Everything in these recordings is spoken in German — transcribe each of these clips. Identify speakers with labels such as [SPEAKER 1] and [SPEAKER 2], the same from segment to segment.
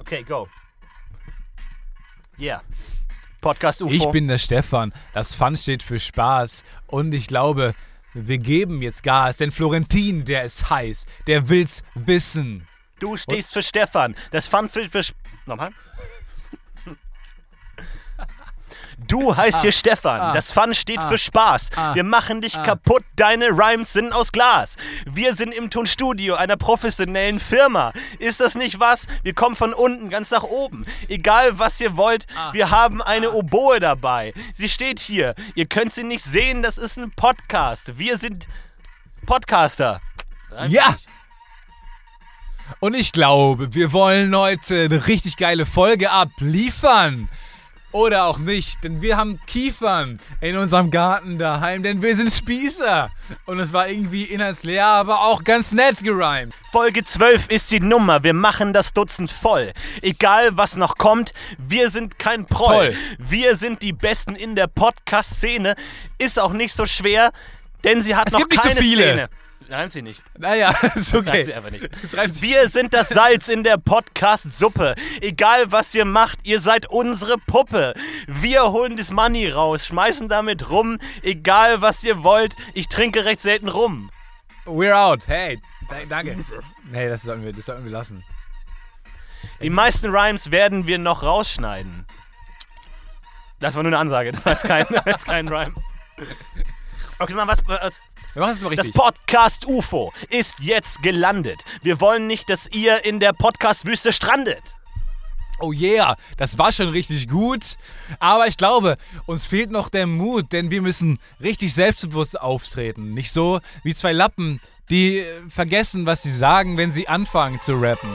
[SPEAKER 1] Okay, go. Yeah. Podcast UFO.
[SPEAKER 2] Ich bin der Stefan. Das Fun steht für Spaß. Und ich glaube, wir geben jetzt Gas. Denn Florentin, der ist heiß. Der will's wissen.
[SPEAKER 1] du stehst für Stefan. Das Fun für, für Sch- Nochmal. Du heißt hier Stefan. das Fun steht für Spaß. Wir machen dich kaputt. Deine Rhymes sind aus Glas. Wir sind im Tonstudio einer professionellen Firma. Ist das nicht was? Wir kommen von unten ganz nach oben. Egal was ihr wollt, wir haben eine Oboe dabei. Sie steht hier. Ihr könnt sie nicht sehen. Das ist ein Podcast. Wir sind Podcaster.
[SPEAKER 2] Ja! Und ich glaube, wir wollen heute eine richtig geile Folge abliefern. Oder auch nicht, denn wir haben Kiefern in unserem Garten daheim, denn wir sind Spießer. Und es war irgendwie inhaltsleer, aber auch ganz nett gereimt.
[SPEAKER 1] Folge 12 ist die Nummer, wir machen das Dutzend voll. Egal was noch kommt, wir sind kein Proll.
[SPEAKER 2] Toll.
[SPEAKER 1] Wir sind die Besten in der Podcast-Szene. Ist auch nicht so schwer, denn sie hat noch
[SPEAKER 2] gibt nicht so
[SPEAKER 1] keine
[SPEAKER 2] viele.
[SPEAKER 1] Szene. Nein, sie nicht.
[SPEAKER 2] Naja, ist okay.
[SPEAKER 1] Reimt sie einfach nicht.
[SPEAKER 2] Es reimt sich.
[SPEAKER 1] Wir sind das Salz in der Podcast-Suppe. Egal was ihr macht, ihr seid unsere Puppe. Wir holen das Money raus, schmeißen damit rum. Egal was ihr wollt, ich trinke recht selten rum.
[SPEAKER 2] We're out. Hey, da- danke. Nee, das sollten wir, das sollten wir lassen.
[SPEAKER 1] Die meisten Rhymes werden wir noch rausschneiden. Das war nur eine Ansage, das war jetzt kein, das war jetzt kein Rhyme. Okay, mal was, was.
[SPEAKER 2] Wir machen es mal
[SPEAKER 1] Das
[SPEAKER 2] richtig.
[SPEAKER 1] Podcast UFO ist jetzt gelandet. Wir wollen nicht, dass ihr in der Podcast-Wüste strandet.
[SPEAKER 2] Oh yeah, das war schon richtig gut. Aber ich glaube, uns fehlt noch der Mut, denn wir müssen richtig selbstbewusst auftreten. Nicht so wie zwei Lappen, die äh, vergessen, was sie sagen, wenn sie anfangen zu rappen.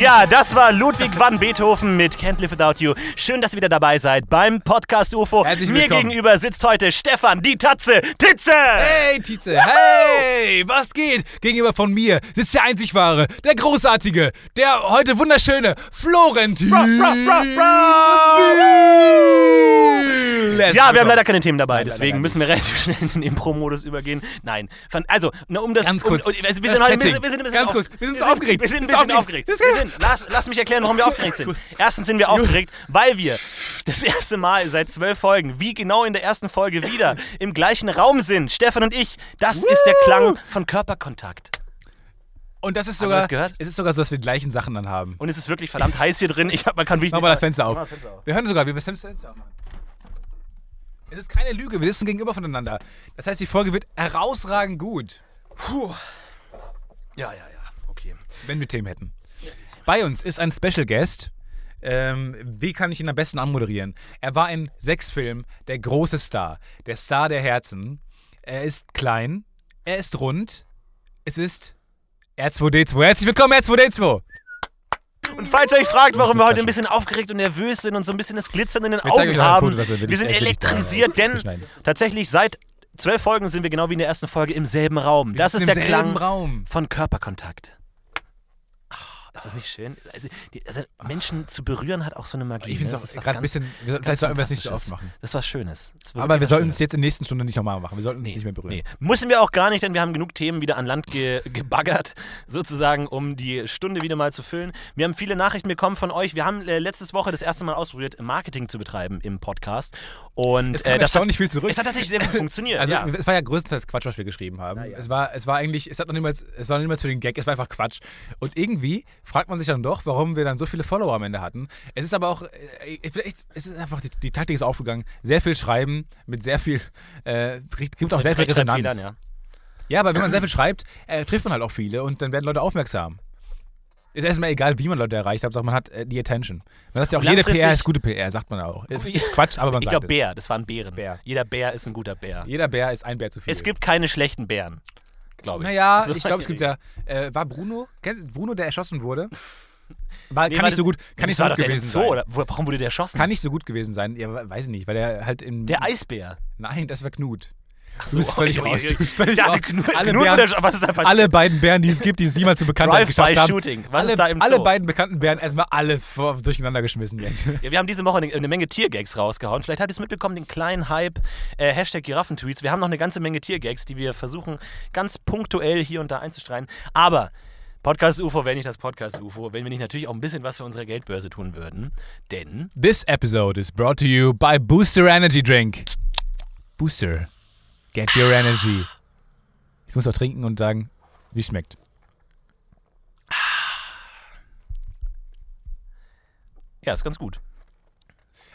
[SPEAKER 1] Ja, das war Ludwig van Beethoven mit Can't Live Without You. Schön, dass ihr wieder dabei seid beim Podcast UFO.
[SPEAKER 2] Herzlich
[SPEAKER 1] Mir
[SPEAKER 2] willkommen.
[SPEAKER 1] gegenüber sitzt heute Stefan, die Tatze, Titze.
[SPEAKER 2] Hey, Tietze, hey, was geht? Gegenüber von mir sitzt der einzig wahre, der großartige, der heute wunderschöne Florentin.
[SPEAKER 1] Bra, bra, bra,
[SPEAKER 2] Let's
[SPEAKER 1] Ja, wir haben
[SPEAKER 2] willkommen.
[SPEAKER 1] leider keine Themen dabei,
[SPEAKER 2] leider
[SPEAKER 1] deswegen
[SPEAKER 2] nicht.
[SPEAKER 1] müssen wir relativ schnell in den Impro-Modus übergehen. Nein, Fan- also, na, um das...
[SPEAKER 2] Ganz kurz,
[SPEAKER 1] Um, also, wir, sind
[SPEAKER 2] das
[SPEAKER 1] heute, wir,
[SPEAKER 2] Setting.
[SPEAKER 1] sind, wir sind ein bisschen
[SPEAKER 2] Ganz
[SPEAKER 1] auf-
[SPEAKER 2] kurz, wir sind so aufgeregt.
[SPEAKER 1] Wir sind ein
[SPEAKER 2] Wir sind
[SPEAKER 1] bisschen aufgeregt.
[SPEAKER 2] aufgeregt.
[SPEAKER 1] Wir sind, lass, lass mich erklären, warum wir aufgeregt sind. Erstens sind wir aufgeregt, weil wir das erste Mal seit zwölf Folgen, wie genau in der ersten Folge wieder, im gleichen Raum sind. Stefan und ich, das ist der Klang von Körperkontakt.
[SPEAKER 2] Und das ist
[SPEAKER 1] wir
[SPEAKER 2] sogar,
[SPEAKER 1] das gehört?
[SPEAKER 2] es ist sogar so, dass wir die gleichen Sachen dann haben.
[SPEAKER 1] Und es ist wirklich verdammt heiß hier drin. Ich hab, man kann wirklich
[SPEAKER 2] Mach mal das Fenster
[SPEAKER 1] Mach mal
[SPEAKER 2] auf.
[SPEAKER 1] das Fenster auf.
[SPEAKER 2] Wir hören sogar, wir wissen das Fenster auf. Es ist keine Lüge, wir sitzen gegenüber voneinander. Das heißt, die Folge wird herausragend gut,
[SPEAKER 1] Ja, ja, ja. Okay.
[SPEAKER 2] wenn wir Themen hätten. Bei uns ist ein Special Guest. Ähm, wie kann ich ihn am besten anmoderieren? Er war in sechs Filmen der große Star, der Star der Herzen. Er ist klein, er ist rund, es ist R2D2. Herzlich willkommen, R2D2!
[SPEAKER 1] Und falls ihr euch fragt, warum wir heute ein bisschen aufgeregt und nervös sind und so ein bisschen das Glitzern in den
[SPEAKER 2] zeigen euch
[SPEAKER 1] Augen
[SPEAKER 2] noch ein
[SPEAKER 1] haben,
[SPEAKER 2] Foto, das wir
[SPEAKER 1] wir sind
[SPEAKER 2] wirklich echt nicht
[SPEAKER 1] elektrisiert, denn
[SPEAKER 2] beschneiden.
[SPEAKER 1] tatsächlich seit zwölf Folgen sind wir genau wie in der ersten Folge im selben Raum. das ist
[SPEAKER 2] sitzen
[SPEAKER 1] der
[SPEAKER 2] im selben
[SPEAKER 1] Klang
[SPEAKER 2] Raum.
[SPEAKER 1] von Körperkontakt. Ah, ist das nicht schön? Also, die, also Menschen zu berühren hat auch so eine Magie.
[SPEAKER 2] Ich finde
[SPEAKER 1] ne? Das
[SPEAKER 2] es
[SPEAKER 1] ist
[SPEAKER 2] auch
[SPEAKER 1] was
[SPEAKER 2] gerade ein
[SPEAKER 1] ganz-
[SPEAKER 2] bisschen. wir-
[SPEAKER 1] ganz
[SPEAKER 2] Vielleicht sollten wir es nicht so oft
[SPEAKER 1] Fantastisches.
[SPEAKER 2] machen.
[SPEAKER 1] Das war Schönes. Das war
[SPEAKER 2] Aber
[SPEAKER 1] wirklich
[SPEAKER 2] wir
[SPEAKER 1] was
[SPEAKER 2] sollten
[SPEAKER 1] Schönes.
[SPEAKER 2] es jetzt in der nächsten Stunde nicht nochmal machen. Wir sollten uns nicht mehr berühren.
[SPEAKER 1] Nee, müssen wir auch gar nicht, denn wir haben genug Themen wieder an Land ge gebaggert, sozusagen, um die Stunde wieder mal zu füllen. Wir haben viele Nachrichten bekommen von euch. Wir haben äh, letztes Woche das erste Mal ausprobiert, Marketing zu betreiben im Podcast. Und
[SPEAKER 2] kam
[SPEAKER 1] äh, das hat,
[SPEAKER 2] erstaunlich viel zurück.
[SPEAKER 1] es hat tatsächlich sehr gut funktioniert.
[SPEAKER 2] Also
[SPEAKER 1] ja.
[SPEAKER 2] es war ja größtenteils Quatsch, was wir geschrieben haben. Es, war, es war eigentlich, es hat noch niemals, es war noch niemals für den Gag, es war einfach Quatsch. Und irgendwie fragt man sich dann doch, warum wir dann so viele Follower am Ende hatten. Es ist aber auch, äh, vielleicht, es ist einfach, die, die Taktik ist aufgegangen. Sehr viel schreiben, mit sehr viel, äh, kriegt- gibt auch sehr viel Resonanz.
[SPEAKER 1] Also Federn,
[SPEAKER 2] ja.
[SPEAKER 1] ja.
[SPEAKER 2] aber wenn man sehr viel schreibt, äh, trifft man halt auch viele und dann werden Leute aufmerksam. Ist erstmal egal, wie man Leute erreicht, aber man hat äh, die Attention. Man sagt ja auch,
[SPEAKER 1] Und
[SPEAKER 2] jede
[SPEAKER 1] langfristig-
[SPEAKER 2] PR ist gute PR, sagt man auch. Ist Quatsch, aber man
[SPEAKER 1] Ich
[SPEAKER 2] sagt
[SPEAKER 1] glaube,
[SPEAKER 2] es.
[SPEAKER 1] Bär, das waren Bären.
[SPEAKER 2] Bär.
[SPEAKER 1] Jeder Bär ist ein guter Bär.
[SPEAKER 2] Jeder Bär ist ein Bär zu viel.
[SPEAKER 1] Es gibt keine schlechten Bären, glaube ich.
[SPEAKER 2] Naja,
[SPEAKER 1] So
[SPEAKER 2] ich glaube, es gibt ja. Äh, war Bruno? Kennst, Bruno, der erschossen wurde? War,
[SPEAKER 1] Nee,
[SPEAKER 2] kann
[SPEAKER 1] war
[SPEAKER 2] nicht so
[SPEAKER 1] das-
[SPEAKER 2] gut, kann
[SPEAKER 1] das
[SPEAKER 2] nicht so
[SPEAKER 1] war
[SPEAKER 2] gut
[SPEAKER 1] doch der im
[SPEAKER 2] gewesen
[SPEAKER 1] Zoo,
[SPEAKER 2] sein.
[SPEAKER 1] oder? Wo- Warum wurde der erschossen?
[SPEAKER 2] Kann nicht so gut gewesen sein. Ja, we- weiß ich nicht, weil er halt in.
[SPEAKER 1] der Eisbär.
[SPEAKER 2] Nein, das war Knut.
[SPEAKER 1] Ach
[SPEAKER 2] Du bist völlig
[SPEAKER 1] oi, oi,
[SPEAKER 2] raus.
[SPEAKER 1] oi.
[SPEAKER 2] Du bist völlig
[SPEAKER 1] ja,
[SPEAKER 2] raus.
[SPEAKER 1] die Knur,
[SPEAKER 2] Alle
[SPEAKER 1] alle Knur
[SPEAKER 2] Bären-
[SPEAKER 1] wurde, was ist da passiert?
[SPEAKER 2] alle beiden Bären, die es gibt, die es jemals zu Bekanntheit geschafft haben.
[SPEAKER 1] Drive-by-Shooting. Was
[SPEAKER 2] alle,
[SPEAKER 1] ist da im
[SPEAKER 2] alle
[SPEAKER 1] Zoo?
[SPEAKER 2] beiden bekannten Bären erstmal alles vor, durcheinander geschmissen jetzt.
[SPEAKER 1] Ja, wir haben diese Woche eine, eine Menge Tiergags rausgehauen. Vielleicht habt ihr es mitbekommen, den kleinen Hype, äh, Hashtag Giraffentweets. Wir haben noch eine ganze Menge Tiergags, die wir versuchen, ganz punktuell hier und da einzustreuen. Aber Podcast UFO wäre nicht das Podcast UFO, wenn wir nicht natürlich auch ein bisschen was für unsere Geldbörse tun würden. Denn
[SPEAKER 2] This episode is brought to you by Booster Energy Drink. Booster. Get your energy. Ich muss auch trinken und sagen, wie es schmeckt.
[SPEAKER 1] ja, ist ganz gut.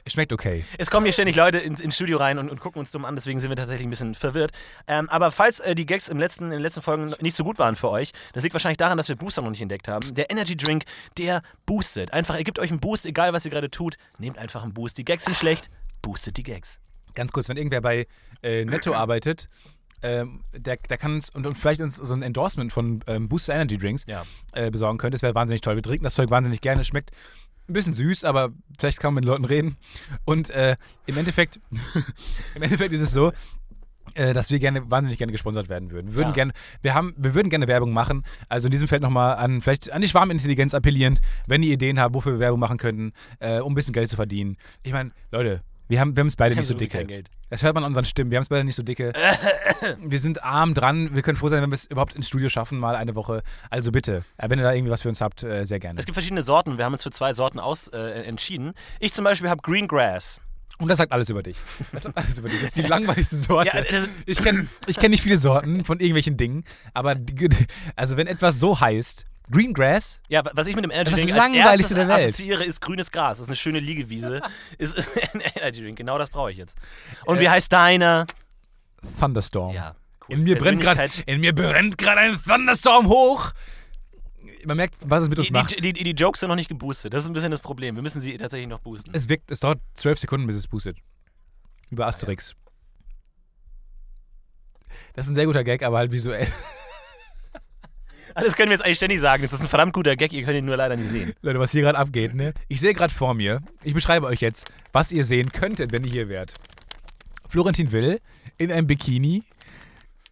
[SPEAKER 2] Es schmeckt okay.
[SPEAKER 1] Es kommen hier ständig Leute ins, ins Studio rein und, und gucken uns dumm an, deswegen sind wir tatsächlich ein bisschen verwirrt. Ähm, aber falls äh, die Gags im letzten, in den letzten Folgen nicht so gut waren für euch, das liegt wahrscheinlich daran, dass wir Booster noch nicht entdeckt haben. Der Energy Drink, der boostet. Einfach, er gibt euch einen Boost, egal was ihr gerade tut, nehmt einfach einen Boost. Die Gags sind schlecht, boostet die Gags.
[SPEAKER 2] Ganz kurz, wenn irgendwer bei äh, Netto arbeitet, ähm, der, der kann uns und, und vielleicht uns so ein Endorsement von ähm, Booster Energy Drinks
[SPEAKER 1] Ja.
[SPEAKER 2] äh, besorgen könnte. Das wäre wahnsinnig toll. Wir trinken das Zeug wahnsinnig gerne. Es Schmeckt ein bisschen süß, aber vielleicht kann man mit Leuten reden. Und äh, im Endeffekt, im Endeffekt ist es so, äh, dass wir gerne wahnsinnig gerne gesponsert werden würden. Wir würden
[SPEAKER 1] Ja.
[SPEAKER 2] gerne, wir haben, wir würden gerne Werbung machen. Also in diesem Feld nochmal an vielleicht an die Schwarmintelligenz appellierend, wenn ihr Ideen habt, wofür wir Werbung machen könnten, äh, um ein bisschen Geld zu verdienen. Ich meine, Leute, wir haben, wir haben es beide nicht so
[SPEAKER 1] sowieso kein
[SPEAKER 2] dicke.
[SPEAKER 1] Geld.
[SPEAKER 2] Das hört man an unseren Stimmen. Wir haben es beide nicht so dicke. wir sind arm dran. Wir können froh sein, wenn wir es überhaupt ins Studio schaffen, mal eine Woche. Also bitte, äh, wenn ihr da irgendwie was für uns habt, äh, sehr gerne.
[SPEAKER 1] Es gibt verschiedene Sorten, wir haben uns für zwei Sorten aus, äh, entschieden. Ich zum Beispiel habe Green Grass.
[SPEAKER 2] Und das sagt alles über dich. Das sagt alles über dich. Das ist die langweiligste Sorte.
[SPEAKER 1] Ja, das-
[SPEAKER 2] ich kenne ich kenn nicht viele Sorten von irgendwelchen Dingen, aber die, also wenn etwas so heißt, Green Grass,
[SPEAKER 1] Ja, wa- was ich mit dem Energy
[SPEAKER 2] Das ist
[SPEAKER 1] Drink
[SPEAKER 2] das
[SPEAKER 1] als erstes
[SPEAKER 2] Langweiligste der Welt.
[SPEAKER 1] assoziiere, ist grünes Gras. Das ist eine schöne Liegewiese. ist ein Energy Drink. Genau das brauche ich jetzt. Und
[SPEAKER 2] Äh.
[SPEAKER 1] wie heißt deiner?
[SPEAKER 2] Thunderstorm.
[SPEAKER 1] Ja. cool.
[SPEAKER 2] In mir brennt gerade
[SPEAKER 1] Persönlichkeits-
[SPEAKER 2] in mir brennt gerade ein Thunderstorm hoch. Man merkt, was es mit uns
[SPEAKER 1] Die,
[SPEAKER 2] macht.
[SPEAKER 1] die, die, die Jokes sind noch nicht geboostet. Das ist ein bisschen das Problem. Wir müssen sie tatsächlich noch boosten.
[SPEAKER 2] es wirkt, es dauert zwölf Sekunden, bis es boostet. Über Asterix. Das ist ein sehr guter Gag, aber halt visuell.
[SPEAKER 1] Ah, Das können wir jetzt eigentlich ständig sagen. Das ist ein verdammt guter Gag. Ihr könnt ihn nur leider nicht sehen.
[SPEAKER 2] Leute, was hier gerade abgeht, ne? Ich sehe gerade vor mir, ich beschreibe euch jetzt, was ihr sehen könntet, wenn ihr hier wärt. Florentin Will in einem Bikini,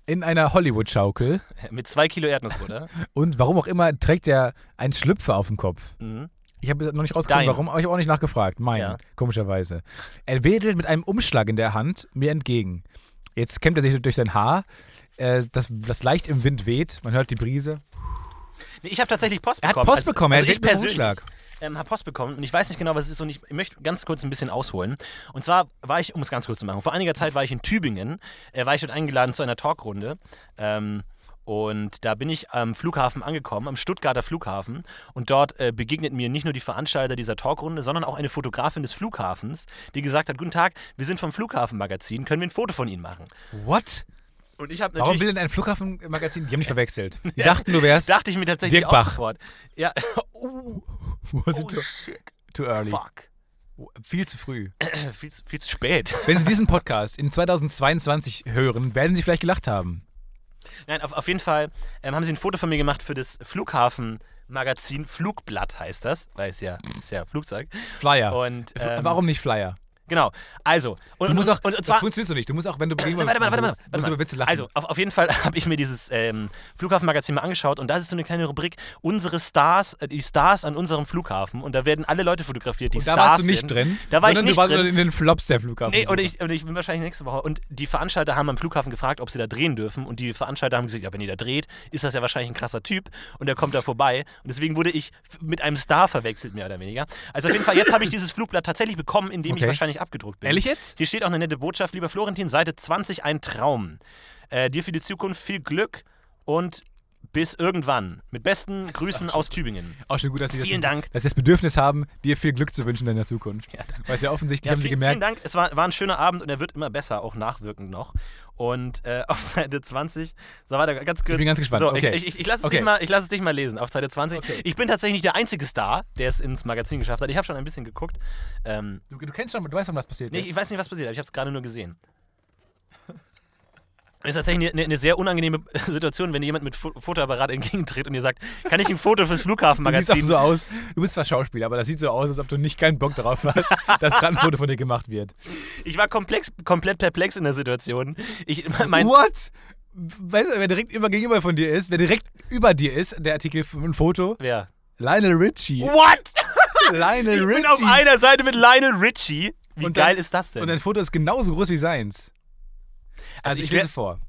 [SPEAKER 2] in einer Hollywood-Schaukel
[SPEAKER 1] Mit zwei Kilo Erdnussbutter.
[SPEAKER 2] und warum auch immer trägt er einen Schlüpfer auf dem Kopf.
[SPEAKER 1] Mhm.
[SPEAKER 2] Ich habe noch nicht rausgefunden,
[SPEAKER 1] Dein.
[SPEAKER 2] warum, aber ich habe auch nicht nachgefragt. Mein,
[SPEAKER 1] Ja.
[SPEAKER 2] komischerweise. Er wedelt mit einem Umschlag in der Hand mir entgegen. Jetzt kämmt er sich durch sein Haar, äh, das, das leicht im Wind weht, man hört die Brise.
[SPEAKER 1] Nee, ich habe tatsächlich Post
[SPEAKER 2] Er hat
[SPEAKER 1] bekommen.
[SPEAKER 2] Post bekommen,
[SPEAKER 1] also
[SPEAKER 2] er
[SPEAKER 1] ich
[SPEAKER 2] weht mit einem
[SPEAKER 1] persönlich.
[SPEAKER 2] Umschlag.
[SPEAKER 1] ähm, habe Post bekommen und ich weiß nicht genau, was es ist und ich möchte ganz kurz ein bisschen ausholen. Und zwar war ich, um es ganz kurz zu machen, vor einiger Zeit war ich in Tübingen, äh, war ich dort eingeladen zu einer Talkrunde. Ähm, und da bin ich am Flughafen angekommen, am Stuttgarter Flughafen. Und dort äh, begegnet mir nicht nur die Veranstalter dieser Talkrunde, sondern auch eine Fotografin des Flughafens, die gesagt hat, guten Tag, wir sind vom Flughafenmagazin, können wir ein Foto von Ihnen machen?
[SPEAKER 2] What?
[SPEAKER 1] Und ich habe
[SPEAKER 2] Warum
[SPEAKER 1] natürlich...
[SPEAKER 2] will denn ein Flughafenmagazin? Die haben dich verwechselt. Die dachten, du wärst
[SPEAKER 1] Dachte ich mir tatsächlich
[SPEAKER 2] Dirk
[SPEAKER 1] auch
[SPEAKER 2] Bach.
[SPEAKER 1] sofort. Ja. Oh, oh
[SPEAKER 2] Was ist too,
[SPEAKER 1] shit.
[SPEAKER 2] too early.
[SPEAKER 1] Fuck.
[SPEAKER 2] Viel zu früh.
[SPEAKER 1] Äh, Viel, zu- viel zu spät.
[SPEAKER 2] Wenn Sie diesen Podcast in 2022 hören, werden Sie vielleicht gelacht haben.
[SPEAKER 1] Nein, auf, auf jeden Fall ähm, haben sie ein Foto von mir gemacht für das Flughafen-Magazin. Flugblatt heißt das, weil es ja, ist ja Flugzeug.
[SPEAKER 2] Flyer.
[SPEAKER 1] Und,
[SPEAKER 2] F-
[SPEAKER 1] ähm,
[SPEAKER 2] Warum nicht Flyer?
[SPEAKER 1] Genau. Also, und,
[SPEAKER 2] Äh, Du musst auch,
[SPEAKER 1] und, und
[SPEAKER 2] das
[SPEAKER 1] zwar.
[SPEAKER 2] funktioniert so nicht. Du musst auch, wenn du
[SPEAKER 1] Warte, warte, warte, warte,
[SPEAKER 2] musst du über Witze lachen.
[SPEAKER 1] Also, auf, auf jeden Fall habe ich mir dieses ähm, Flughafenmagazin mal angeschaut und da ist so eine kleine Rubrik, unsere Stars, äh, die Stars an unserem Flughafen und da werden alle Leute fotografiert, die
[SPEAKER 2] Und da
[SPEAKER 1] Stars
[SPEAKER 2] warst du nicht
[SPEAKER 1] sind.
[SPEAKER 2] drin,
[SPEAKER 1] Da war ich
[SPEAKER 2] sondern
[SPEAKER 1] nicht
[SPEAKER 2] du warst
[SPEAKER 1] drin.
[SPEAKER 2] in den Flops der Flughafen.
[SPEAKER 1] Nee, und ich, und ich bin wahrscheinlich nächste Woche. Und die Veranstalter haben am Flughafen gefragt, ob sie da drehen dürfen. Und die Veranstalter haben gesagt, ja, wenn ihr da dreht, ist das ja wahrscheinlich ein krasser Typ. Und der kommt da vorbei. Und deswegen wurde ich f- mit einem Star verwechselt, mehr oder weniger. Also auf jeden Fall, jetzt habe ich dieses Flugblatt tatsächlich bekommen, indem ich
[SPEAKER 2] Okay.
[SPEAKER 1] wahrscheinlich abgedruckt bin.
[SPEAKER 2] Ehrlich jetzt?
[SPEAKER 1] Hier steht auch eine nette Botschaft, lieber Florentin, Seite 20, ein Traum. Äh, dir für die Zukunft viel Glück und bis irgendwann. Mit besten Grüßen aus Tübingen.
[SPEAKER 2] Auch schon gut, dass sie das,
[SPEAKER 1] Vielen Dank.
[SPEAKER 2] dass sie das Bedürfnis haben, dir viel Glück zu wünschen in der Zukunft.
[SPEAKER 1] Ja.
[SPEAKER 2] Weil es ja offensichtlich haben sie
[SPEAKER 1] vielen,
[SPEAKER 2] gemerkt,
[SPEAKER 1] vielen Dank. Es war, war ein schöner Abend und er wird immer besser, auch nachwirkend noch. Und äh, auf Seite 20, so weiter, ganz kurz.
[SPEAKER 2] Ich bin ganz gespannt.
[SPEAKER 1] So,
[SPEAKER 2] Okay.
[SPEAKER 1] ich, ich, ich, ich lasse es,
[SPEAKER 2] Okay.
[SPEAKER 1] dich mal- ich lass es dich mal lesen, auf Seite 20.
[SPEAKER 2] Okay.
[SPEAKER 1] Ich bin tatsächlich nicht der einzige Star, der es ins Magazin geschafft hat. Ich habe schon ein bisschen geguckt. Ähm,
[SPEAKER 2] du, du kennst schon, du weißt schon, was passiert
[SPEAKER 1] nee,
[SPEAKER 2] ist.
[SPEAKER 1] ich weiß nicht, was passiert, aber ich habe es gerade nur gesehen. ist tatsächlich eine, eine sehr unangenehme Situation, wenn dir jemand mit Fo- Fotoapparat entgegentritt und dir sagt, kann ich ein Foto fürs
[SPEAKER 2] Du siehst auch
[SPEAKER 1] Flughafenmagazin?
[SPEAKER 2] so aus. Du bist zwar Schauspieler, aber das sieht so aus, als ob du nicht keinen Bock drauf hast, dass gerade ein Foto von dir gemacht wird.
[SPEAKER 1] Ich war komplex, komplett perplex in der Situation. Ich, mein,
[SPEAKER 2] What? Weißt du, wer direkt über gegenüber von dir ist, wer direkt über dir ist, der Artikel von ein Foto?
[SPEAKER 1] wer?
[SPEAKER 2] Lionel Richie.
[SPEAKER 1] What?
[SPEAKER 2] Lionel
[SPEAKER 1] Ich
[SPEAKER 2] Richie.
[SPEAKER 1] bin auf einer Seite mit Lionel Richie. Wie
[SPEAKER 2] Und
[SPEAKER 1] geil
[SPEAKER 2] dann-
[SPEAKER 1] ist das denn?
[SPEAKER 2] Und dein Foto ist genauso groß wie seins. Also,
[SPEAKER 1] ich
[SPEAKER 2] ich
[SPEAKER 1] wär-
[SPEAKER 2] lese vor.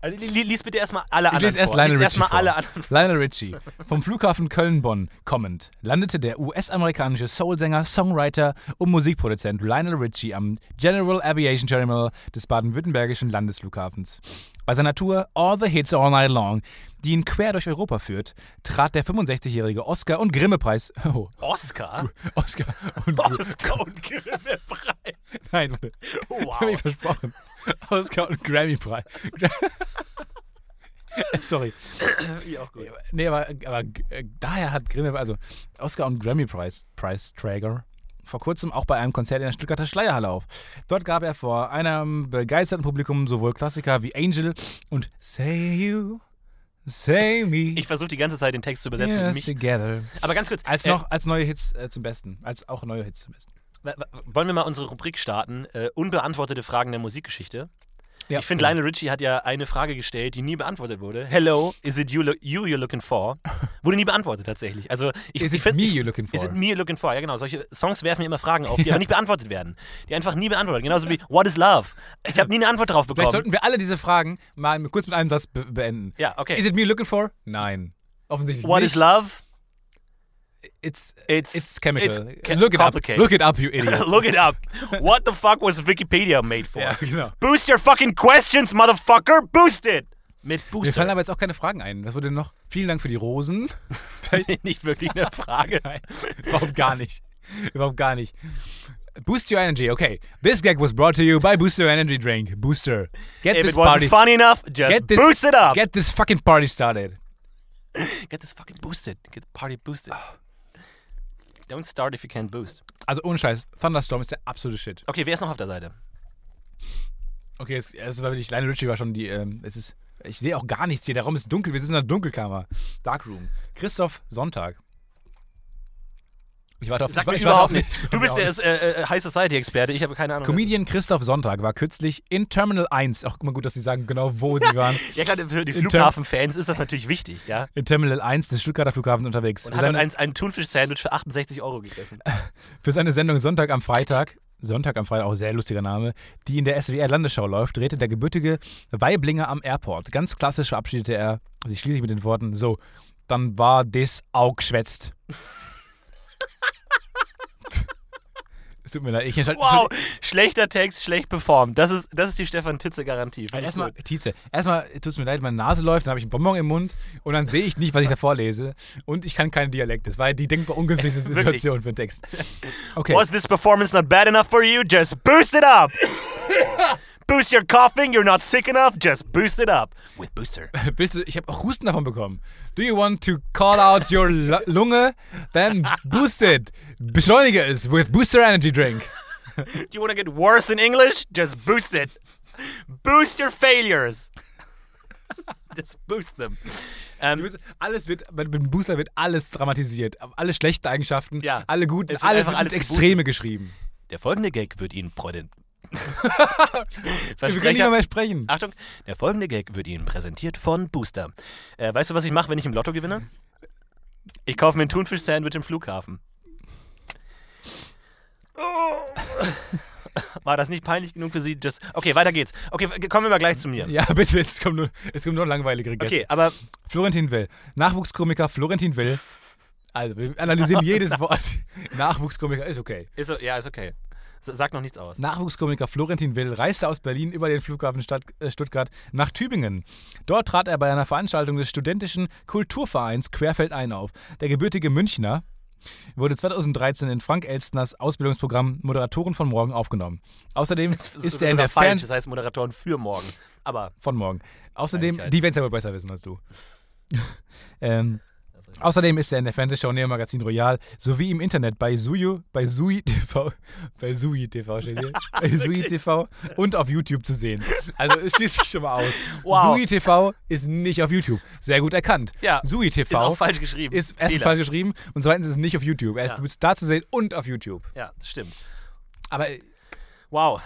[SPEAKER 1] also, li- li- lies bitte erstmal alle
[SPEAKER 2] Ich
[SPEAKER 1] anderen.
[SPEAKER 2] lese erst
[SPEAKER 1] vor.
[SPEAKER 2] Lionel
[SPEAKER 1] lies
[SPEAKER 2] Richie.
[SPEAKER 1] erstmal
[SPEAKER 2] vor.
[SPEAKER 1] alle anderen.
[SPEAKER 2] Lionel Richie. Vom Flughafen Köln-Bonn kommend landete der US-amerikanische Soul-Sänger, Songwriter und Musikproduzent Lionel Richie am General Aviation Terminal des baden-württembergischen Landesflughafens. Bei seiner Tour All the Hits All Night Long, die ihn quer durch Europa führt, trat der 65-jährige Oscar- und Grimme-Preis. Oh,
[SPEAKER 1] Oscar?
[SPEAKER 2] Oscar und
[SPEAKER 1] Oscar und Grimme Preis.
[SPEAKER 2] Nein, warte. Ich hab mich
[SPEAKER 1] Wow.
[SPEAKER 2] versprochen. Oscar und Grammy-Preis. Gra- Sorry.
[SPEAKER 1] Wie auch gut.
[SPEAKER 2] Nee, aber, aber äh, daher hat Grimme, also Oscar- und Grammy-Preisträger, vor kurzem auch bei einem Konzert in der Stuttgarter Schleierhalle auf. Dort gab er vor einem begeisterten Publikum sowohl Klassiker wie Angel und Say You, Say Me,
[SPEAKER 1] Ich versuche die ganze Zeit den Text zu übersetzen.
[SPEAKER 2] Yes
[SPEAKER 1] Mich,
[SPEAKER 2] Together.
[SPEAKER 1] aber ganz kurz.
[SPEAKER 2] Als,
[SPEAKER 1] äh,
[SPEAKER 2] noch, als neue Hits äh, zum Besten. Als auch neue Hits zum Besten.
[SPEAKER 1] w- w- wollen wir mal unsere Rubrik starten? Äh, unbeantwortete Fragen der Musikgeschichte.
[SPEAKER 2] Ja.
[SPEAKER 1] Ich finde, Lionel Richie hat ja eine Frage gestellt, die nie beantwortet wurde. Hello, is it you, lo- you you're looking for? Wurde nie beantwortet tatsächlich. Also ich,
[SPEAKER 2] Is
[SPEAKER 1] ich
[SPEAKER 2] it
[SPEAKER 1] find-
[SPEAKER 2] me you're looking for?
[SPEAKER 1] Is it me you're looking for? Ja genau, solche Songs werfen mir immer Fragen auf, die aber nicht beantwortet werden. Die einfach nie beantwortet werden. Genauso wie What is love? Ich habe nie eine Antwort drauf
[SPEAKER 2] Vielleicht
[SPEAKER 1] bekommen.
[SPEAKER 2] sollten wir alle diese Fragen mal mit- kurz mit einem Satz be beenden.
[SPEAKER 1] ja, okay.
[SPEAKER 2] Is it me you're looking for? Nein. Offensichtlich
[SPEAKER 1] What
[SPEAKER 2] nicht.
[SPEAKER 1] is love?
[SPEAKER 2] It's,
[SPEAKER 1] It's-
[SPEAKER 2] it's chemical.
[SPEAKER 1] it's ca-
[SPEAKER 2] Look it up.
[SPEAKER 1] complicated.
[SPEAKER 2] Look it up, you idiot.
[SPEAKER 1] Look it up. What the fuck was Wikipedia made for?
[SPEAKER 2] ja, genau.
[SPEAKER 1] Boost your fucking questions, motherfucker! Boost it! Mit
[SPEAKER 2] Mir fallen
[SPEAKER 1] Booster.
[SPEAKER 2] aber jetzt auch keine Fragen ein. Was wurde denn noch? Vielen Dank für die Rosen.
[SPEAKER 1] nicht wirklich eine Frage.
[SPEAKER 2] Überhaupt gar nicht. Überhaupt gar nicht. Boost Your Energy, okay. This gag was brought to you by Boost Your Energy Drink. Booster. Get
[SPEAKER 1] If
[SPEAKER 2] this
[SPEAKER 1] it wasn't
[SPEAKER 2] party.
[SPEAKER 1] funny enough, just
[SPEAKER 2] Get this,
[SPEAKER 1] boost it up!
[SPEAKER 2] Get this fucking party started.
[SPEAKER 1] Get this fucking boosted. Get the party boosted.
[SPEAKER 2] Oh.
[SPEAKER 1] Don't start if you can't boost.
[SPEAKER 2] Also ohne Scheiß, Thunderstorm ist der absolute Shit.
[SPEAKER 1] Okay, wer ist noch auf der Seite?
[SPEAKER 2] Okay, es, es war wirklich, Lionel Richie war schon die, ähm, es ist, ich sehe auch gar nichts hier, der Raum ist dunkel, wir sitzen in einer Dunkelkammer. Darkroom. Christoph Sonntag. Ich warte auf,
[SPEAKER 1] Sag
[SPEAKER 2] ich,
[SPEAKER 1] mir
[SPEAKER 2] ich warte auf
[SPEAKER 1] überhaupt nichts.
[SPEAKER 2] nichts.
[SPEAKER 1] Du bist der äh, äh, High Society-Experte, ich habe keine Ahnung.
[SPEAKER 2] Comedian Christoph Sonntag war kürzlich in Terminal 1, auch immer gut, dass sie sagen genau, wo sie waren,
[SPEAKER 1] Ja klar, für die
[SPEAKER 2] Term-
[SPEAKER 1] Flughafenfans ist das natürlich wichtig, ja.
[SPEAKER 2] in Terminal 1 des Stuttgarter Flughafens unterwegs.
[SPEAKER 1] Und
[SPEAKER 2] Für
[SPEAKER 1] hat dann
[SPEAKER 2] seine,
[SPEAKER 1] ein, ein Thunfisch-Sandwich für 68 Euro gegessen.
[SPEAKER 2] für seine Sendung Sonntag am Freitag, Sonntag am Freitag, auch sehr lustiger Name, die in der SWR-Landesschau läuft, drehte der gebürtige Weiblinger am Airport. Ganz klassisch verabschiedete er sich schließlich mit den Worten, so, dann war des Aug geschwätzt. es tut mir leid, ich entscheide...
[SPEAKER 1] Wow, schlechter Text, schlecht performt. Das ist, das ist die Stefan Titze-Garantie. Finde ich
[SPEAKER 2] Erstmal,
[SPEAKER 1] gut.
[SPEAKER 2] Tietze, erstmal tut es mir leid, meine Nase läuft, dann habe ich einen Bonbon im Mund und dann sehe ich nicht, was ich da vorlese. Und ich kann keinen Dialekt. Das war die denkbar ungünstigste
[SPEAKER 1] Wirklich.
[SPEAKER 2] Situation für den Text. Okay.
[SPEAKER 1] Was this performance not bad enough for you? Just boost it up! boost your coughing, you're not sick enough? Just boost it up. With Booster.
[SPEAKER 2] Willst du, ich habe auch Husten davon bekommen. Do you want to call out your Lu- Lunge? Then boost it. Beschleunige es with Booster Energy Drink.
[SPEAKER 1] Do you want to get worse in English? Just boost it. Boost your failures. Just boost them.
[SPEAKER 2] Du
[SPEAKER 1] Ähm,
[SPEAKER 2] wirst- Alles wird, mit dem Booster wird alles dramatisiert. Alle schlechten Eigenschaften,
[SPEAKER 1] Ja.
[SPEAKER 2] alle guten,
[SPEAKER 1] Es wird
[SPEAKER 2] alles,
[SPEAKER 1] einfach
[SPEAKER 2] wird
[SPEAKER 1] alles
[SPEAKER 2] ins Extreme geschrieben.
[SPEAKER 1] der folgende Gag wird Ihnen präsentiert.
[SPEAKER 2] Wir können nicht mehr, mehr sprechen.
[SPEAKER 1] Achtung, der folgende Gag wird Ihnen präsentiert von Booster. Äh, weißt du, was ich mache, wenn ich im Lotto gewinne? Ich kaufe mir ein Thunfisch-Sandwich im Flughafen.
[SPEAKER 2] Oh.
[SPEAKER 1] War das nicht peinlich genug für Sie? Just, okay, weiter geht's. Okay, kommen wir mal gleich zu mir.
[SPEAKER 2] Ja, bitte, es kommt nur, es kommt nur langweiligere Gäste.
[SPEAKER 1] Okay, aber
[SPEAKER 2] Florentin Will. Nachwuchskomiker Florentin Will. Also, wir analysieren jedes Wort. Nachwuchskomiker ist okay.
[SPEAKER 1] ist, so- ja, ist okay. S- Sag noch nichts aus.
[SPEAKER 2] Nachwuchskomiker Florentin Will reiste aus Berlin über den Flughafen Stadt, äh, Stuttgart nach Tübingen. Dort trat er bei einer Veranstaltung des studentischen Kulturvereins Querfeldein auf. Der gebürtige Münchner wurde 2013 in Frank Elstners Ausbildungsprogramm Moderatoren von Morgen aufgenommen. Außerdem
[SPEAKER 1] Das
[SPEAKER 2] ist er in
[SPEAKER 1] sogar
[SPEAKER 2] der
[SPEAKER 1] falsch,
[SPEAKER 2] Fern
[SPEAKER 1] das heißt Moderatoren für morgen. Aber
[SPEAKER 2] von morgen. Außerdem,
[SPEAKER 1] Kleinigkeit.
[SPEAKER 2] die werden es ja wohl besser wissen als du. ähm,
[SPEAKER 3] drin.
[SPEAKER 2] Außerdem ist er in der Fernsehshow Neo Magazin Royal sowie im Internet bei Suyu, bei Sui TV, bei Sui TV steht hier, bei Sui TV und auf YouTube zu sehen. Also es schließt sich schon mal aus.
[SPEAKER 1] Wow.
[SPEAKER 2] Sui TV ist nicht auf YouTube. Sehr gut erkannt.
[SPEAKER 1] Ja.
[SPEAKER 2] Sui
[SPEAKER 1] Ist
[SPEAKER 2] TV
[SPEAKER 1] auch falsch geschrieben.
[SPEAKER 2] ist erstens
[SPEAKER 1] Fehler.
[SPEAKER 2] falsch geschrieben und zweitens ist es nicht auf YouTube. Er ist
[SPEAKER 1] Ja.
[SPEAKER 2] du bist da zu sehen und auf YouTube.
[SPEAKER 1] Ja, das stimmt.
[SPEAKER 2] Aber
[SPEAKER 1] Wow.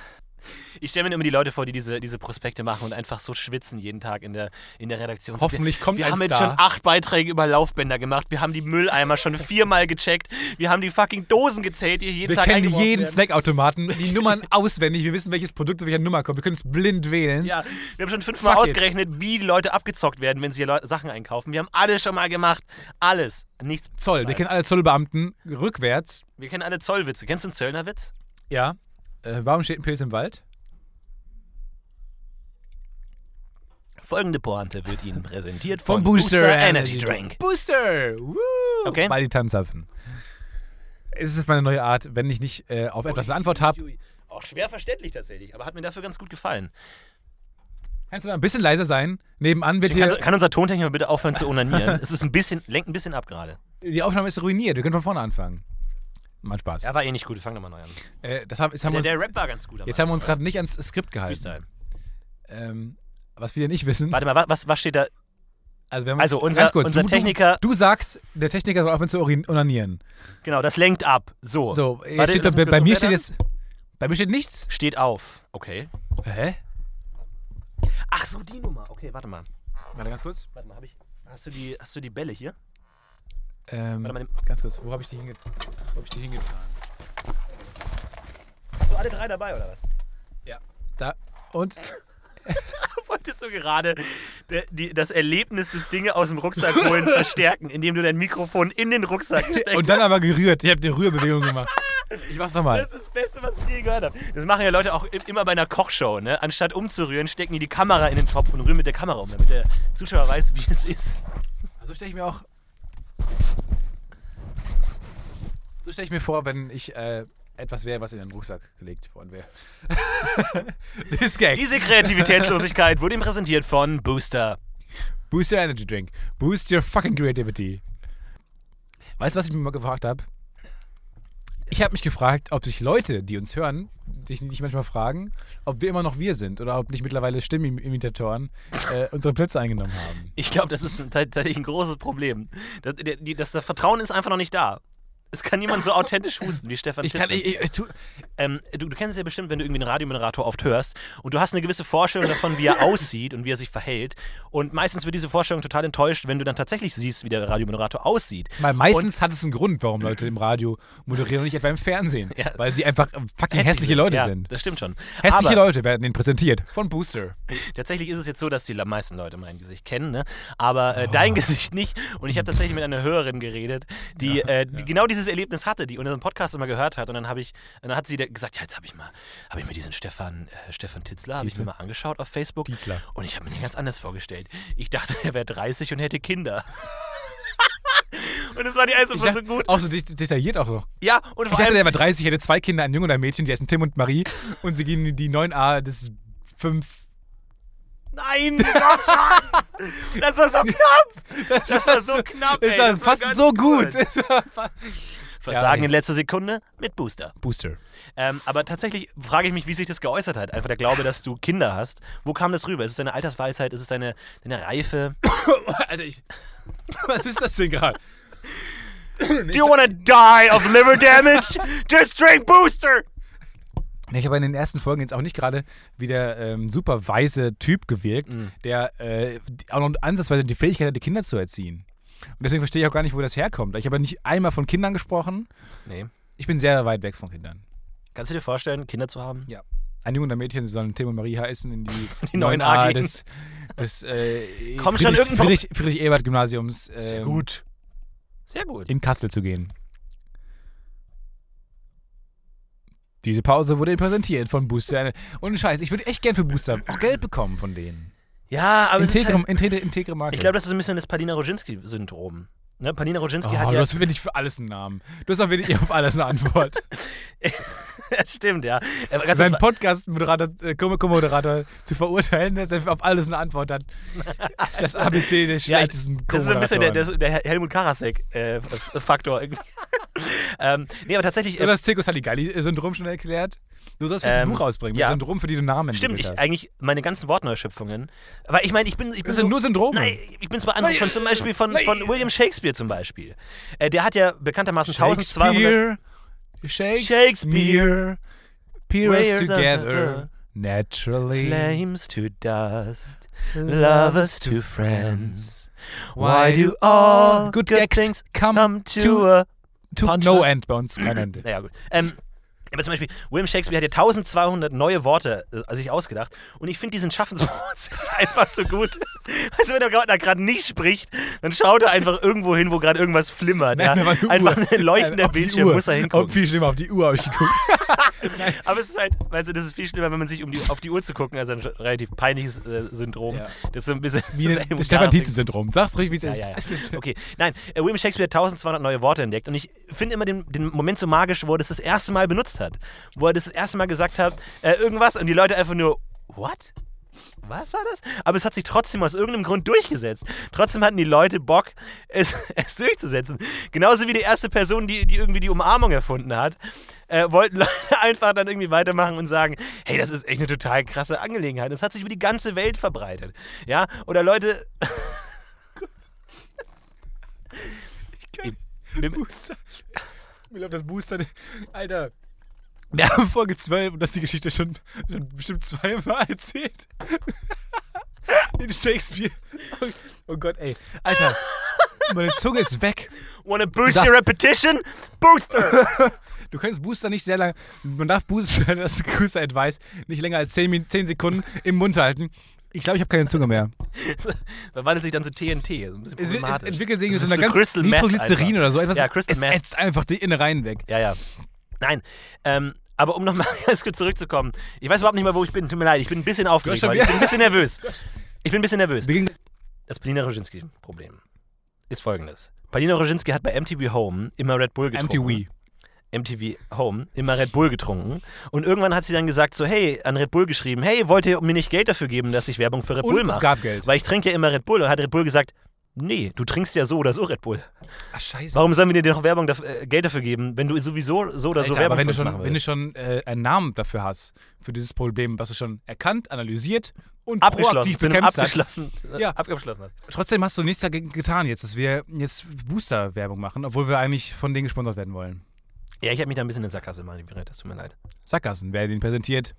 [SPEAKER 1] Ich stelle mir immer die Leute vor, die diese, diese Prospekte machen und einfach so schwitzen jeden Tag in der, in der Redaktion. So,
[SPEAKER 2] Hoffentlich
[SPEAKER 1] wir,
[SPEAKER 2] kommt
[SPEAKER 1] Wir
[SPEAKER 2] ein
[SPEAKER 1] haben jetzt
[SPEAKER 2] Star.
[SPEAKER 1] schon acht Beiträge über Laufbänder gemacht. Wir haben die Mülleimer schon viermal gecheckt. Wir haben die fucking Dosen gezählt, die hier jeden
[SPEAKER 2] wir
[SPEAKER 1] Tag
[SPEAKER 2] kennen
[SPEAKER 1] eingeworfen
[SPEAKER 2] jeden
[SPEAKER 1] werden.
[SPEAKER 2] Snackautomaten, die Nummern auswendig. Wir wissen, welches Produkt zu welcher Nummer kommt. Wir können es blind wählen.
[SPEAKER 1] Ja, wir haben schon fünfmal
[SPEAKER 2] Fuck it.
[SPEAKER 1] ausgerechnet, wie die Leute abgezockt werden, wenn sie hier Leu- Sachen einkaufen. Wir haben alles schon mal gemacht. Alles. Nichts.
[SPEAKER 2] Zoll. Wir kennen alle Zollbeamten rückwärts.
[SPEAKER 1] Wir kennen alle Zollwitze. Kennst du einen Zöllnerwitz?
[SPEAKER 2] Ja. Äh, warum steht ein Pilz im Wald?
[SPEAKER 1] Folgende Pointe wird Ihnen präsentiert von,
[SPEAKER 2] Vom Booster,
[SPEAKER 1] Energy Drink.
[SPEAKER 2] Booster! Woo!
[SPEAKER 1] Okay.
[SPEAKER 2] Mal die Tanzapfen. Es ist meine neue Art, wenn ich nicht äh, auf etwas eine Antwort habe.
[SPEAKER 1] Ui, Auch schwer verständlich tatsächlich, aber hat mir dafür ganz gut gefallen.
[SPEAKER 2] Kannst du mal ein bisschen leiser sein? Nebenan wird
[SPEAKER 1] Kann,
[SPEAKER 2] hier.
[SPEAKER 1] kann unser Tontechniker bitte aufhören zu onanieren? es ist ein bisschen, lenkt ein bisschen ab gerade.
[SPEAKER 2] Die Aufnahme ist ruiniert. Wir können von vorne anfangen. Macht Spaß.
[SPEAKER 1] Ja, war eh nicht gut, wir fangen nochmal neu an.
[SPEAKER 2] Äh, das haben, jetzt haben wir
[SPEAKER 1] Der,
[SPEAKER 2] uns,
[SPEAKER 1] der Rap war ganz gut. am
[SPEAKER 2] jetzt haben wir uns
[SPEAKER 1] Anfang,
[SPEAKER 2] gerade nicht ans Skript
[SPEAKER 1] aber
[SPEAKER 2] gehalten.
[SPEAKER 1] Freestyle.
[SPEAKER 2] Ähm, was wir nicht wissen.
[SPEAKER 1] Warte mal, wa- was, was steht da?
[SPEAKER 2] Also, wir haben-
[SPEAKER 1] Also unser-
[SPEAKER 2] ganz kurz,
[SPEAKER 1] unser
[SPEAKER 2] du,
[SPEAKER 1] Techniker-
[SPEAKER 2] Du, du sagst, der Techniker soll aufhören zu urin- onanieren.
[SPEAKER 1] Genau, das lenkt ab. So.
[SPEAKER 2] So, jetzt
[SPEAKER 1] Warte,
[SPEAKER 2] steht,
[SPEAKER 1] lass
[SPEAKER 2] bei,
[SPEAKER 1] mich
[SPEAKER 2] bei
[SPEAKER 1] kurz
[SPEAKER 2] mir steht
[SPEAKER 1] umblättern.
[SPEAKER 2] jetzt. Bei mir steht nichts.
[SPEAKER 1] Steht auf. Okay.
[SPEAKER 2] Hä?
[SPEAKER 1] Ach so, die Nummer. Okay, warte mal.
[SPEAKER 2] Warte ganz kurz.
[SPEAKER 1] Warte mal, hab ich. Hast du die, hast du die Bälle hier?
[SPEAKER 2] Ähm,
[SPEAKER 1] Warte mal,
[SPEAKER 2] ganz kurz, wo habe ich die hingetan? Wo habe ich die hingetan?
[SPEAKER 1] Hast du alle drei dabei oder was?
[SPEAKER 2] Ja. Da. Und
[SPEAKER 1] Wolltest du gerade der, die, das Erlebnis des Dinge aus dem Rucksack holen verstärken, indem du dein Mikrofon in den Rucksack steckst?
[SPEAKER 2] Und dann aber gerührt. Ich habe die Rührbewegung gemacht. Ich mach's nochmal.
[SPEAKER 1] Das ist das Beste, was ich je gehört habe. Das machen ja Leute auch im- immer bei einer Kochshow, ne? Anstatt umzurühren, stecken die die Kamera in den Topf und rühren mit der Kamera um, damit der Zuschauer weiß, wie es ist.
[SPEAKER 2] So stelle ich mir auch. So stelle ich mir vor, wenn ich äh, etwas wäre, was in den Rucksack gelegt worden wäre. This Gag.
[SPEAKER 1] Diese Kreativitätslosigkeit wurde ihm präsentiert von Booster.
[SPEAKER 2] Boost your energy drink. Boost your fucking creativity. Weißt du, was ich mir mal gefragt habe? Ich habe mich gefragt, ob sich Leute, die uns hören, sich nicht manchmal fragen, ob wir immer noch wir sind oder ob nicht mittlerweile Stimmimitatoren äh, unsere Plätze eingenommen haben.
[SPEAKER 1] Ich glaube, das ist tatsächlich ein großes Problem. Das, der- die- das, das Vertrauen ist einfach noch nicht da. Es kann niemand so authentisch husten wie Stefan
[SPEAKER 2] Ich kann,
[SPEAKER 1] Schütze.
[SPEAKER 2] ich, ich, ich tu,
[SPEAKER 1] ähm, du, du kennst es ja bestimmt, wenn du irgendwie einen Radiomoderator oft hörst und du hast eine gewisse Vorstellung davon, wie er aussieht und wie er sich verhält. Und meistens wird diese Vorstellung total enttäuscht, wenn du dann tatsächlich siehst, wie der Radiomoderator aussieht.
[SPEAKER 2] weil meistens hat es einen Grund, warum Leute im Radio moderieren und nicht etwa im Fernsehen.
[SPEAKER 1] Ja.
[SPEAKER 2] Weil sie einfach fucking hässliche, Leute
[SPEAKER 1] ja,
[SPEAKER 2] sind.
[SPEAKER 1] Das stimmt schon.
[SPEAKER 2] Hässliche
[SPEAKER 1] Aber
[SPEAKER 2] Leute werden ihnen präsentiert von Booster.
[SPEAKER 1] Tatsächlich ist es jetzt so, dass die meisten Leute mein Gesicht kennen, ne? aber äh,
[SPEAKER 2] Oh.
[SPEAKER 1] dein Gesicht nicht. Und ich habe tatsächlich mit einer Hörerin geredet, die, äh, die genau dieses Erlebnis hatte, die unseren Podcast immer gehört hat. Und dann habe ich, dann hat sie da gesagt, ja, jetzt habe ich mal, habe ich mir diesen Stefan, äh, Stefan Titzler, habe ich mir mal angeschaut auf Facebook.
[SPEAKER 2] Dietzler.
[SPEAKER 1] Und ich habe mir den ganz anders vorgestellt. Ich dachte, er wäre 30 und hätte Kinder. und das war die einzige
[SPEAKER 2] Ich
[SPEAKER 1] so
[SPEAKER 2] dachte,
[SPEAKER 1] gut.
[SPEAKER 2] Auch so de- detailliert auch noch.
[SPEAKER 1] Ja, und
[SPEAKER 2] Ich
[SPEAKER 1] vor
[SPEAKER 2] dachte,
[SPEAKER 1] allem,
[SPEAKER 2] der war 30, hätte zwei Kinder, ein Junge und ein Mädchen, die heißen Tim und Marie. Und sie gehen in die 9a des 5.
[SPEAKER 1] nein, Gott, das war so knapp. Das, war so knapp, ey.
[SPEAKER 2] Ist das,
[SPEAKER 1] Das war
[SPEAKER 2] passt
[SPEAKER 1] ganz
[SPEAKER 2] so gut.
[SPEAKER 1] gut. Versagen
[SPEAKER 2] Ja,
[SPEAKER 1] in letzter Sekunde mit Booster.
[SPEAKER 2] Booster.
[SPEAKER 1] Ähm, aber tatsächlich frage ich mich, wie sich das geäußert hat. Einfach der Glaube, dass du Kinder hast. Wo kam das rüber? Ist es deine Altersweisheit? Ist es deine, deine Reife?
[SPEAKER 2] Alter, Also ich. Was ist das denn gerade?
[SPEAKER 1] Do you wanna die of liver damage? Just drink Booster!
[SPEAKER 2] Ja, Ich habe in den ersten Folgen jetzt auch nicht gerade wie der ähm, super weise Typ gewirkt,
[SPEAKER 1] Mhm.
[SPEAKER 2] der äh, die- auch noch ansatzweise die Fähigkeit hatte, Kinder zu erziehen. Und deswegen verstehe ich auch gar nicht, wo das herkommt. Ich habe nicht einmal von Kindern gesprochen.
[SPEAKER 1] Nee.
[SPEAKER 2] Ich bin sehr weit weg von Kindern.
[SPEAKER 1] Kannst du dir vorstellen, Kinder zu haben?
[SPEAKER 2] Ja. Ein Junge und ein Mädchen, sie sollen Tim und Marie heißen, in die,
[SPEAKER 1] Die 9a gehen.
[SPEAKER 2] des, des äh,
[SPEAKER 1] Komm schon,
[SPEAKER 2] Friedrich,
[SPEAKER 1] irgendwo-
[SPEAKER 2] Friedrich, Friedrich Ebert Gymnasiums ähm,
[SPEAKER 1] gut. Sehr gut.
[SPEAKER 2] in Kassel zu gehen. Diese Pause wurde Ihnen präsentiert von Booster. Ohne Scheiß, ich würde echt gern für Booster auch Geld bekommen von denen.
[SPEAKER 1] Ja, aber es ist
[SPEAKER 2] Integre,
[SPEAKER 1] halt,
[SPEAKER 2] Integre, Integre Marke.
[SPEAKER 1] ich glaube, das ist ein bisschen das Palina-Roginski-Syndrom. Ne? Palina Roginski
[SPEAKER 2] oh,
[SPEAKER 1] hat
[SPEAKER 2] du
[SPEAKER 1] ja
[SPEAKER 2] hast wirklich für alles einen Namen. Du hast auch wirklich auf alles eine Antwort.
[SPEAKER 1] Stimmt, ja. Aber ganz
[SPEAKER 2] Seinen
[SPEAKER 1] kurz,
[SPEAKER 2] Podcast-Moderator, äh, Kom- Co-Moderator zu verurteilen, dass er auf alles eine Antwort hat. Das ABC des
[SPEAKER 1] ja,
[SPEAKER 2] schlechtesten
[SPEAKER 1] Das ist so ein ne? bisschen der,
[SPEAKER 2] Co-Moderatoren.
[SPEAKER 1] der, der Helmut Karasek-Faktor irgendwie. ähm, nee, aber tatsächlich.
[SPEAKER 2] Du
[SPEAKER 1] äh,
[SPEAKER 2] hast Also das Zirkus Halligalli-Syndrom schon erklärt. Du sollst doch
[SPEAKER 1] Ähm,
[SPEAKER 2] ein Buch rausbringen mit
[SPEAKER 1] ja.
[SPEAKER 2] Syndrom für die du Namen
[SPEAKER 1] Stimmt,
[SPEAKER 2] entwickelt
[SPEAKER 1] ich,
[SPEAKER 2] hast.
[SPEAKER 1] eigentlich meine ganzen Wortneuschöpfungen. Aber ich meine, ich bin. Ich bin
[SPEAKER 2] Das sind Also nur Syndrome.
[SPEAKER 1] Nein, ich bin zwar beeindruckt von zum Beispiel von, von
[SPEAKER 2] Nein.
[SPEAKER 1] William Shakespeare zum Beispiel. Äh, der hat ja bekanntermaßen 1200.
[SPEAKER 2] Shakespeare, peer us
[SPEAKER 1] Where's the-
[SPEAKER 2] together naturally.
[SPEAKER 1] Flames to dust, lovers to friends. Why do all
[SPEAKER 2] good,
[SPEAKER 1] good
[SPEAKER 2] gags
[SPEAKER 1] things
[SPEAKER 2] come,
[SPEAKER 1] Come to
[SPEAKER 2] to,
[SPEAKER 1] a.
[SPEAKER 2] to
[SPEAKER 1] punch
[SPEAKER 2] no
[SPEAKER 1] the-
[SPEAKER 2] end bei uns? Kein Ende.
[SPEAKER 1] Naja, gut. Ähm, aber zum Beispiel, William Shakespeare hat ja 1200 neue Worte äh, sich ausgedacht. Und ich finde diesen Schaffensprozess einfach so gut. Also, wenn er gerade- da gerade nicht spricht, dann schaut er einfach irgendwo hin, wo gerade irgendwas flimmert.
[SPEAKER 2] Nein,
[SPEAKER 1] ja.
[SPEAKER 2] aber die
[SPEAKER 1] Einfach
[SPEAKER 2] Uhr.
[SPEAKER 1] ein leuchtender
[SPEAKER 2] Auf die
[SPEAKER 1] Bildschirm,
[SPEAKER 2] Uhr.
[SPEAKER 1] muss er hingucken.
[SPEAKER 2] Ob viel schlimmer, auf die Uhr habe ich geguckt.
[SPEAKER 1] Aber es ist halt, weißt du, das ist viel schlimmer, wenn man sich um die, auf die Uhr zu gucken, also ein relativ peinliches äh, Syndrom.
[SPEAKER 2] Ja.
[SPEAKER 1] Das ist so ein bisschen.
[SPEAKER 2] Wie
[SPEAKER 1] das
[SPEAKER 2] ein
[SPEAKER 1] Helmut
[SPEAKER 2] Stefan
[SPEAKER 1] Karasek-
[SPEAKER 2] Tietze-Syndrom. Sag's ruhig, wie es
[SPEAKER 1] Ja,
[SPEAKER 2] ist.
[SPEAKER 1] ja, ja. Okay, nein, äh, William Shakespeare hat 1200 neue Worte entdeckt und ich finde immer den, den Moment so magisch, wo er das das erste Mal benutzt hat. Wo er das das erste Mal gesagt hat, äh, irgendwas und die Leute einfach nur, what? Was war das? Aber es hat sich trotzdem aus irgendeinem Grund durchgesetzt. Trotzdem hatten die Leute Bock, es, es durchzusetzen. Genauso wie die erste Person, die, die irgendwie die Umarmung erfunden hat, äh, wollten Leute einfach dann irgendwie weitermachen und sagen, hey, das ist echt eine total krasse Angelegenheit. Das hat sich über die ganze Welt verbreitet. Ja? Oder Leute,
[SPEAKER 2] Booster. Ich glaube, das Booster. Alter. Wir haben Folge 12 und das ist die Geschichte schon, schon bestimmt zweimal erzählt. Den Shakespeare. Oh Gott, ey. Alter. Meine Zunge ist weg.
[SPEAKER 1] Wanna boost
[SPEAKER 2] Das-
[SPEAKER 1] your repetition? Booster!
[SPEAKER 2] Du kannst Booster nicht sehr lange. Man darf Booster, das Booster Advice, nicht länger als 10, Min- 10 Sekunden im Mund halten. Ich glaube, ich habe keine Zunge mehr.
[SPEAKER 1] Verwandelt sich dann zu TNT. so Ein bisschen
[SPEAKER 2] Es wird- es
[SPEAKER 1] problematisch.
[SPEAKER 2] entwickelt sich
[SPEAKER 1] Das
[SPEAKER 2] so
[SPEAKER 1] ist
[SPEAKER 2] eine
[SPEAKER 1] zu
[SPEAKER 2] ganz
[SPEAKER 1] Crystal Meth
[SPEAKER 2] Nitroglycerin
[SPEAKER 1] einfach.
[SPEAKER 2] oder so etwas.
[SPEAKER 1] Ja, Crystal
[SPEAKER 2] es
[SPEAKER 1] Meth.
[SPEAKER 2] ätzt einfach die Innereien weg.
[SPEAKER 1] Ja, ja. Nein. Ähm, aber um nochmal ganz kurz zurückzukommen. Ich weiß überhaupt nicht mehr, wo ich bin. Tut mir leid, ich bin ein bisschen aufgeregt
[SPEAKER 2] schon
[SPEAKER 1] heute. Ich
[SPEAKER 2] wieder-
[SPEAKER 1] bin ein bisschen nervös. Ich bin ein bisschen nervös.
[SPEAKER 2] Wir gingen
[SPEAKER 1] Das Palina Roginski-Problem ist folgendes. Palina Roginski hat bei MTV Home immer Red Bull getrunken.
[SPEAKER 2] MTV.
[SPEAKER 1] MTV Home immer Red Bull getrunken und irgendwann hat sie dann gesagt so hey an Red Bull geschrieben hey wollt ihr mir nicht Geld dafür geben dass ich Werbung für Red
[SPEAKER 2] Und
[SPEAKER 1] Bull
[SPEAKER 2] es
[SPEAKER 1] mache
[SPEAKER 2] gab Geld.
[SPEAKER 1] weil ich trinke ja immer Red Bull und hat Red Bull gesagt nee du trinkst ja so oder so Red Bull
[SPEAKER 2] Ach, scheiße.
[SPEAKER 1] warum sollen wir dir noch Werbung dafür, äh, Geld dafür geben wenn du sowieso so oder so Also
[SPEAKER 2] Alter,
[SPEAKER 1] Werbung
[SPEAKER 2] aber wenn
[SPEAKER 1] für
[SPEAKER 2] du
[SPEAKER 1] uns machen
[SPEAKER 2] schon, wenn du
[SPEAKER 1] willst
[SPEAKER 2] schon äh, einen Namen dafür hast, für dieses Problem, was du schon erkannt, analysiert und
[SPEAKER 1] abgeschlossen
[SPEAKER 2] proaktiv
[SPEAKER 1] zu einem
[SPEAKER 2] bekämpft hast,
[SPEAKER 1] abgeschlossen äh,
[SPEAKER 2] Ja.
[SPEAKER 1] abgeschlossen hast.
[SPEAKER 2] trotzdem hast du nichts dagegen getan jetzt, dass wir jetzt Booster-Werbung machen, obwohl wir eigentlich von denen gesponsert werden wollen.
[SPEAKER 1] ja ich habe mich da ein bisschen in Sackgasse manövriert das tut mir leid
[SPEAKER 2] Sackgassen, wer den präsentiert,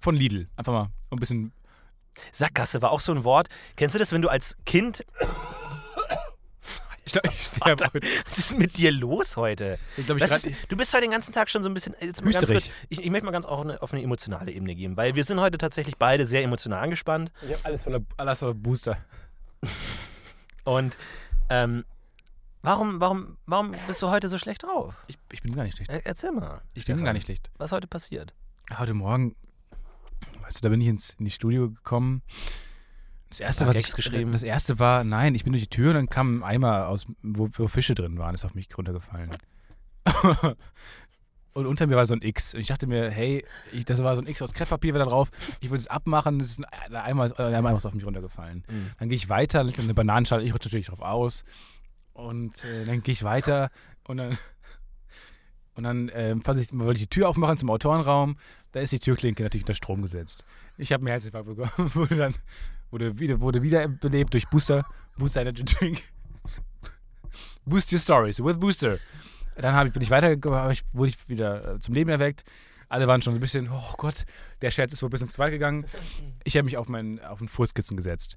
[SPEAKER 2] von Lidl. Einfach mal ein bisschen...
[SPEAKER 1] Sackgasse war auch so ein Wort kennst du das wenn du als Kind
[SPEAKER 2] Ich glaube, ich sterbe heute.
[SPEAKER 1] was ist mit dir los heute
[SPEAKER 2] Ich glaub, ich
[SPEAKER 1] Was
[SPEAKER 2] grad-
[SPEAKER 1] ist, du bist heute den ganzen Tag schon so ein bisschen. äh, Jetzt mal ganz
[SPEAKER 2] Hüsterig.
[SPEAKER 1] kurz, ich, ich möchte mal ganz auch eine, auf eine emotionale Ebene gehen, weil wir sind heute tatsächlich beide sehr emotional angespannt.
[SPEAKER 2] ich habe alles voller, alles voller Booster.
[SPEAKER 1] Und ähm, warum, warum, warum bist du heute so schlecht drauf?
[SPEAKER 2] Ich, ich bin gar nicht schlecht.
[SPEAKER 1] Er, erzähl mal.
[SPEAKER 2] Ich bin gar nicht schlecht.
[SPEAKER 1] Was heute passiert?
[SPEAKER 2] Heute Morgen, weißt du, da bin ich ins in die Studio gekommen. Das erste,
[SPEAKER 1] Ein paar
[SPEAKER 2] was ich,
[SPEAKER 1] Gags geschrieben.
[SPEAKER 2] das erste war, nein, ich bin durch die Tür und dann kam ein Eimer aus, wo, wo Fische drin waren, ist auf mich runtergefallen. und unter mir war so ein X. Und ich dachte mir, hey, ich, das war so ein X aus Krepppapier wieder drauf. Ich wollte es abmachen, das ist ein, der Eimer, ist- äh, der Eimer ist auf mich runtergefallen.
[SPEAKER 1] Mhm.
[SPEAKER 2] Dann gehe ich weiter, liegt eine Bananenschale, ich rutsche natürlich drauf aus. Und äh, dann gehe ich weiter und dann und dann ähm, fasse ich, wollte ich die Tür aufmachen zum Autorenraum. Da ist die Türklinke natürlich unter Strom gesetzt. Ich habe einen Herzinfarkt bekommen. Wurde dann wurde wieder, wurde wiederbelebt durch Booster. Booster Energy Drink. Boost your stories with Booster. Dann hab ich, bin ich weitergekommen, hab ich, wurde ich wieder äh, zum Leben erweckt. Alle waren schon ein bisschen, oh Gott, der Scherz ist wohl bis zum weit gegangen. Ich habe mich auf, meinen, auf den Fußkissen gesetzt.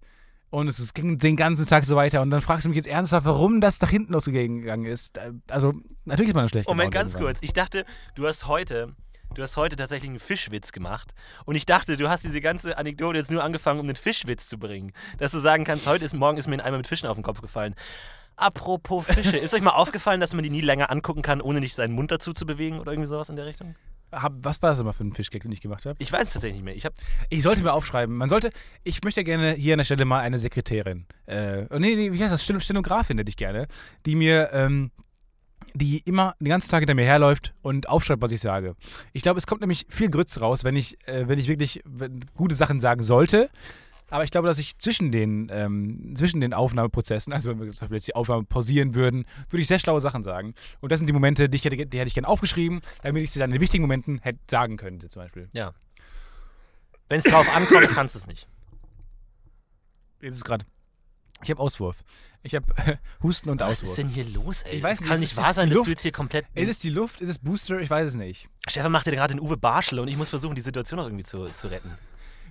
[SPEAKER 2] Und es, es ging den ganzen Tag so weiter. Und dann fragst du mich jetzt ernsthaft, warum das nach hinten ausgegangen ist. Äh, Also, natürlich ist man schlecht
[SPEAKER 1] Moment, ganz
[SPEAKER 2] gelaunt irgendwann.
[SPEAKER 1] kurz. Ich dachte, du hast heute. Du hast heute tatsächlich einen Fischwitz gemacht. Und ich dachte, du hast diese ganze Anekdote jetzt nur angefangen, um den Fischwitz zu bringen. Dass du sagen kannst, heute ist morgen ist mir ein Eimer mit Fischen auf den Kopf gefallen. Apropos Fische, ist euch mal aufgefallen, dass man die nie länger angucken kann, ohne nicht seinen Mund dazu zu bewegen oder irgendwie sowas in der Richtung?
[SPEAKER 2] Hab, was war das immer für ein Fischgag, den ich gemacht habe?
[SPEAKER 1] Ich weiß es tatsächlich nicht mehr. Ich hab,
[SPEAKER 2] Ich sollte mir aufschreiben. Man sollte. Ich möchte gerne hier an der Stelle mal eine Sekretärin. Äh, oh nee, nee, wie heißt das? Sten- Stenografin hätte ich gerne, die mir ähm, die immer den ganzen Tag hinter mir herläuft und aufschreibt, was ich sage. Ich glaube, es kommt nämlich viel Grütz raus, wenn ich, äh, wenn ich wirklich wenn, gute Sachen sagen sollte. Aber ich glaube, dass ich zwischen den, ähm, zwischen den Aufnahmeprozessen, also wenn wir zum Beispiel jetzt die Aufnahme pausieren würden, würde ich sehr schlaue Sachen sagen. Und das sind die Momente, die, ich hätte, die hätte ich gerne aufgeschrieben, damit ich sie dann in den wichtigen Momenten hätte sagen könnte, zum Beispiel.
[SPEAKER 1] Ja. Wenn es drauf ankommt, kannst du es nicht.
[SPEAKER 2] Jetzt ist gerade. Ich habe Auswurf. Ich habe Husten und
[SPEAKER 1] Was
[SPEAKER 2] Auswurf.
[SPEAKER 1] ist denn hier los, ey?
[SPEAKER 2] Ich weiß
[SPEAKER 1] Das
[SPEAKER 2] nicht,
[SPEAKER 1] kann
[SPEAKER 2] es
[SPEAKER 1] nicht
[SPEAKER 2] ist
[SPEAKER 1] wahr
[SPEAKER 2] die
[SPEAKER 1] sein, dass
[SPEAKER 2] Luft.
[SPEAKER 1] du jetzt hier komplett.
[SPEAKER 2] Ist es die Luft? Ist es Booster? Ich weiß es nicht.
[SPEAKER 1] Stefan macht dir gerade den Uwe Barschel und ich muss versuchen, die Situation noch irgendwie zu, zu retten.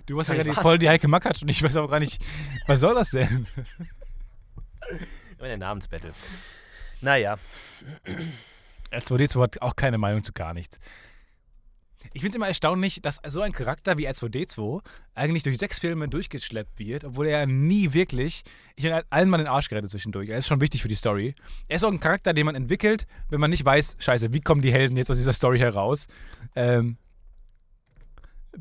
[SPEAKER 2] Du hast ja
[SPEAKER 1] Kann ich
[SPEAKER 2] gerade
[SPEAKER 1] was?
[SPEAKER 2] voll die Heike Mackert und ich weiß auch gar nicht, was soll das denn?
[SPEAKER 1] Immer der Namensbattle. Naja.
[SPEAKER 2] R2D2 hat auch keine Meinung zu gar nichts. Ich finde es immer erstaunlich, dass so ein Charakter wie R2D2 eigentlich durch sechs Filme durchgeschleppt wird, obwohl er nie wirklich. Ich meine, er hat allen mal den Arsch gerettet zwischendurch. Er ist schon wichtig für die Story. Er ist auch ein Charakter, den man entwickelt, wenn man nicht weiß, Scheiße, wie kommen die Helden jetzt aus dieser Story heraus? Ähm,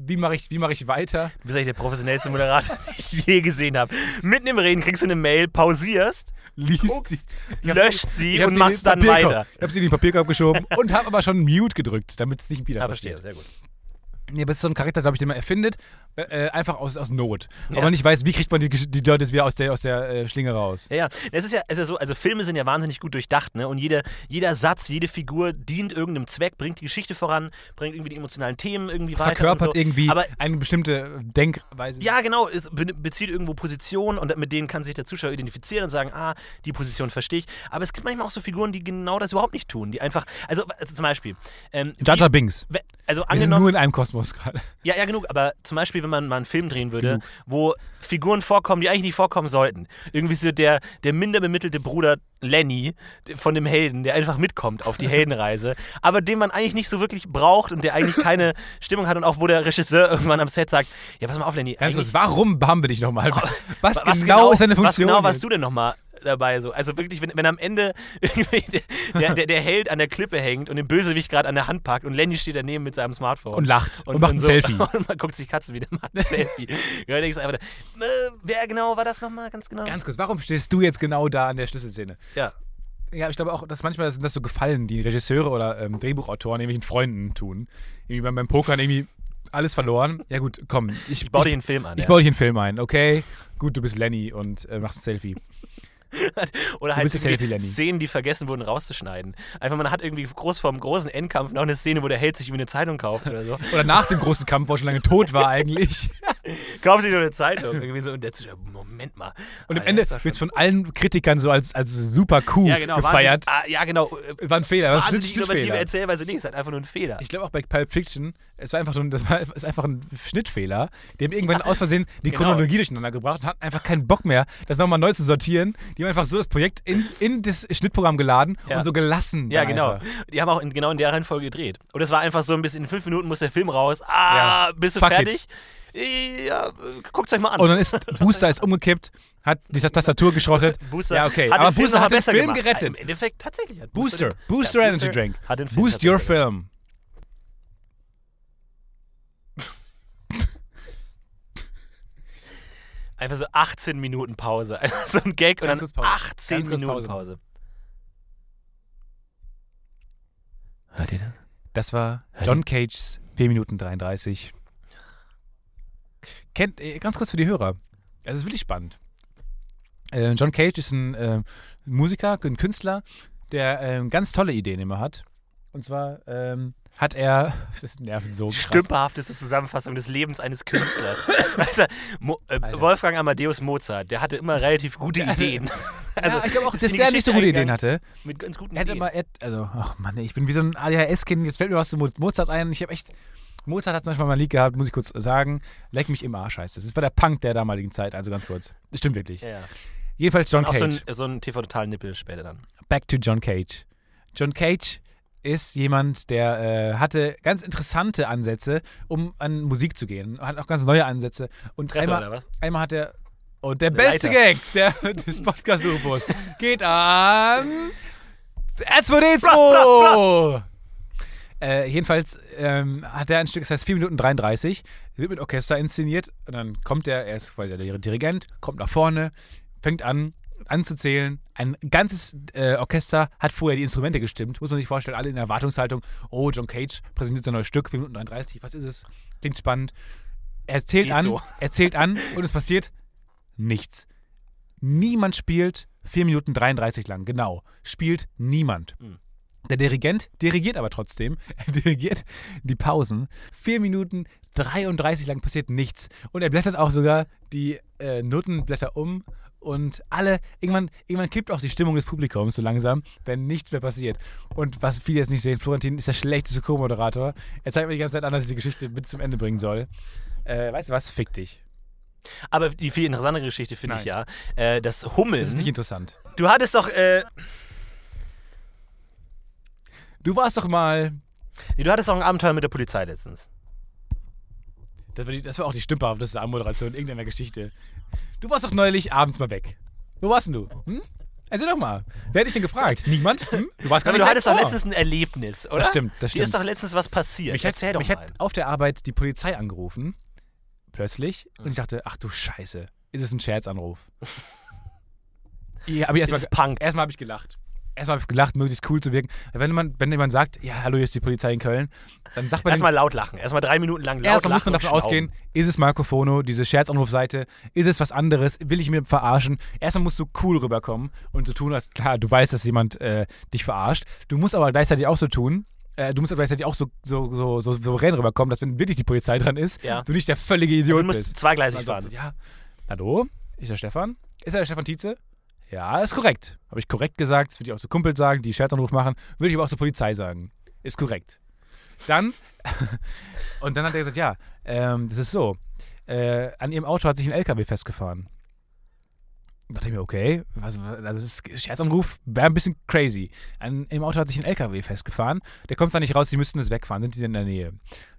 [SPEAKER 2] wie mache ich, wie mache ich weiter?
[SPEAKER 1] Du bist eigentlich der professionellste Moderator, den ich je gesehen habe. Mitten im Reden kriegst du eine Mail, pausierst,
[SPEAKER 2] Liest
[SPEAKER 1] Guckst,
[SPEAKER 2] sie. Ich hab's-
[SPEAKER 1] löscht sie
[SPEAKER 2] ich hab's
[SPEAKER 1] und
[SPEAKER 2] in den
[SPEAKER 1] machst dann
[SPEAKER 2] Papierkorb-
[SPEAKER 1] weiter.
[SPEAKER 2] Ich habe sie in den Papierkorb geschoben und habe aber schon Mute gedrückt, damit es nicht wieder
[SPEAKER 1] Ja,
[SPEAKER 2] passiert.
[SPEAKER 1] verstehe, sehr gut.
[SPEAKER 2] Nee, aber es ist so ein Charakter, glaube ich, den man erfindet, äh, äh, einfach aus, aus Not.
[SPEAKER 1] Ja.
[SPEAKER 2] Aber man nicht weiß, wie kriegt man die, Gesch- die Leute jetzt wieder aus der, aus der äh, Schlinge raus.
[SPEAKER 1] Ja, ja. Es ist ja, es ist ja so, also Filme sind ja wahnsinnig gut durchdacht, ne? Und jeder, jeder Satz, jede Figur dient irgendeinem Zweck, bringt die Geschichte voran, bringt irgendwie die emotionalen Themen irgendwie weiter.
[SPEAKER 2] Verkörpert
[SPEAKER 1] und so.
[SPEAKER 2] irgendwie
[SPEAKER 1] Aber
[SPEAKER 2] eine bestimmte Denkweise.
[SPEAKER 1] ja, genau, es be bezieht irgendwo Position und mit denen kann sich der Zuschauer identifizieren und sagen, ah, die Position verstehe ich. Aber es gibt manchmal auch so Figuren, die genau das überhaupt nicht tun, die einfach, also, also zum Beispiel, ähm,
[SPEAKER 2] Jaja Binks.
[SPEAKER 1] wie- also
[SPEAKER 2] Wir sind
[SPEAKER 1] angenommen,
[SPEAKER 2] nur in einem Kosmos gerade.
[SPEAKER 1] Ja, ja, genug. Aber zum Beispiel, wenn man mal einen Film drehen würde, wo Figuren vorkommen, die eigentlich nicht vorkommen sollten. Irgendwie so der, der minder bemittelte Bruder Lenny d- von dem Helden, der einfach mitkommt auf die Heldenreise, aber den man eigentlich nicht so wirklich braucht und der eigentlich keine Stimmung hat und auch wo der Regisseur irgendwann am Set sagt, ja, pass mal auf, Lenny.
[SPEAKER 2] Ganz
[SPEAKER 1] eigentlich-
[SPEAKER 2] kurz, warum haben wir dich nochmal? Was,
[SPEAKER 1] wa-
[SPEAKER 2] genau, ist deine Funktion?
[SPEAKER 1] Was genau warst
[SPEAKER 2] jetzt?
[SPEAKER 1] du denn nochmal dabei? So? Also wirklich, wenn, wenn am Ende irgendwie der, der, der, der Held an der Klippe hängt und den Bösewicht gerade an der Hand packt und Lenny steht daneben mit seinem Smartphone.
[SPEAKER 2] Und lacht und, macht ein Selfie.
[SPEAKER 1] Und man guckt sich Katzen wieder macht ein Selfie. Ja, dann denkst du einfach, da, äh, wer genau war das nochmal? Ganz genau.
[SPEAKER 2] Ganz kurz, warum stehst du jetzt genau da an der Schlüsselszene?
[SPEAKER 1] ja.
[SPEAKER 2] Ja, ich glaube auch, dass manchmal sind das so Gefallen, die Regisseure oder ähm, Drehbuchautoren irgendwelchen Freunden tun. Irgendwie beim, beim Pokern irgendwie alles verloren. Ja gut, komm, ich,
[SPEAKER 1] Ich baue dir den Film an.
[SPEAKER 2] Ich
[SPEAKER 1] ja.
[SPEAKER 2] baue dich in den Film ein, okay? Gut, du bist Lenny und äh, machst ein Selfie.
[SPEAKER 1] Oder halt
[SPEAKER 2] bist das
[SPEAKER 1] irgendwie
[SPEAKER 2] Selfie, Lenny.
[SPEAKER 1] Szenen, die vergessen wurden, rauszuschneiden. Einfach, man hat irgendwie groß vor dem großen Endkampf noch eine Szene, wo der Held sich irgendwie eine Zeitung kauft oder so.
[SPEAKER 2] Oder nach dem großen Kampf, wo er schon lange tot war eigentlich.
[SPEAKER 1] Kauft sich nur eine Zeitung. Irgendwie so. Und der Zuschauer, Moment mal.
[SPEAKER 2] Und am
[SPEAKER 1] Alter,
[SPEAKER 2] Ende
[SPEAKER 1] das war
[SPEAKER 2] wird
[SPEAKER 1] schon-
[SPEAKER 2] es von allen Kritikern so als, als super cool
[SPEAKER 1] ja, genau,
[SPEAKER 2] gefeiert.
[SPEAKER 1] wahnsinnig- Ah, ja, genau. äh,
[SPEAKER 2] War ein Fehler, war ein Schnitt,
[SPEAKER 1] Wahnsinnig innovative
[SPEAKER 2] Schnittfehler.
[SPEAKER 1] Erzählweise nicht, es ist halt einfach nur ein Fehler.
[SPEAKER 2] Ich glaube auch bei Pulp Fiction, es war einfach, so ein, das war, ist einfach ein Schnittfehler. Die haben irgendwann aus Versehen die
[SPEAKER 1] Genau.
[SPEAKER 2] Chronologie durcheinander gebracht und hatten einfach keinen Bock mehr, das nochmal neu zu sortieren. Die haben einfach so das Projekt in, in das Schnittprogramm geladen
[SPEAKER 1] Ja.
[SPEAKER 2] und so gelassen.
[SPEAKER 1] ja,
[SPEAKER 2] dann
[SPEAKER 1] genau.
[SPEAKER 2] einfach.
[SPEAKER 1] Die haben auch in, genau in der Reihenfolge gedreht. Und es war einfach so ein bisschen, in fünf Minuten muss der Film raus. Ah,
[SPEAKER 2] Ja.
[SPEAKER 1] bist du
[SPEAKER 2] Fuck
[SPEAKER 1] fertig? Ja, äh, guckt's euch mal an.
[SPEAKER 2] Und dann ist Booster ist umgekippt, hat die Tastatur geschrottet.
[SPEAKER 1] Booster
[SPEAKER 2] ja, okay.
[SPEAKER 1] hat
[SPEAKER 2] Aber
[SPEAKER 1] den Film
[SPEAKER 2] Booster
[SPEAKER 1] sogar
[SPEAKER 2] hat den
[SPEAKER 1] besser
[SPEAKER 2] Film
[SPEAKER 1] gemacht.
[SPEAKER 2] gerettet.
[SPEAKER 1] Im Endeffekt tatsächlich hat
[SPEAKER 2] Booster,
[SPEAKER 1] den-
[SPEAKER 2] Booster
[SPEAKER 1] ja,
[SPEAKER 2] Energy Drink.
[SPEAKER 1] Hat den Film
[SPEAKER 2] Boost your
[SPEAKER 1] tatsächlich
[SPEAKER 2] film.
[SPEAKER 1] gerettet. Einfach so 18 Minuten Pause. Einfach so ein Gag und
[SPEAKER 2] Ganz
[SPEAKER 1] dann
[SPEAKER 2] kurz Pause.
[SPEAKER 1] 18
[SPEAKER 2] Ganz kurz
[SPEAKER 1] Minuten
[SPEAKER 2] Pause.
[SPEAKER 1] Pause. Hört ihr das?
[SPEAKER 2] Das war John Cage's 4 Minuten 33. Kennt, äh, ganz kurz für die Hörer. Es ist wirklich spannend. Äh, John Cage ist ein äh, Musiker, ein Künstler, der ähm, ganz tolle Ideen immer hat. Und zwar ähm, hat er. Das nervt so krass.
[SPEAKER 1] stümperhafteste Zusammenfassung des Lebens eines Künstlers. also, Mo, äh,
[SPEAKER 2] Alter.
[SPEAKER 1] Wolfgang Amadeus Mozart, der hatte immer relativ gute Ideen. Also,
[SPEAKER 2] ja, ich glaube auch, dass
[SPEAKER 1] ist in die
[SPEAKER 2] der nicht so
[SPEAKER 1] Geschichte
[SPEAKER 2] gute Ideen
[SPEAKER 1] eingegangen.
[SPEAKER 2] hatte.
[SPEAKER 1] Mit ganz guten
[SPEAKER 2] Er hat
[SPEAKER 1] Ideen.
[SPEAKER 2] immer, er, hat- also, ach Mann, ey, ich bin wie so ein ADHS-Kind. Jetzt fällt mir was zu Mo- Mozart ein. Ich habe echt. Mozart hat zum Beispiel mal ein Lied gehabt, muss ich kurz sagen. Leck mich im Arsch heißt es. Das war der Punk der damaligen Zeit, also ganz kurz. Das stimmt wirklich.
[SPEAKER 1] ja, ja.
[SPEAKER 2] Jedenfalls John
[SPEAKER 1] Auch
[SPEAKER 2] Cage.
[SPEAKER 1] so ein, so ein TV-Total-Nippel später dann.
[SPEAKER 2] Back to John Cage. John Cage ist jemand, der äh, hatte ganz interessante Ansätze, um an Musik zu gehen. Hat auch ganz neue Ansätze. Und
[SPEAKER 1] Treppe
[SPEAKER 2] einmal,
[SPEAKER 1] oder was?
[SPEAKER 2] einmal hat er. Und der beste
[SPEAKER 1] Leiter.
[SPEAKER 2] Gag der, des Podcast-U-Boot geht an. R2D2! Äh, jedenfalls ähm, hat er ein Stück, das heißt 4 Minuten 33, wird mit Orchester inszeniert und dann kommt er, er ist quasi der Dirigent, kommt nach vorne, fängt an, anzuzählen. Ein ganzes äh, Orchester hat vorher die Instrumente gestimmt. Muss man sich vorstellen, alle in Erwartungshaltung. Oh, John Cage präsentiert sein neues Stück, 4 Minuten 31, was ist es? Klingt spannend. Er zählt
[SPEAKER 1] Geht
[SPEAKER 2] an,
[SPEAKER 1] so.
[SPEAKER 2] er zählt an und es passiert nichts. Niemand spielt 4 Minuten 33 lang, genau. Spielt niemand. Der Dirigent dirigiert aber trotzdem. Er dirigiert die Pausen. 4 Minuten 33 lang passiert nichts. Und er blättert auch sogar die äh, Notenblätter um. Und alle, irgendwann, irgendwann kippt auch die Stimmung des Publikums so langsam, wenn nichts mehr passiert. Und was viele jetzt nicht sehen, Florentin ist der schlechteste Co-Moderator. Er zeigt mir die ganze Zeit an, dass ich die Geschichte bis zum Ende bringen soll. Äh, weißt du was? Fick dich.
[SPEAKER 1] Aber die viel interessantere Geschichte finde ich ja, äh, das Hummeln.
[SPEAKER 2] Das ist nicht interessant.
[SPEAKER 1] du hattest doch, äh,
[SPEAKER 2] Du warst doch mal.
[SPEAKER 1] du hattest doch ein Abenteuer mit der Polizei letztens.
[SPEAKER 2] Das war, die, das war auch die stümperhafteste Anmoderation irgendeiner Geschichte. Du warst doch neulich abends mal weg. Wo warst denn du? Hm? Erzähl doch mal. Wer hat dich denn gefragt? Niemand? Hm? Du warst gar
[SPEAKER 1] Aber du
[SPEAKER 2] nicht weg?
[SPEAKER 1] hattest doch
[SPEAKER 2] Oh.
[SPEAKER 1] letztens ein Erlebnis, oder?
[SPEAKER 2] stimmt, das
[SPEAKER 1] Dir ist
[SPEAKER 2] stimmt.
[SPEAKER 1] doch letztens was passiert.
[SPEAKER 2] Mich
[SPEAKER 1] Erzähl
[SPEAKER 2] hat,
[SPEAKER 1] doch
[SPEAKER 2] mich
[SPEAKER 1] mal.
[SPEAKER 2] hat auf der Arbeit die Polizei angerufen. Plötzlich. Und ich dachte, ach du Scheiße. Ist es ein Scherzanruf? ja, aber
[SPEAKER 1] Es
[SPEAKER 2] erstmal
[SPEAKER 1] ist Punk.
[SPEAKER 2] Erstmal habe ich gelacht. Erstmal habe ich gelacht, möglichst cool zu wirken. Wenn, man, wenn jemand sagt, ja, hallo, hier ist die Polizei in Köln, dann sagt man dem-
[SPEAKER 1] Erstmal laut lachen. Erstmal drei Minuten lang laut
[SPEAKER 2] Erstmal
[SPEAKER 1] lachen.
[SPEAKER 2] muss man davon
[SPEAKER 1] und
[SPEAKER 2] ausgehen, ist es Marco Fono, diese Scherzanrufseite, ist es was anderes, will ich mir verarschen? Erstmal musst du cool rüberkommen und so tun, als klar, du weißt, dass jemand äh, dich verarscht. Du musst aber gleichzeitig auch so tun, äh, du musst aber gleichzeitig auch so, so, so, so souverän rüberkommen, dass wenn wirklich die Polizei dran ist,
[SPEAKER 1] Ja.
[SPEAKER 2] du nicht der völlige
[SPEAKER 1] schnauben. Du
[SPEAKER 2] Idiot bist.
[SPEAKER 1] musst zweigleisig
[SPEAKER 2] Also,
[SPEAKER 1] fahren.
[SPEAKER 2] Ja. Hallo, ist der Stefan? Ist er der Stefan Tietze? Ja, ist korrekt. Habe ich korrekt gesagt. Das würde ich auch zu Kumpels sagen, die Scherzanruf machen. Würde ich aber auch zur Polizei sagen. Ist korrekt. Dann, und dann hat er gesagt, ja, ähm, das ist so. Äh, an ihrem Auto hat sich ein LKW festgefahren. Da dachte ich mir, okay, was, was- also das Scherzanruf wäre ein bisschen crazy. An, Im Auto hat sich ein LKW festgefahren. Der kommt da nicht raus, die müssten es wegfahren. Sind die denn in der Nähe?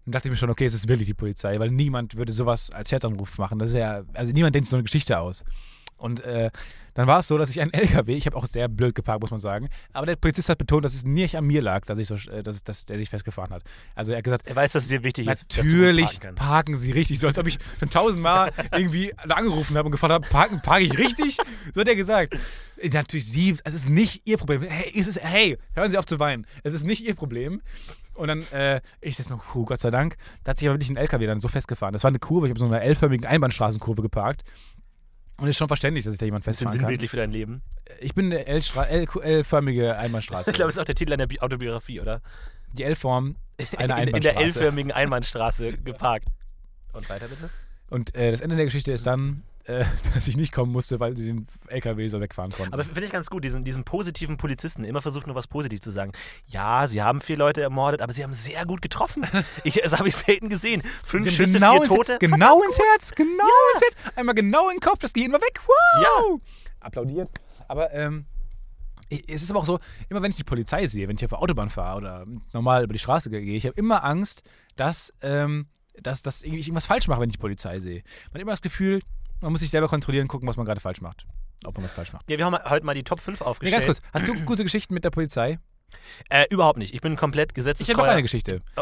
[SPEAKER 2] Dann dachte ich mir schon, okay, es ist wirklich die Polizei, weil niemand würde sowas als Scherzanruf machen. Das wäre, also niemand denkt so eine Geschichte aus. Und äh, dann war es so, dass ich einen LKW, ich habe auch sehr blöd geparkt, muss man sagen, aber der Polizist hat betont, dass es nicht an mir lag, dass ich so, äh, dass, dass der sich festgefahren hat. Also er hat gesagt,
[SPEAKER 1] Er weiß, dass es dir wichtig ist. dass du gut
[SPEAKER 2] Natürlich
[SPEAKER 1] parken kannst.
[SPEAKER 2] parken sie richtig. So als ob ich schon tausendmal irgendwie da angerufen habe und gefragt habe, parken, parke ich richtig? So hat er gesagt. Äh, Natürlich sie, es ist nicht ihr Problem. Hey, es ist, hey, hören Sie auf zu weinen. Es ist nicht ihr Problem. Und dann, äh, ich das noch, puh, Gott sei Dank, da hat sich aber wirklich ein LKW dann so festgefahren. Das war eine Kurve, ich habe so eine L-förmigen Einbahnstraßenkurve geparkt. Und ist schon verständlich, dass sich da jemand
[SPEAKER 1] Das ist
[SPEAKER 2] festfahren kann.
[SPEAKER 1] sinnbildlich für dein Leben.
[SPEAKER 2] Ich bin eine L-Stra- L- L-förmige Einbahnstraße.
[SPEAKER 1] Also Ich glaube, das ist auch der Titel einer Bi- Autobiografie, oder?
[SPEAKER 2] Die L-Form ist eine
[SPEAKER 1] in,
[SPEAKER 2] Einbahnstraße.
[SPEAKER 1] in der L-förmigen Einbahnstraße geparkt. Und weiter bitte?
[SPEAKER 2] Und äh, das Ende der Geschichte ist dann, äh, dass ich nicht kommen musste, weil sie den LKW so wegfahren konnten.
[SPEAKER 1] Aber finde ich ganz gut, diesen, diesen positiven Polizisten, der immer versucht, nur was positiv zu sagen. Ja, sie haben vier Leute ermordet, aber sie haben sehr gut getroffen. Ich, das habe ich selten gesehen. Fünf
[SPEAKER 2] Sie haben
[SPEAKER 1] Schüsse,
[SPEAKER 2] genau
[SPEAKER 1] vier
[SPEAKER 2] ins-
[SPEAKER 1] Tote.
[SPEAKER 2] Genau ins Herz, genau ins Herz. Einmal genau in den Kopf, das Gehirn war weg. Wow. Applaudiert. Aber ähm, es ist aber auch so, immer wenn ich die Polizei sehe, wenn ich auf der Autobahn fahre oder normal über die Straße gehe, ich habe immer Angst, dass, ähm, dass, dass irgendwie ich irgendwas falsch mache, wenn ich die Polizei sehe. Man hat immer das Gefühl, man muss sich selber kontrollieren, gucken, was man gerade falsch macht. Ob man was falsch macht.
[SPEAKER 1] Ja, wir haben heute mal die Top 5
[SPEAKER 2] Nee,
[SPEAKER 1] aufgestellt.
[SPEAKER 2] ganz kurz, hast du gute Geschichten mit der Polizei?
[SPEAKER 1] Äh, überhaupt nicht. Ich bin komplett
[SPEAKER 2] Ich habe noch
[SPEAKER 1] gesetzestreu.
[SPEAKER 2] eine Geschichte.
[SPEAKER 1] Oh.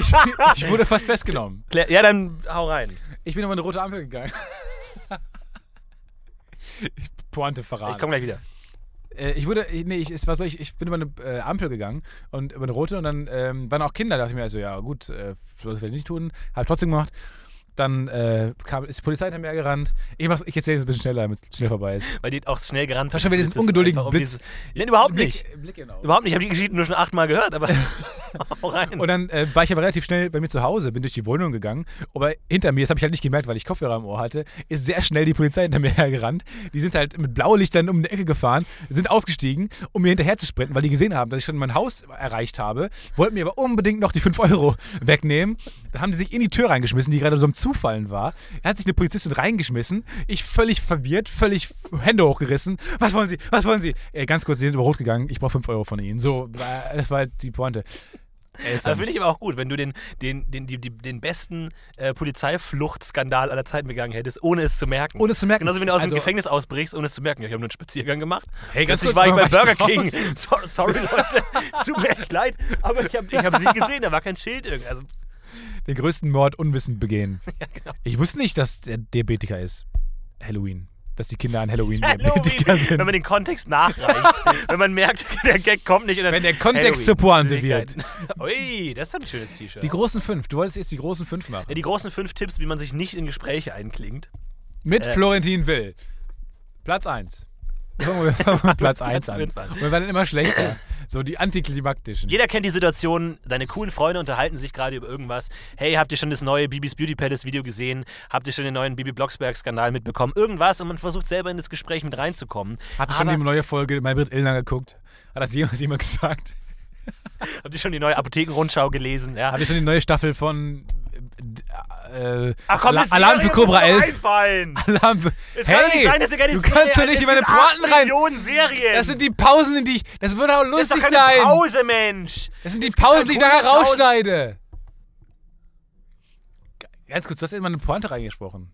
[SPEAKER 2] Ich, ich wurde fast festgenommen.
[SPEAKER 1] Klär- Ja, dann hau rein.
[SPEAKER 2] Ich bin über eine rote Ampel gegangen. Ich- Pointe verraten.
[SPEAKER 1] Ich komme gleich wieder.
[SPEAKER 2] Äh, ich wurde, ich- nee, ich, es war so, ich, ich bin über eine äh, Ampel gegangen und über eine rote und dann ähm, waren auch Kinder, da dachte ich mir, also ja gut, äh, sowas werde ich nicht tun, habe trotzdem gemacht. Dann äh, kam, ist die Polizei hinter mir hergerannt. Ich, mach's- ich erzähle es ein bisschen schneller, damit es schnell vorbei ist.
[SPEAKER 1] Weil die auch schnell gerannt
[SPEAKER 2] Sascha, wir diesen
[SPEAKER 1] Polizisten
[SPEAKER 2] ungeduldigen
[SPEAKER 1] einfach um
[SPEAKER 2] Blitz.
[SPEAKER 1] dieses- Nein, überhaupt nicht.
[SPEAKER 2] Blick, Blick genau.
[SPEAKER 1] Überhaupt nicht. Ich habe die Geschichten nur schon achtmal gehört, aber hau rein.
[SPEAKER 2] Und dann äh, war ich aber relativ schnell bei mir zu Hause, bin durch die Wohnung gegangen. Aber hinter mir, das habe ich halt nicht gemerkt, weil ich Kopfhörer im Ohr hatte, ist sehr schnell die Polizei hinter mir hergerannt. Die sind halt mit Blaulichtern um die Ecke gefahren, sind ausgestiegen, um mir hinterher zu sprinten, weil die gesehen haben, dass ich schon mein Haus erreicht habe, wollten mir aber unbedingt noch die 5 Euro wegnehmen. Da haben die sich in die Tür reingeschmissen, die gerade so am Zufallen war. Da hat sich eine Polizistin reingeschmissen. Ich völlig verwirrt, völlig Hände hochgerissen. Was wollen Sie? Was wollen Sie? Äh, ganz kurz, Sie sind über Rot gegangen. Ich brauche 5 Euro von Ihnen. So, äh, das war halt die Pointe. Elf
[SPEAKER 1] Aber finde ich aber auch gut, wenn du den, den, den, die, die, den besten äh, Polizeifluchtskandal aller Zeiten begangen hättest, ohne es zu merken.
[SPEAKER 2] Ohne es zu merken.
[SPEAKER 1] Genauso, wenn du aus
[SPEAKER 2] Also-
[SPEAKER 1] dem Gefängnis ausbrichst, ohne es zu merken. Ja, ich habe nur einen Spaziergang gemacht.
[SPEAKER 2] Hey, ganz
[SPEAKER 1] Plötzlich
[SPEAKER 2] kurz,
[SPEAKER 1] war ich bei
[SPEAKER 2] warum war
[SPEAKER 1] Burger
[SPEAKER 2] ich
[SPEAKER 1] King.
[SPEAKER 2] draußen?
[SPEAKER 1] So, sorry, Leute. Tut mir echt leid. Aber ich habe ich hab sie nicht gesehen. Da war kein Schild. irgendwie. Also,
[SPEAKER 2] den größten Mord unwissend begehen.
[SPEAKER 1] ja, genau.
[SPEAKER 2] Ich wusste nicht, dass der Diabetiker ist. Halloween. dass die Kinder an Halloween diabetiker
[SPEAKER 1] Halloween, wenn
[SPEAKER 2] sind.
[SPEAKER 1] man den Kontext nachreicht, wenn man merkt, der Gag kommt nicht. und dann-
[SPEAKER 2] Wenn der Kontext zur
[SPEAKER 1] Halloween,
[SPEAKER 2] Pointe wird.
[SPEAKER 1] Süßigkeiten. Ui, das ist doch ein schönes T-Shirt.
[SPEAKER 2] Die großen fünf. Du wolltest jetzt die großen fünf machen.
[SPEAKER 1] ja, die großen fünf Tipps, wie man sich nicht in Gespräche einklingt.
[SPEAKER 2] Mit
[SPEAKER 1] äh.
[SPEAKER 2] Florentin Will. Platz 1. Platz 1 an.
[SPEAKER 1] fünf an.
[SPEAKER 2] Und wir werden immer schlechter. So die antiklimaktischen.
[SPEAKER 1] Jeder kennt die Situation, deine coolen Freunde unterhalten sich gerade über irgendwas. Hey, habt ihr schon das neue Bibis Beauty Palace Video gesehen? Habt ihr schon den neuen Bibi Blocksberg Skandal mitbekommen? Irgendwas und man versucht selber in das Gespräch mit reinzukommen.
[SPEAKER 2] Habt ihr schon
[SPEAKER 1] Aber-
[SPEAKER 2] die neue Folge Maybrit Illner geguckt? Hat das jemand, jemand gesagt?
[SPEAKER 1] habt ihr schon die neue Apothekenrundschau gelesen? Ja.
[SPEAKER 2] Habt ihr schon die neue Staffel von äh, äh,
[SPEAKER 1] Ach komm,
[SPEAKER 2] Ala-
[SPEAKER 1] die
[SPEAKER 2] Alarm für
[SPEAKER 1] Serie
[SPEAKER 2] Cobra
[SPEAKER 1] muss doch
[SPEAKER 2] 11?
[SPEAKER 1] Einfallen.
[SPEAKER 2] Alarm für,
[SPEAKER 1] Es
[SPEAKER 2] hey,
[SPEAKER 1] kann doch nicht sein, dass ihr gar nicht
[SPEAKER 2] du kannst doch nicht über deine Pointen rein.
[SPEAKER 1] Millionen Serien.
[SPEAKER 2] Das sind die Pausen, in die ich. Das wird auch
[SPEAKER 1] das ist
[SPEAKER 2] lustig
[SPEAKER 1] doch keine
[SPEAKER 2] sein.
[SPEAKER 1] Pause, Mensch.
[SPEAKER 2] Das sind die Pausen, die ich nachher
[SPEAKER 1] 100.000
[SPEAKER 2] rausschneide. Ganz kurz, du hast eben mal eine Pointe reingesprochen.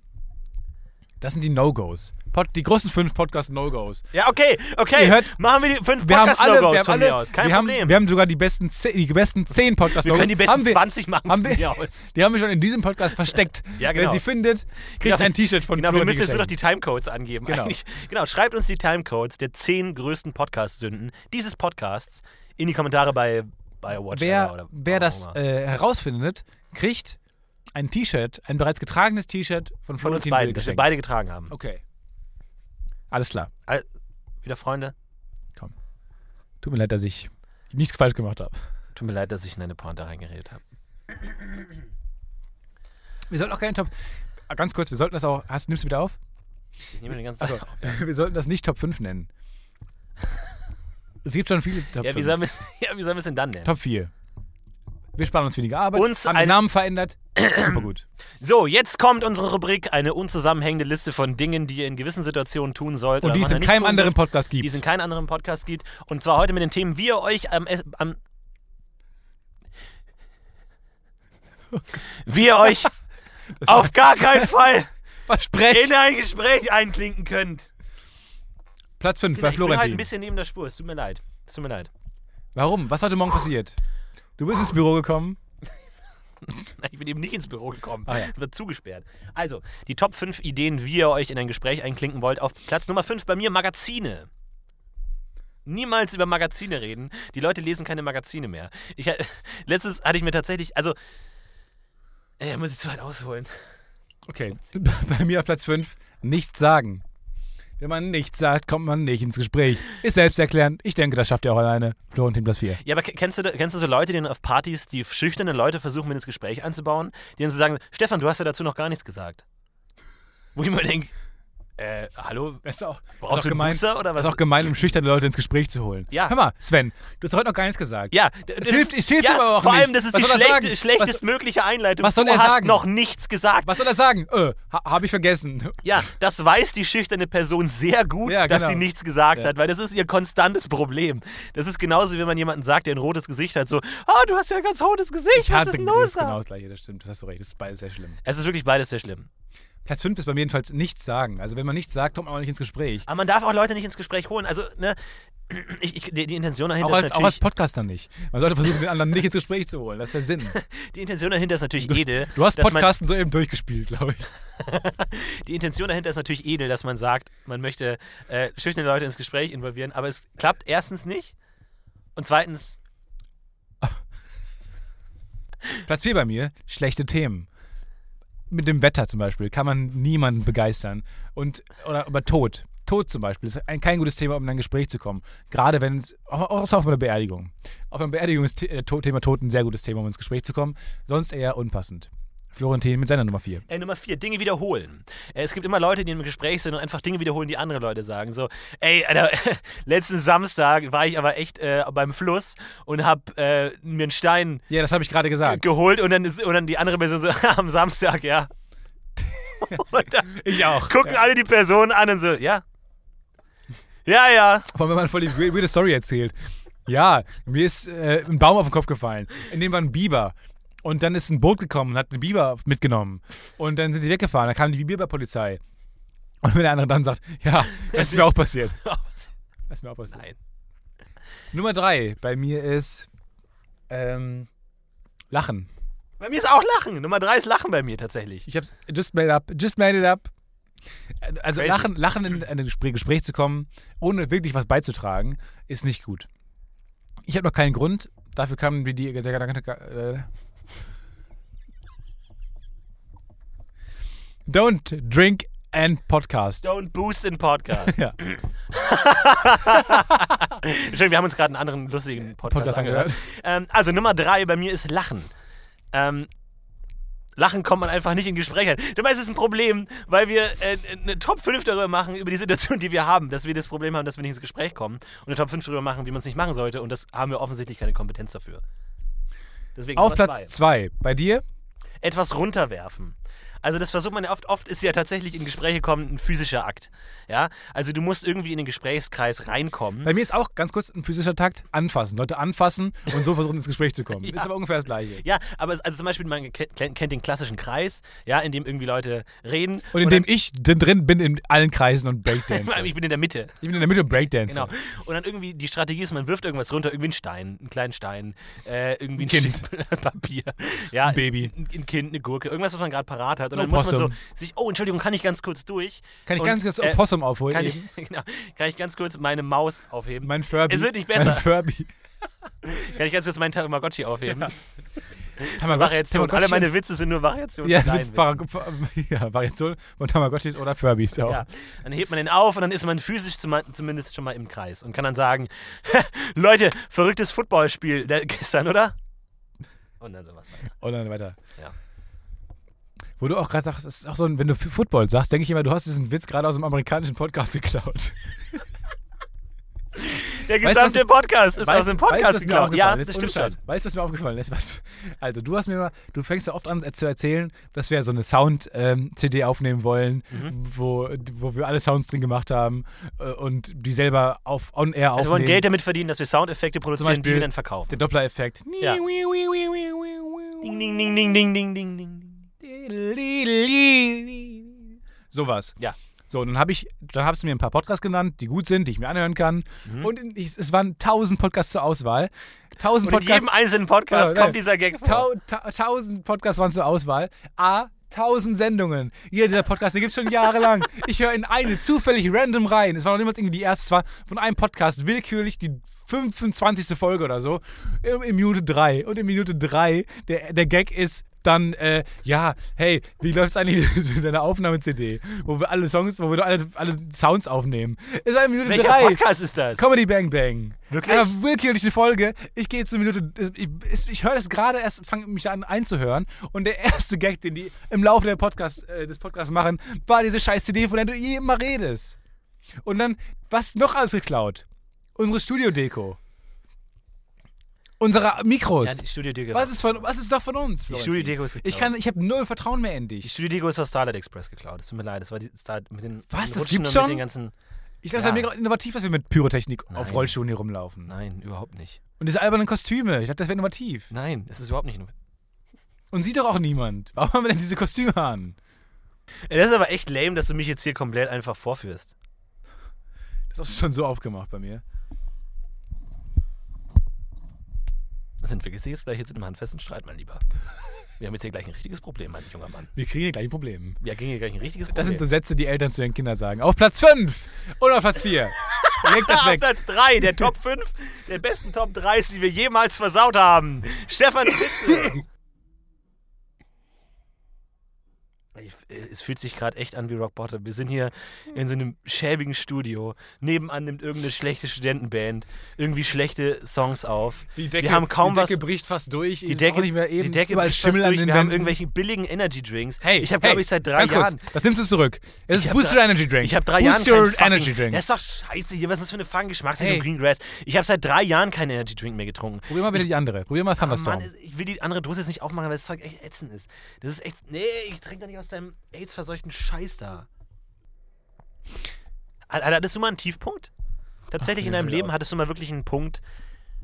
[SPEAKER 2] Das sind die No-Gos. Pod- Die großen fünf Podcast-No-Gos.
[SPEAKER 1] Ja, okay, okay.
[SPEAKER 2] Ihr hört-
[SPEAKER 1] Machen wir die fünf
[SPEAKER 2] Wir haben alle, wir
[SPEAKER 1] Podcast-Logos
[SPEAKER 2] haben
[SPEAKER 1] von
[SPEAKER 2] alle,
[SPEAKER 1] mir aus. Kein
[SPEAKER 2] wir
[SPEAKER 1] Problem.
[SPEAKER 2] Haben, wir haben sogar die besten zehn, die besten zehn Podcast-Logos.
[SPEAKER 1] wir können die besten
[SPEAKER 2] haben wir,
[SPEAKER 1] 20 machen
[SPEAKER 2] haben
[SPEAKER 1] von
[SPEAKER 2] wir-
[SPEAKER 1] mir aus.
[SPEAKER 2] Die haben wir schon in diesem Podcast versteckt.
[SPEAKER 1] Ja, genau.
[SPEAKER 2] Wer sie findet, kriegt
[SPEAKER 1] Genau,
[SPEAKER 2] ein T-Shirt von
[SPEAKER 1] Genau, wir
[SPEAKER 2] Florian
[SPEAKER 1] müssen jetzt nur noch
[SPEAKER 2] geschenkt.
[SPEAKER 1] die Timecodes angeben.
[SPEAKER 2] Genau.
[SPEAKER 1] Eigentlich. genau, schreibt uns die Timecodes der zehn größten Podcast-Sünden dieses Podcasts in die Kommentare bei, bei Watch
[SPEAKER 2] Wer,
[SPEAKER 1] Hour oder
[SPEAKER 2] wer
[SPEAKER 1] warum
[SPEAKER 2] das
[SPEAKER 1] auch immer.
[SPEAKER 2] äh, herausfindet, kriegt ein T-Shirt, ein bereits getragenes T-Shirt von
[SPEAKER 1] von uns
[SPEAKER 2] Florentin
[SPEAKER 1] beiden,
[SPEAKER 2] Will
[SPEAKER 1] das wir
[SPEAKER 2] geschenkt.
[SPEAKER 1] beide getragen haben.
[SPEAKER 2] Okay. Alles klar.
[SPEAKER 1] Al- Wieder Freunde,
[SPEAKER 2] Tut mir leid, dass ich nichts falsch gemacht habe.
[SPEAKER 1] tut mir leid, dass ich in eine Pointe reingeredet habe.
[SPEAKER 2] Wir sollten auch keinen Top. Ah, Ganz kurz, wir sollten das auch. Hast, nimmst du wieder auf?
[SPEAKER 1] Ich nehme den ganzen Tag auf. Ja,
[SPEAKER 2] Wir sollten das nicht Top 5 nennen. Es gibt schon viele Top
[SPEAKER 1] ja, wie
[SPEAKER 2] 5.
[SPEAKER 1] sollen wir es ja, wie sollen wir es denn dann nennen?
[SPEAKER 2] Top 4. Wir sparen uns weniger Arbeit.
[SPEAKER 1] Uns
[SPEAKER 2] haben den
[SPEAKER 1] ein-
[SPEAKER 2] Namen verändert. Super gut.
[SPEAKER 1] So, jetzt kommt unsere Rubrik, eine unzusammenhängende Liste von Dingen, die ihr in gewissen Situationen tun sollt.
[SPEAKER 2] Und
[SPEAKER 1] oder
[SPEAKER 2] die es
[SPEAKER 1] was ihr
[SPEAKER 2] in
[SPEAKER 1] nicht
[SPEAKER 2] keinem
[SPEAKER 1] tun
[SPEAKER 2] anderen
[SPEAKER 1] dürft,
[SPEAKER 2] Podcast
[SPEAKER 1] Die es in
[SPEAKER 2] gibt.
[SPEAKER 1] keinem anderen Podcast gibt. Und zwar heute mit den Themen, wie ihr euch am, Es- am wie ihr euch auf gar keinen Fall in
[SPEAKER 2] Versprechen.
[SPEAKER 1] ein Gespräch einklinken könnt.
[SPEAKER 2] Platz 5
[SPEAKER 1] Genau,
[SPEAKER 2] bei
[SPEAKER 1] ich bin halt ein
[SPEAKER 2] Florentin.
[SPEAKER 1] bisschen neben der Spur. Es tut mir leid. Es tut mir leid.
[SPEAKER 2] Warum? Was ist heute Morgen passiert? Du bist ins Büro gekommen.
[SPEAKER 1] Ich bin eben nicht ins Büro gekommen.
[SPEAKER 2] Ah, ja.
[SPEAKER 1] Es wird zugesperrt. Also, die Top 5 Ideen, wie ihr euch in ein Gespräch einklinken wollt. Auf Platz Nummer 5 bei mir Magazine. Niemals über Magazine reden. Die Leute lesen keine Magazine mehr. Ich, ha- letztens hatte ich mir tatsächlich, also, äh, muss ich zu weit ausholen.
[SPEAKER 2] Okay. Bei mir auf Platz 5. Nichts sagen. Wenn man nichts sagt, kommt man nicht ins Gespräch. Ist selbsterklärend. Ich denke, das schafft ihr auch alleine. Florentin Platz 4.
[SPEAKER 1] Ja, aber ke- kennst du, da- kennst du so Leute, die dann auf Partys die schüchternen Leute versuchen, mir ins Gespräch einzubauen, die dann so sagen, Stefan, du hast ja dazu noch gar nichts gesagt. Wo ich mir denke, äh, hallo,
[SPEAKER 2] Das ist auch,
[SPEAKER 1] Brauchst
[SPEAKER 2] ist
[SPEAKER 1] du
[SPEAKER 2] auch
[SPEAKER 1] einen
[SPEAKER 2] gemein,
[SPEAKER 1] Booster oder was?
[SPEAKER 2] Ist auch gemein, um schüchterne Leute ins Gespräch zu holen.
[SPEAKER 1] Ja.
[SPEAKER 2] Hör mal, Sven, du hast heute noch gar nichts gesagt.
[SPEAKER 1] Ja,
[SPEAKER 2] Es hilft- es hilft ihm aber auch
[SPEAKER 1] Vor
[SPEAKER 2] nicht.
[SPEAKER 1] allem, das ist
[SPEAKER 2] Was
[SPEAKER 1] die
[SPEAKER 2] soll er
[SPEAKER 1] schlechte,
[SPEAKER 2] sagen?
[SPEAKER 1] schlechtestmögliche Einleitung.
[SPEAKER 2] was soll
[SPEAKER 1] du
[SPEAKER 2] er
[SPEAKER 1] hast
[SPEAKER 2] sagen?
[SPEAKER 1] noch nichts gesagt.
[SPEAKER 2] Was soll er sagen? Äh, ha, habe ich vergessen.
[SPEAKER 1] Ja, das weiß die schüchterne Person sehr gut,
[SPEAKER 2] Ja,
[SPEAKER 1] dass
[SPEAKER 2] genau.
[SPEAKER 1] sie nichts gesagt
[SPEAKER 2] Ja.
[SPEAKER 1] hat, weil das ist ihr konstantes Problem. Das ist genauso, wenn man jemanden sagt, der ein rotes Gesicht hat, so, ah, du hast ja ein ganz rotes Gesicht, was ist denn
[SPEAKER 2] das
[SPEAKER 1] los?
[SPEAKER 2] ist genau das Gleiche, das stimmt. Das hast du recht, das ist beides sehr schlimm.
[SPEAKER 1] Es ist wirklich beides sehr schlimm.
[SPEAKER 2] Platz 5 ist bei mir jedenfalls nichts sagen. Also wenn man nichts sagt, kommt man auch nicht ins Gespräch.
[SPEAKER 1] Aber man darf auch Leute nicht ins Gespräch holen. Also, ne, ich, ich, die, die Intention dahinter
[SPEAKER 2] Auch als,
[SPEAKER 1] ist
[SPEAKER 2] auch als
[SPEAKER 1] Ah, natürlich,
[SPEAKER 2] Podcaster nicht. Man sollte versuchen, den anderen nicht ins Gespräch zu holen. Das ist der Sinn.
[SPEAKER 1] die Intention dahinter ist natürlich edel.
[SPEAKER 2] Du hast
[SPEAKER 1] dass man-
[SPEAKER 2] Podcasten soeben durchgespielt, glaube ich.
[SPEAKER 1] Die Intention dahinter ist natürlich edel, dass man sagt, man möchte äh, schüchterne Leute ins Gespräch involvieren, aber es klappt erstens nicht und zweitens,
[SPEAKER 2] Platz 4 bei mir, schlechte Themen. Mit dem Wetter zum Beispiel kann man niemanden begeistern. Und, oder über Tod. Tod zum Beispiel ist ein, kein gutes Thema, um in ein Gespräch zu kommen. Gerade wenn es, auch, auch auf einer Beerdigung. Auf einer Beerdigung ist The- äh, To- Thema Tod ein sehr gutes Thema, um ins Gespräch zu kommen. Sonst eher unpassend. Florentin mit seiner Nummer 4.
[SPEAKER 1] äh, Nummer vier, Dinge wiederholen. Äh, es gibt immer Leute, die im Gespräch sind und einfach Dinge wiederholen, die andere Leute sagen. So, ey, Alter, letzten Samstag war ich aber echt äh, beim Fluss und hab äh, mir einen Stein
[SPEAKER 2] Ja, das habe ich gerade gesagt.
[SPEAKER 1] geholt und dann, ist- und dann die andere Person so, am Samstag, ja. und dann
[SPEAKER 2] Ich auch.
[SPEAKER 1] gucken alle die Personen an und so, ja. Ja, ja.
[SPEAKER 2] Vor allem, wenn man voll die weirde Story erzählt. Ja, mir ist äh, ein Baum auf den Kopf gefallen. In dem war ein Biber. Und dann ist ein Boot gekommen und hat einen Biber mitgenommen. Und dann sind sie weggefahren. Da kam die Biberpolizei. Und wenn der andere dann sagt, ja, das ist mir auch passiert.
[SPEAKER 1] Oh,
[SPEAKER 2] Das ist mir auch passiert.
[SPEAKER 1] Nein.
[SPEAKER 2] Nummer drei bei mir ist ähm, Lachen.
[SPEAKER 1] Bei mir ist auch Lachen. Nummer drei ist Lachen bei mir tatsächlich.
[SPEAKER 2] Ich hab's just made up, just made it up. Also
[SPEAKER 1] Crazy.
[SPEAKER 2] lachen, lachen in ein Gespräch, Gespräch zu kommen, ohne wirklich was beizutragen, ist nicht gut. Ich habe noch keinen Grund. Dafür kam mir die, der Gedanke. Äh, don't drink and podcast.
[SPEAKER 1] Don't boost in Podcast.
[SPEAKER 2] Ja.
[SPEAKER 1] Schön, wir haben uns gerade einen anderen lustigen Podcast,
[SPEAKER 2] Äh, Podcast
[SPEAKER 1] angehört.
[SPEAKER 2] angehört.
[SPEAKER 1] Ähm, also Nummer drei bei mir ist Lachen. Ähm, Lachen kommt man einfach nicht in Gespräch rein. Du weißt, es ist ein Problem, weil wir äh, eine Top 5 darüber machen, über die Situation, die wir haben, dass wir das Problem haben, dass wir nicht ins Gespräch kommen und eine Top 5 darüber machen, wie man es nicht machen sollte und das haben wir offensichtlich keine Kompetenz dafür. Deswegen
[SPEAKER 2] Auf
[SPEAKER 1] Nummer
[SPEAKER 2] Platz 2. Bei dir?
[SPEAKER 1] etwas runterwerfen. Also das versucht man ja oft, oft ist ja tatsächlich in Gespräche kommen ein physischer Akt. Ja, also du musst irgendwie in den Gesprächskreis reinkommen.
[SPEAKER 2] Bei mir ist auch ganz kurz ein physischer Takt. Anfassen. Leute anfassen und so versuchen ins Gespräch zu kommen. Ist aber ungefähr das Gleiche.
[SPEAKER 1] Ja, aber es, also zum Beispiel, man ke- kennt den klassischen Kreis, ja, in dem irgendwie Leute reden.
[SPEAKER 2] Und in dem ich drin- drin bin in allen Kreisen und
[SPEAKER 1] dann, vor
[SPEAKER 2] Breakdance.
[SPEAKER 1] allem, ich bin in der Mitte.
[SPEAKER 2] Ich bin in der Mitte Breakdance.
[SPEAKER 1] Genau. Und dann irgendwie die Strategie ist, man wirft irgendwas runter, irgendwie einen Stein, einen kleinen Stein, äh, irgendwie ein
[SPEAKER 2] Kind.
[SPEAKER 1] Stück Papier, ja,
[SPEAKER 2] Ein Baby.
[SPEAKER 1] ein, ein Kind, eine Gurke, irgendwas, was man gerade parat hat. Und
[SPEAKER 2] Ein
[SPEAKER 1] dann muss man so
[SPEAKER 2] Opossum.
[SPEAKER 1] sich, oh, Entschuldigung, kann ich ganz kurz durch?
[SPEAKER 2] Kann ich
[SPEAKER 1] Und,
[SPEAKER 2] ganz kurz oh,
[SPEAKER 1] äh,
[SPEAKER 2] Opossum aufholen?
[SPEAKER 1] kann
[SPEAKER 2] Eben.
[SPEAKER 1] ich, genau, kann ich ganz kurz meine Maus aufheben?
[SPEAKER 2] Mein Furby.
[SPEAKER 1] Es wird nicht
[SPEAKER 2] Mein
[SPEAKER 1] besser.
[SPEAKER 2] Furby.
[SPEAKER 1] Kann ich ganz kurz meinen Tamagotchi aufheben?
[SPEAKER 2] Tamagotchi.
[SPEAKER 1] Variation. Alle meine Witze sind nur Variationen.
[SPEAKER 2] ja,
[SPEAKER 1] von deinen
[SPEAKER 2] sind Var Var ja, Variationen von Tamagotchis oder Furbys auch.
[SPEAKER 1] Ja, dann hebt man den auf und dann ist man physisch zum, zumindest schon mal im Kreis und kann dann sagen, Leute, verrücktes Footballspiel der- gestern, oder? Und dann sowas. weiter.
[SPEAKER 2] Und dann weiter.
[SPEAKER 1] Ja.
[SPEAKER 2] Wo du auch gerade sagst, das ist auch so ein, wenn du F- Football sagst, denke ich immer, du hast diesen Witz gerade aus einem amerikanischen Podcast geklaut.
[SPEAKER 1] Der
[SPEAKER 2] Weißt du,
[SPEAKER 1] gesamte
[SPEAKER 2] was-
[SPEAKER 1] Podcast ist
[SPEAKER 2] Weißt-
[SPEAKER 1] aus dem
[SPEAKER 2] weißt,
[SPEAKER 1] Podcast
[SPEAKER 2] was mir
[SPEAKER 1] geklaut. Ja,
[SPEAKER 2] aufgefallen ist?
[SPEAKER 1] das stimmt
[SPEAKER 2] Ohne
[SPEAKER 1] schon.
[SPEAKER 2] Scheiß. Weißt du, was mir aufgefallen ist? Was, also, du hast mir mal, du fängst ja oft an äh, zu erzählen, dass wir so eine Sound-CD aufnehmen wollen,
[SPEAKER 1] Mhm.
[SPEAKER 2] wo, wo wir alle Sounds drin gemacht haben äh, und die selber auf
[SPEAKER 1] Also wir
[SPEAKER 2] on-air aufnehmen.
[SPEAKER 1] wollen Geld damit verdienen, dass wir Soundeffekte
[SPEAKER 2] Zum
[SPEAKER 1] produzieren, die
[SPEAKER 2] Beispiel
[SPEAKER 1] wir dann verkaufen.
[SPEAKER 2] der Doppler-Effekt.
[SPEAKER 1] Ja. Ding, ding, ding, ding, ding, ding, ding, ding.
[SPEAKER 2] Sowas.
[SPEAKER 1] Ja.
[SPEAKER 2] So, und dann habe ich, dann hast du mir ein paar Podcasts genannt, die gut sind, die ich mir anhören kann.
[SPEAKER 1] Mhm.
[SPEAKER 2] Und in, ich, es waren tausend Podcasts zur Auswahl. Tausend
[SPEAKER 1] Und in
[SPEAKER 2] Podcasts.
[SPEAKER 1] jedem einzelnen Podcast
[SPEAKER 2] Ja, Genau, nein.
[SPEAKER 1] kommt dieser Gag vor.
[SPEAKER 2] Tau, ta, tausend Podcasts waren zur Auswahl. A, tausend Sendungen. Jeder dieser Podcasts, den gibt es schon jahrelang. Ich höre in eine zufällig random rein. Es war noch niemals irgendwie die erste, es war von einem Podcast willkürlich die 25. Folge oder so. In, in Minute 3. Und in Minute 3, der, der Gag ist dann, äh, ja, hey, wie läuft's eigentlich mit deiner Aufnahme-CD? Wo wir alle Songs, wo wir alle, alle Sounds aufnehmen. Es war in Minute
[SPEAKER 1] Welcher
[SPEAKER 2] 3.
[SPEAKER 1] Podcast ist das?
[SPEAKER 2] Comedy Bang Bang.
[SPEAKER 1] Wirklich?
[SPEAKER 2] Aber wirklich eine Folge. Ich gehe zur Minute. Ich, ich, ich höre das gerade erst, fange mich an einzuhören. Und der erste Gag, den die im Laufe der Podcast, äh, des Podcasts machen, war diese scheiß CD, von der du eh immer redest. Und dann, was noch alles geklaut? Unsere Studiodeko. Unsere Mikros.
[SPEAKER 1] Ja, die Studio-Deko ist
[SPEAKER 2] was, ist von, was ist doch von uns? Florentin?
[SPEAKER 1] Studiodeko ist geklaut.
[SPEAKER 2] Ich, kann- ich habe null Vertrauen mehr in
[SPEAKER 1] Die
[SPEAKER 2] dich.
[SPEAKER 1] Studio-Deko ist aus Starlight Express geklaut. Es tut mir leid, das war die Star mit den
[SPEAKER 2] Was,
[SPEAKER 1] den
[SPEAKER 2] das
[SPEAKER 1] Rutschen
[SPEAKER 2] gibt's
[SPEAKER 1] und
[SPEAKER 2] schon?
[SPEAKER 1] Mit den ganzen
[SPEAKER 2] Ich glaube,
[SPEAKER 1] Ja.
[SPEAKER 2] es ist ja mega innovativ, dass wir mit Pyrotechnik
[SPEAKER 1] Nein.
[SPEAKER 2] auf Rollschuhen hier rumlaufen.
[SPEAKER 1] Nein, überhaupt nicht.
[SPEAKER 2] Und diese albernen Kostüme. Ich dachte, das wäre innovativ.
[SPEAKER 1] Nein, es ist überhaupt nicht.
[SPEAKER 2] Und sieht doch auch niemand. Warum haben wir denn diese Kostüme an?
[SPEAKER 1] Ey, Das ist aber echt lame, dass du mich jetzt hier komplett einfach vorführst.
[SPEAKER 2] Das hast du schon so aufgemacht bei mir.
[SPEAKER 1] Das entwickelt sich jetzt gleich jetzt in einem handfesten Streit, mein Lieber. Wir haben jetzt hier gleich ein richtiges Problem, mein junger Mann.
[SPEAKER 2] Wir kriegen hier gleich ein Problem.
[SPEAKER 1] Wir gehen hier gleich ein richtiges Problem.
[SPEAKER 2] Das sind so Sätze, die Eltern zu ihren Kindern sagen. Auf Platz 5 oder auf Platz 4. Leg das
[SPEAKER 1] auf
[SPEAKER 2] weg.
[SPEAKER 1] Platz 3, der Top 5, der besten Top 3s, die wir jemals versaut haben. Stefan Spitze. Ich- äh, Es fühlt sich gerade echt an wie Rock Bottom. Wir sind hier in so einem schäbigen Studio. Nebenan nimmt irgendeine schlechte Studentenband irgendwie schlechte Songs auf. wir haben kaum
[SPEAKER 2] die
[SPEAKER 1] was.
[SPEAKER 2] Decke bricht fast durch.
[SPEAKER 1] Die
[SPEAKER 2] ist
[SPEAKER 1] Decke,
[SPEAKER 2] auch nicht mehr eben.
[SPEAKER 1] die Decke
[SPEAKER 2] überall
[SPEAKER 1] bricht fast
[SPEAKER 2] Schimmel an
[SPEAKER 1] durch.
[SPEAKER 2] den
[SPEAKER 1] Wir haben
[SPEAKER 2] Wänden.
[SPEAKER 1] irgendwelche billigen Energy Drinks.
[SPEAKER 2] Hey,
[SPEAKER 1] ich habe,
[SPEAKER 2] hey,
[SPEAKER 1] glaube ich, seit drei
[SPEAKER 2] ganz kurz,
[SPEAKER 1] Jahren.
[SPEAKER 2] Das nimmst du zurück. Es
[SPEAKER 1] Ich
[SPEAKER 2] ist
[SPEAKER 1] hab
[SPEAKER 2] Booster
[SPEAKER 1] drei-
[SPEAKER 2] Energy Drink.
[SPEAKER 1] Ich habe drei
[SPEAKER 2] Boost
[SPEAKER 1] Jahre
[SPEAKER 2] Your
[SPEAKER 1] keinen fucking-
[SPEAKER 2] Energy Drink.
[SPEAKER 1] Das ist doch scheiße hier. Was ist das für eine Fangengeschmack? Hey.
[SPEAKER 2] Hey.
[SPEAKER 1] Green Grass. Ich habe seit drei Jahren keinen Energy Drink mehr getrunken.
[SPEAKER 2] Probier mal bitte die andere. Probier mal
[SPEAKER 1] Ah,
[SPEAKER 2] Thunderstorm.
[SPEAKER 1] Mann, ich will die andere Dose jetzt nicht aufmachen, weil das Zeug echt ätzend ist. Das ist echt. Nee, ich trinke da nicht aus deinem AIDS-verseuchten Scheiß da. Alter, hattest du mal einen Tiefpunkt? Tatsächlich in deinem Leben hattest du mal wirklich einen Punkt.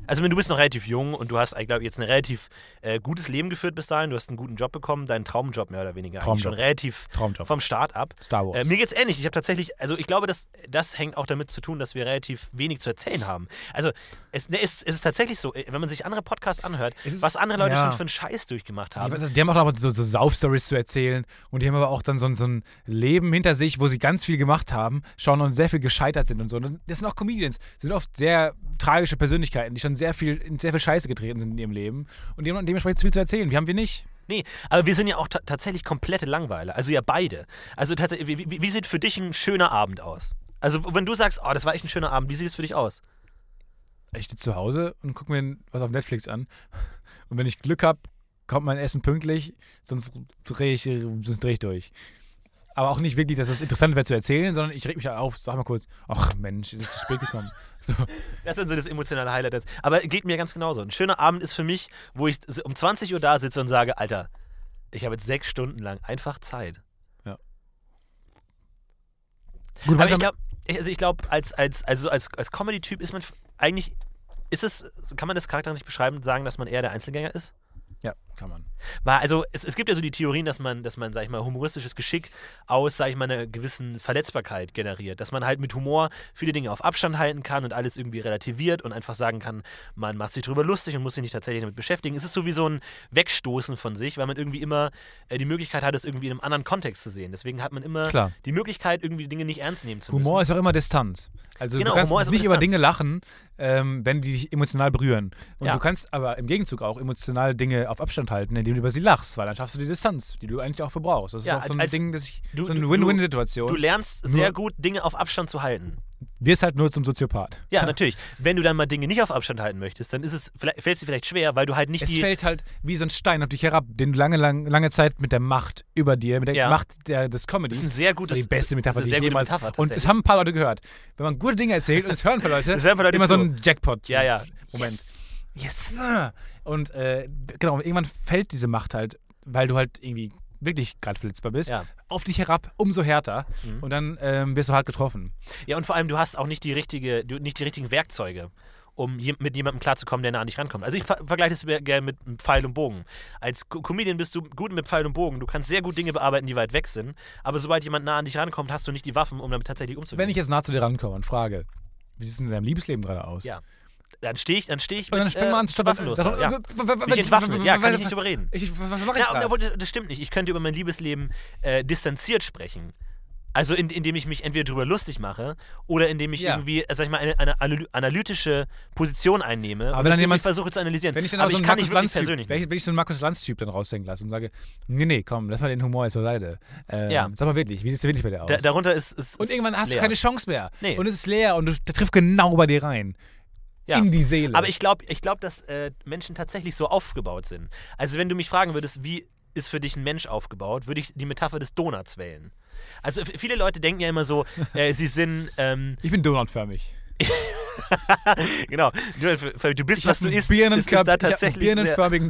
[SPEAKER 1] also du bist noch relativ jung und du hast, ich glaube, jetzt ein relativ äh, gutes Leben geführt bis dahin. Du hast einen guten Job bekommen, deinen Traumjob mehr oder weniger. Eigentlich
[SPEAKER 2] Traumjob.
[SPEAKER 1] Schon relativ
[SPEAKER 2] Traumjob.
[SPEAKER 1] vom Start ab.
[SPEAKER 2] Star Wars.
[SPEAKER 1] Äh, mir geht's ähnlich. Ich habe tatsächlich, also ich glaube, das, das hängt auch damit zu tun, dass wir relativ wenig zu erzählen haben. Also es, ne, es, es ist tatsächlich so, äh, wenn man sich andere Podcasts anhört,
[SPEAKER 2] Es ist-
[SPEAKER 1] was andere Leute
[SPEAKER 2] ja.
[SPEAKER 1] schon für einen Scheiß durchgemacht haben.
[SPEAKER 2] Ich weiß, die haben auch noch mal so, so Sauf-Stories zu erzählen und die haben aber auch dann so, ein- so ein Leben hinter sich, wo sie ganz viel gemacht haben, schon und sehr viel gescheitert sind und so. Und das sind auch Comedians, sind oft sehr tragische Persönlichkeiten, die schon sehr viel, in sehr viel Scheiße getreten sind in ihrem Leben und die haben dementsprechend zu viel zu erzählen. Die haben wir nicht.
[SPEAKER 1] Nee, aber wir sind ja auch ta tatsächlich komplette Langweiler. Also ja beide. Also tatsächlich, wie, wie, wie sieht für dich ein schöner Abend aus? Also wenn du sagst, oh, das war echt ein schöner Abend, wie sieht es für dich aus?
[SPEAKER 2] Ich sitze zu Hause und gucke mir was auf Netflix an und wenn ich Glück habe, kommt mein Essen pünktlich, sonst drehe ich, sonst dreh ich durch. Aber auch nicht wirklich, dass es interessant wäre zu erzählen, sondern ich reg mich auf, sag mal kurz, ach Mensch, ist es zu spät gekommen. So.
[SPEAKER 1] Das ist so das emotionale Highlight. jetzt. Aber geht mir ganz genauso. Ein schöner Abend ist für mich, wo ich s- um 20 Uhr da sitze und sage, Alter, ich habe jetzt sechs Stunden lang einfach Zeit.
[SPEAKER 2] Gut,
[SPEAKER 1] Aber
[SPEAKER 2] manchmal-
[SPEAKER 1] ich glaube, also ich glaube, als, als, also als, als Comedy-Typ ist man f- eigentlich, ist es, kann man das Charakter nicht beschreiben und sagen, dass man eher der Einzelgänger ist?
[SPEAKER 2] Ja, kann man.
[SPEAKER 1] War, also es, es gibt ja so die Theorien, dass man, dass man, sag ich mal, humoristisches Geschick aus, sag ich mal, einer gewissen Verletzbarkeit generiert. Dass man halt mit Humor viele Dinge auf Abstand halten kann und alles irgendwie relativiert und einfach sagen kann, man macht sich drüber lustig und muss sich nicht tatsächlich damit beschäftigen. Es ist so wie so ein Wegstoßen von sich, weil man irgendwie immer äh, die Möglichkeit hat, es irgendwie in einem anderen Kontext zu sehen. Deswegen hat man immer
[SPEAKER 2] Klar.
[SPEAKER 1] die Möglichkeit, irgendwie Dinge nicht ernst nehmen zu müssen.
[SPEAKER 2] Humor ist auch immer Distanz. Also
[SPEAKER 1] Genau,
[SPEAKER 2] du kannst
[SPEAKER 1] Humor ist auch
[SPEAKER 2] nicht über
[SPEAKER 1] Distanz.
[SPEAKER 2] Dinge lachen, ähm, wenn die dich emotional berühren. Und
[SPEAKER 1] Ja.
[SPEAKER 2] du kannst aber im Gegenzug auch emotional Dinge auf Abstand halten, indem du über sie lachst, weil dann schaffst du die Distanz, die du eigentlich auch verbrauchst. Das ist
[SPEAKER 1] Ja,
[SPEAKER 2] auch so ein
[SPEAKER 1] als-
[SPEAKER 2] Ding, das ich,
[SPEAKER 1] du-
[SPEAKER 2] so eine
[SPEAKER 1] du- Du
[SPEAKER 2] Win-Win-Situation.
[SPEAKER 1] lernst sehr
[SPEAKER 2] Nur-
[SPEAKER 1] gut, Dinge auf Abstand zu halten.
[SPEAKER 2] Wirst halt nur zum Soziopath.
[SPEAKER 1] Ja, natürlich. Wenn du dann mal Dinge nicht auf Abstand halten möchtest, dann ist es, vielleicht, fällt es dir vielleicht schwer, weil du halt nicht
[SPEAKER 2] Es
[SPEAKER 1] die,
[SPEAKER 2] fällt halt wie so ein Stein auf dich herab, den du lange, lang, lange Zeit mit der Macht über dir, mit der
[SPEAKER 1] Ja.
[SPEAKER 2] Macht der, des Comedy.
[SPEAKER 1] Das ist ein sehr
[SPEAKER 2] Das war
[SPEAKER 1] gutes-
[SPEAKER 2] die beste Metapher,
[SPEAKER 1] das
[SPEAKER 2] die
[SPEAKER 1] ist
[SPEAKER 2] ich
[SPEAKER 1] eine sehr gute
[SPEAKER 2] jemals.
[SPEAKER 1] Metapher,
[SPEAKER 2] und es
[SPEAKER 1] tatsächlich.
[SPEAKER 2] haben ein paar Leute gehört. Wenn man gute Dinge erzählt und es hören ein paar Leute,
[SPEAKER 1] Das hören ein paar Leute
[SPEAKER 2] immer so
[SPEAKER 1] zu.
[SPEAKER 2] ein Jackpot.
[SPEAKER 1] Ja, ja.
[SPEAKER 2] Moment.
[SPEAKER 1] Yes.
[SPEAKER 2] Yes. Und äh, genau, irgendwann fällt diese Macht halt, weil du halt irgendwie wirklich gerade verletzbar bist,
[SPEAKER 1] Ja. Mhm.
[SPEAKER 2] auf dich herab, umso härter. Und dann ähm, wirst du hart getroffen.
[SPEAKER 1] Ja, und vor allem, du hast auch nicht die, richtige, du, nicht die richtigen Werkzeuge, um je, mit jemandem klarzukommen, der nah an dich rankommt. Also ich ver vergleiche das sehr gerne mit einem Pfeil und Bogen. Als Co Comedian bist du gut mit Pfeil und Bogen. Du kannst sehr gut Dinge bearbeiten, die weit weg sind. Aber sobald jemand nah an dich rankommt, hast du nicht die Waffen, um damit tatsächlich umzugehen.
[SPEAKER 2] Wenn ich jetzt nah zu dir rankomme und frage, wie sieht es in deinem Liebesleben gerade aus?
[SPEAKER 1] Ja. dann stehe ich, dann stehe ich
[SPEAKER 2] Und dann
[SPEAKER 1] mit,
[SPEAKER 2] springen wir an,
[SPEAKER 1] äh, waffenlos. da. Ja. Bin ich entwaffnet? Ja, kann ich nicht drüber reden.
[SPEAKER 2] Ich, was was mache ich
[SPEAKER 1] Ja,
[SPEAKER 2] gerade?
[SPEAKER 1] aber das- das stimmt nicht. Ich könnte über mein Liebesleben äh, distanziert sprechen. Also in, indem ich mich entweder darüber lustig mache oder indem ich
[SPEAKER 2] Ja.
[SPEAKER 1] irgendwie, äh, sag ich mal, eine, eine analy- analytische Position einnehme
[SPEAKER 2] Aber
[SPEAKER 1] und
[SPEAKER 2] wenn
[SPEAKER 1] das
[SPEAKER 2] dann jemand-
[SPEAKER 1] irgendwie versuche zu analysieren.
[SPEAKER 2] Wenn ich dann
[SPEAKER 1] aber
[SPEAKER 2] auch so
[SPEAKER 1] ich
[SPEAKER 2] einen
[SPEAKER 1] kann nicht
[SPEAKER 2] Markus
[SPEAKER 1] wirklich
[SPEAKER 2] Lanz Typ,
[SPEAKER 1] persönlich.
[SPEAKER 2] wenn ich, wenn ich so einen Markus Lanz Typ dann raushängen lasse und sage, nee, nee, komm, lass mal den Humor jetzt beiseite. Ähm,
[SPEAKER 1] Ja.
[SPEAKER 2] Sag mal wirklich, wie sieht es wirklich bei dir aus?
[SPEAKER 1] Da, darunter ist, ist
[SPEAKER 2] und irgendwann hast du keine Chance mehr.
[SPEAKER 1] Nee.
[SPEAKER 2] Und es ist leer und du, der trifft genau bei dir rein.
[SPEAKER 1] ja.
[SPEAKER 2] In die Seele.
[SPEAKER 1] Aber ich glaube, ich glaub, dass äh, Menschen tatsächlich so aufgebaut sind. Also wenn du mich fragen würdest, wie ist für dich ein Mensch aufgebaut, würde ich die Metapher des Donuts wählen. Also f- viele Leute denken ja immer so, äh, sie sind ähm,
[SPEAKER 2] ich bin donutförmig.
[SPEAKER 1] genau. Du, du bist,
[SPEAKER 2] Ich
[SPEAKER 1] was
[SPEAKER 2] hab
[SPEAKER 1] du
[SPEAKER 2] einen
[SPEAKER 1] isst,
[SPEAKER 2] Birnenkörper-
[SPEAKER 1] ist, ist da
[SPEAKER 2] ich hab einen
[SPEAKER 1] tatsächlich sehr-
[SPEAKER 2] birnenförmigen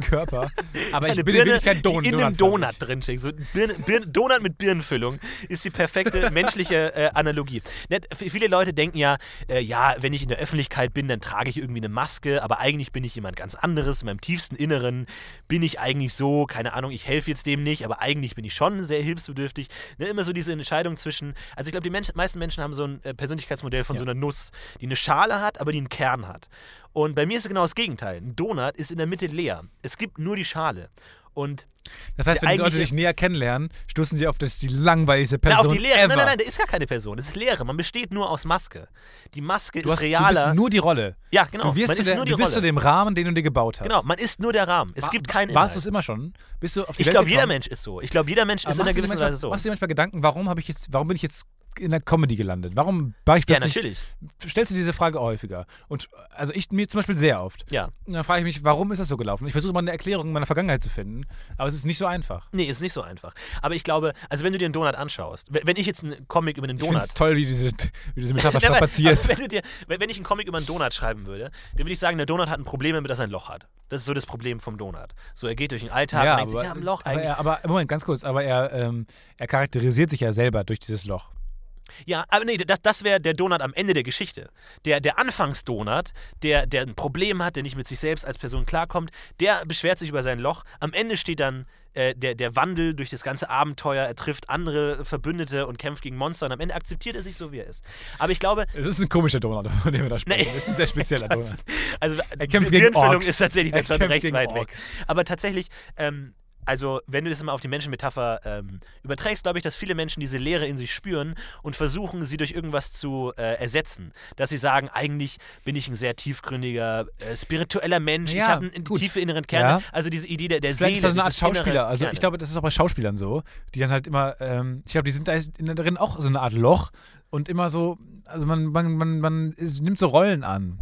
[SPEAKER 2] Körper. Aber ich
[SPEAKER 1] eine
[SPEAKER 2] bin
[SPEAKER 1] Birne,
[SPEAKER 2] in Wirklichkeit Don
[SPEAKER 1] die in einem
[SPEAKER 2] donutförmig.
[SPEAKER 1] Donut drinsteckt. So Birne, Birne, Donut mit Birnenfüllung ist die perfekte menschliche äh, Analogie. Net, f- viele Leute denken ja, äh, ja, wenn ich in der Öffentlichkeit bin, dann trage ich irgendwie eine Maske, aber eigentlich bin ich jemand ganz anderes. In meinem tiefsten Inneren bin ich eigentlich so, keine Ahnung, ich helfe jetzt dem nicht, aber eigentlich bin ich schon sehr hilfsbedürftig. Ne, immer so diese Entscheidung zwischen, also ich glaube, die Mensch, meisten Menschen haben so ein äh, Persönlichkeitsmodell von so einer Nuss, die eine Schale hat, aber die einen Kern hat. Und bei mir ist es genau das Gegenteil. Ein Donut ist in der Mitte leer. Es gibt nur die Schale. Und
[SPEAKER 2] Das heißt, wenn die
[SPEAKER 1] Der
[SPEAKER 2] Leute
[SPEAKER 1] eigentliche-
[SPEAKER 2] dich näher kennenlernen, stoßen sie auf das die langweiligste
[SPEAKER 1] Na,
[SPEAKER 2] Person
[SPEAKER 1] auf die Leere.
[SPEAKER 2] ever.
[SPEAKER 1] Nein, nein, nein, da ist gar keine Person. Das ist Leere. Man besteht nur aus Maske. Die Maske
[SPEAKER 2] Du,
[SPEAKER 1] ist
[SPEAKER 2] hast, du
[SPEAKER 1] realer.
[SPEAKER 2] bist nur die Rolle.
[SPEAKER 1] ja, genau.
[SPEAKER 2] Du wirst,
[SPEAKER 1] man
[SPEAKER 2] zu,
[SPEAKER 1] ist
[SPEAKER 2] der,
[SPEAKER 1] nur die
[SPEAKER 2] du wirst zu
[SPEAKER 1] Rolle.
[SPEAKER 2] dem Rahmen, den du dir gebaut hast.
[SPEAKER 1] genau, man ist nur der Rahmen. Es gibt keinen
[SPEAKER 2] Warst du es
[SPEAKER 1] Inhalt.
[SPEAKER 2] immer schon? Bist du auf die
[SPEAKER 1] Ich
[SPEAKER 2] Welt
[SPEAKER 1] glaube, jeder
[SPEAKER 2] gekommen?
[SPEAKER 1] Mensch ist so. Ich glaube, jeder Mensch
[SPEAKER 2] Aber
[SPEAKER 1] ist in
[SPEAKER 2] machst
[SPEAKER 1] einer
[SPEAKER 2] du dir
[SPEAKER 1] gewissen
[SPEAKER 2] manchmal-
[SPEAKER 1] Weise so.
[SPEAKER 2] Machst du dir manchmal Gedanken, warum habe ich jetzt, warum bin ich jetzt in der Comedy gelandet? Warum war ich
[SPEAKER 1] Ja,
[SPEAKER 2] plötzlich?
[SPEAKER 1] natürlich.
[SPEAKER 2] Stellst du diese Frage häufiger? Und also ich mir zum Beispiel sehr oft.
[SPEAKER 1] Ja.
[SPEAKER 2] Und dann frage ich mich, warum ist das so gelaufen? Ich versuche immer eine Erklärung meiner Vergangenheit zu finden, aber es ist nicht so einfach.
[SPEAKER 1] Nee, ist nicht so einfach. Aber ich glaube, also wenn du dir einen Donut anschaust, wenn wenn ich jetzt einen Comic über einen
[SPEAKER 2] Ich finde es
[SPEAKER 1] Donut
[SPEAKER 2] toll, wie du diese, wie du diese Metapher
[SPEAKER 1] Ja, aber-
[SPEAKER 2] strapazierst.
[SPEAKER 1] aber Wenn, du dir, wenn wenn ich einen Comic über einen Donut schreiben würde, dann würde ich sagen, der Donut hat ein Problem damit, dass er ein Loch hat. Das ist so das Problem vom Donut. So, er geht durch den Alltag und denkt sich, ja, ein Loch
[SPEAKER 2] aber,
[SPEAKER 1] eigentlich.
[SPEAKER 2] er, aber Moment, ganz kurz, aber er, ähm, er charakterisiert sich ja selber durch dieses Loch.
[SPEAKER 1] Ja, aber nee, das, das wäre der Donut am Ende der Geschichte. Der, der Anfangsdonut, der, der ein Problem hat, der nicht mit sich selbst als Person klarkommt, der beschwert sich über sein Loch. Am Ende steht dann äh, der, der Wandel durch das ganze Abenteuer. Er trifft andere Verbündete und kämpft gegen Monster. Und am Ende akzeptiert er sich so, wie er ist. Aber ich glaube,
[SPEAKER 2] Es ist ein komischer Donut, von dem wir da sprechen.
[SPEAKER 1] Nee.
[SPEAKER 2] Das ist ein sehr spezieller Donut.
[SPEAKER 1] also
[SPEAKER 2] Er kämpft gegen
[SPEAKER 1] Gehirnfüllung
[SPEAKER 2] Orks.
[SPEAKER 1] ist tatsächlich
[SPEAKER 2] Er
[SPEAKER 1] dann schon
[SPEAKER 2] kämpft
[SPEAKER 1] recht
[SPEAKER 2] gegen
[SPEAKER 1] weit weg.
[SPEAKER 2] Orks.
[SPEAKER 1] Aber tatsächlich, ähm, also wenn du das mal auf die Menschenmetapher ähm, überträgst, glaube ich, dass viele Menschen diese Leere in sich spüren und versuchen, sie durch irgendwas zu äh, ersetzen. Dass sie sagen, eigentlich bin ich ein sehr tiefgründiger, äh, spiritueller Mensch,
[SPEAKER 2] Ja,
[SPEAKER 1] ich habe einen
[SPEAKER 2] gut.
[SPEAKER 1] tiefe inneren Kern.
[SPEAKER 2] Ja.
[SPEAKER 1] Also diese Idee der, der Seele.
[SPEAKER 2] Vielleicht ist das eine Art
[SPEAKER 1] dieses innere
[SPEAKER 2] Schauspieler. Also
[SPEAKER 1] Kerne.
[SPEAKER 2] ich glaube, das ist auch bei Schauspielern so, die dann halt immer, ähm, ich glaube, die sind da ist innen drin auch so eine Art Loch und immer so, also man, man, man, man ist, nimmt so Rollen an.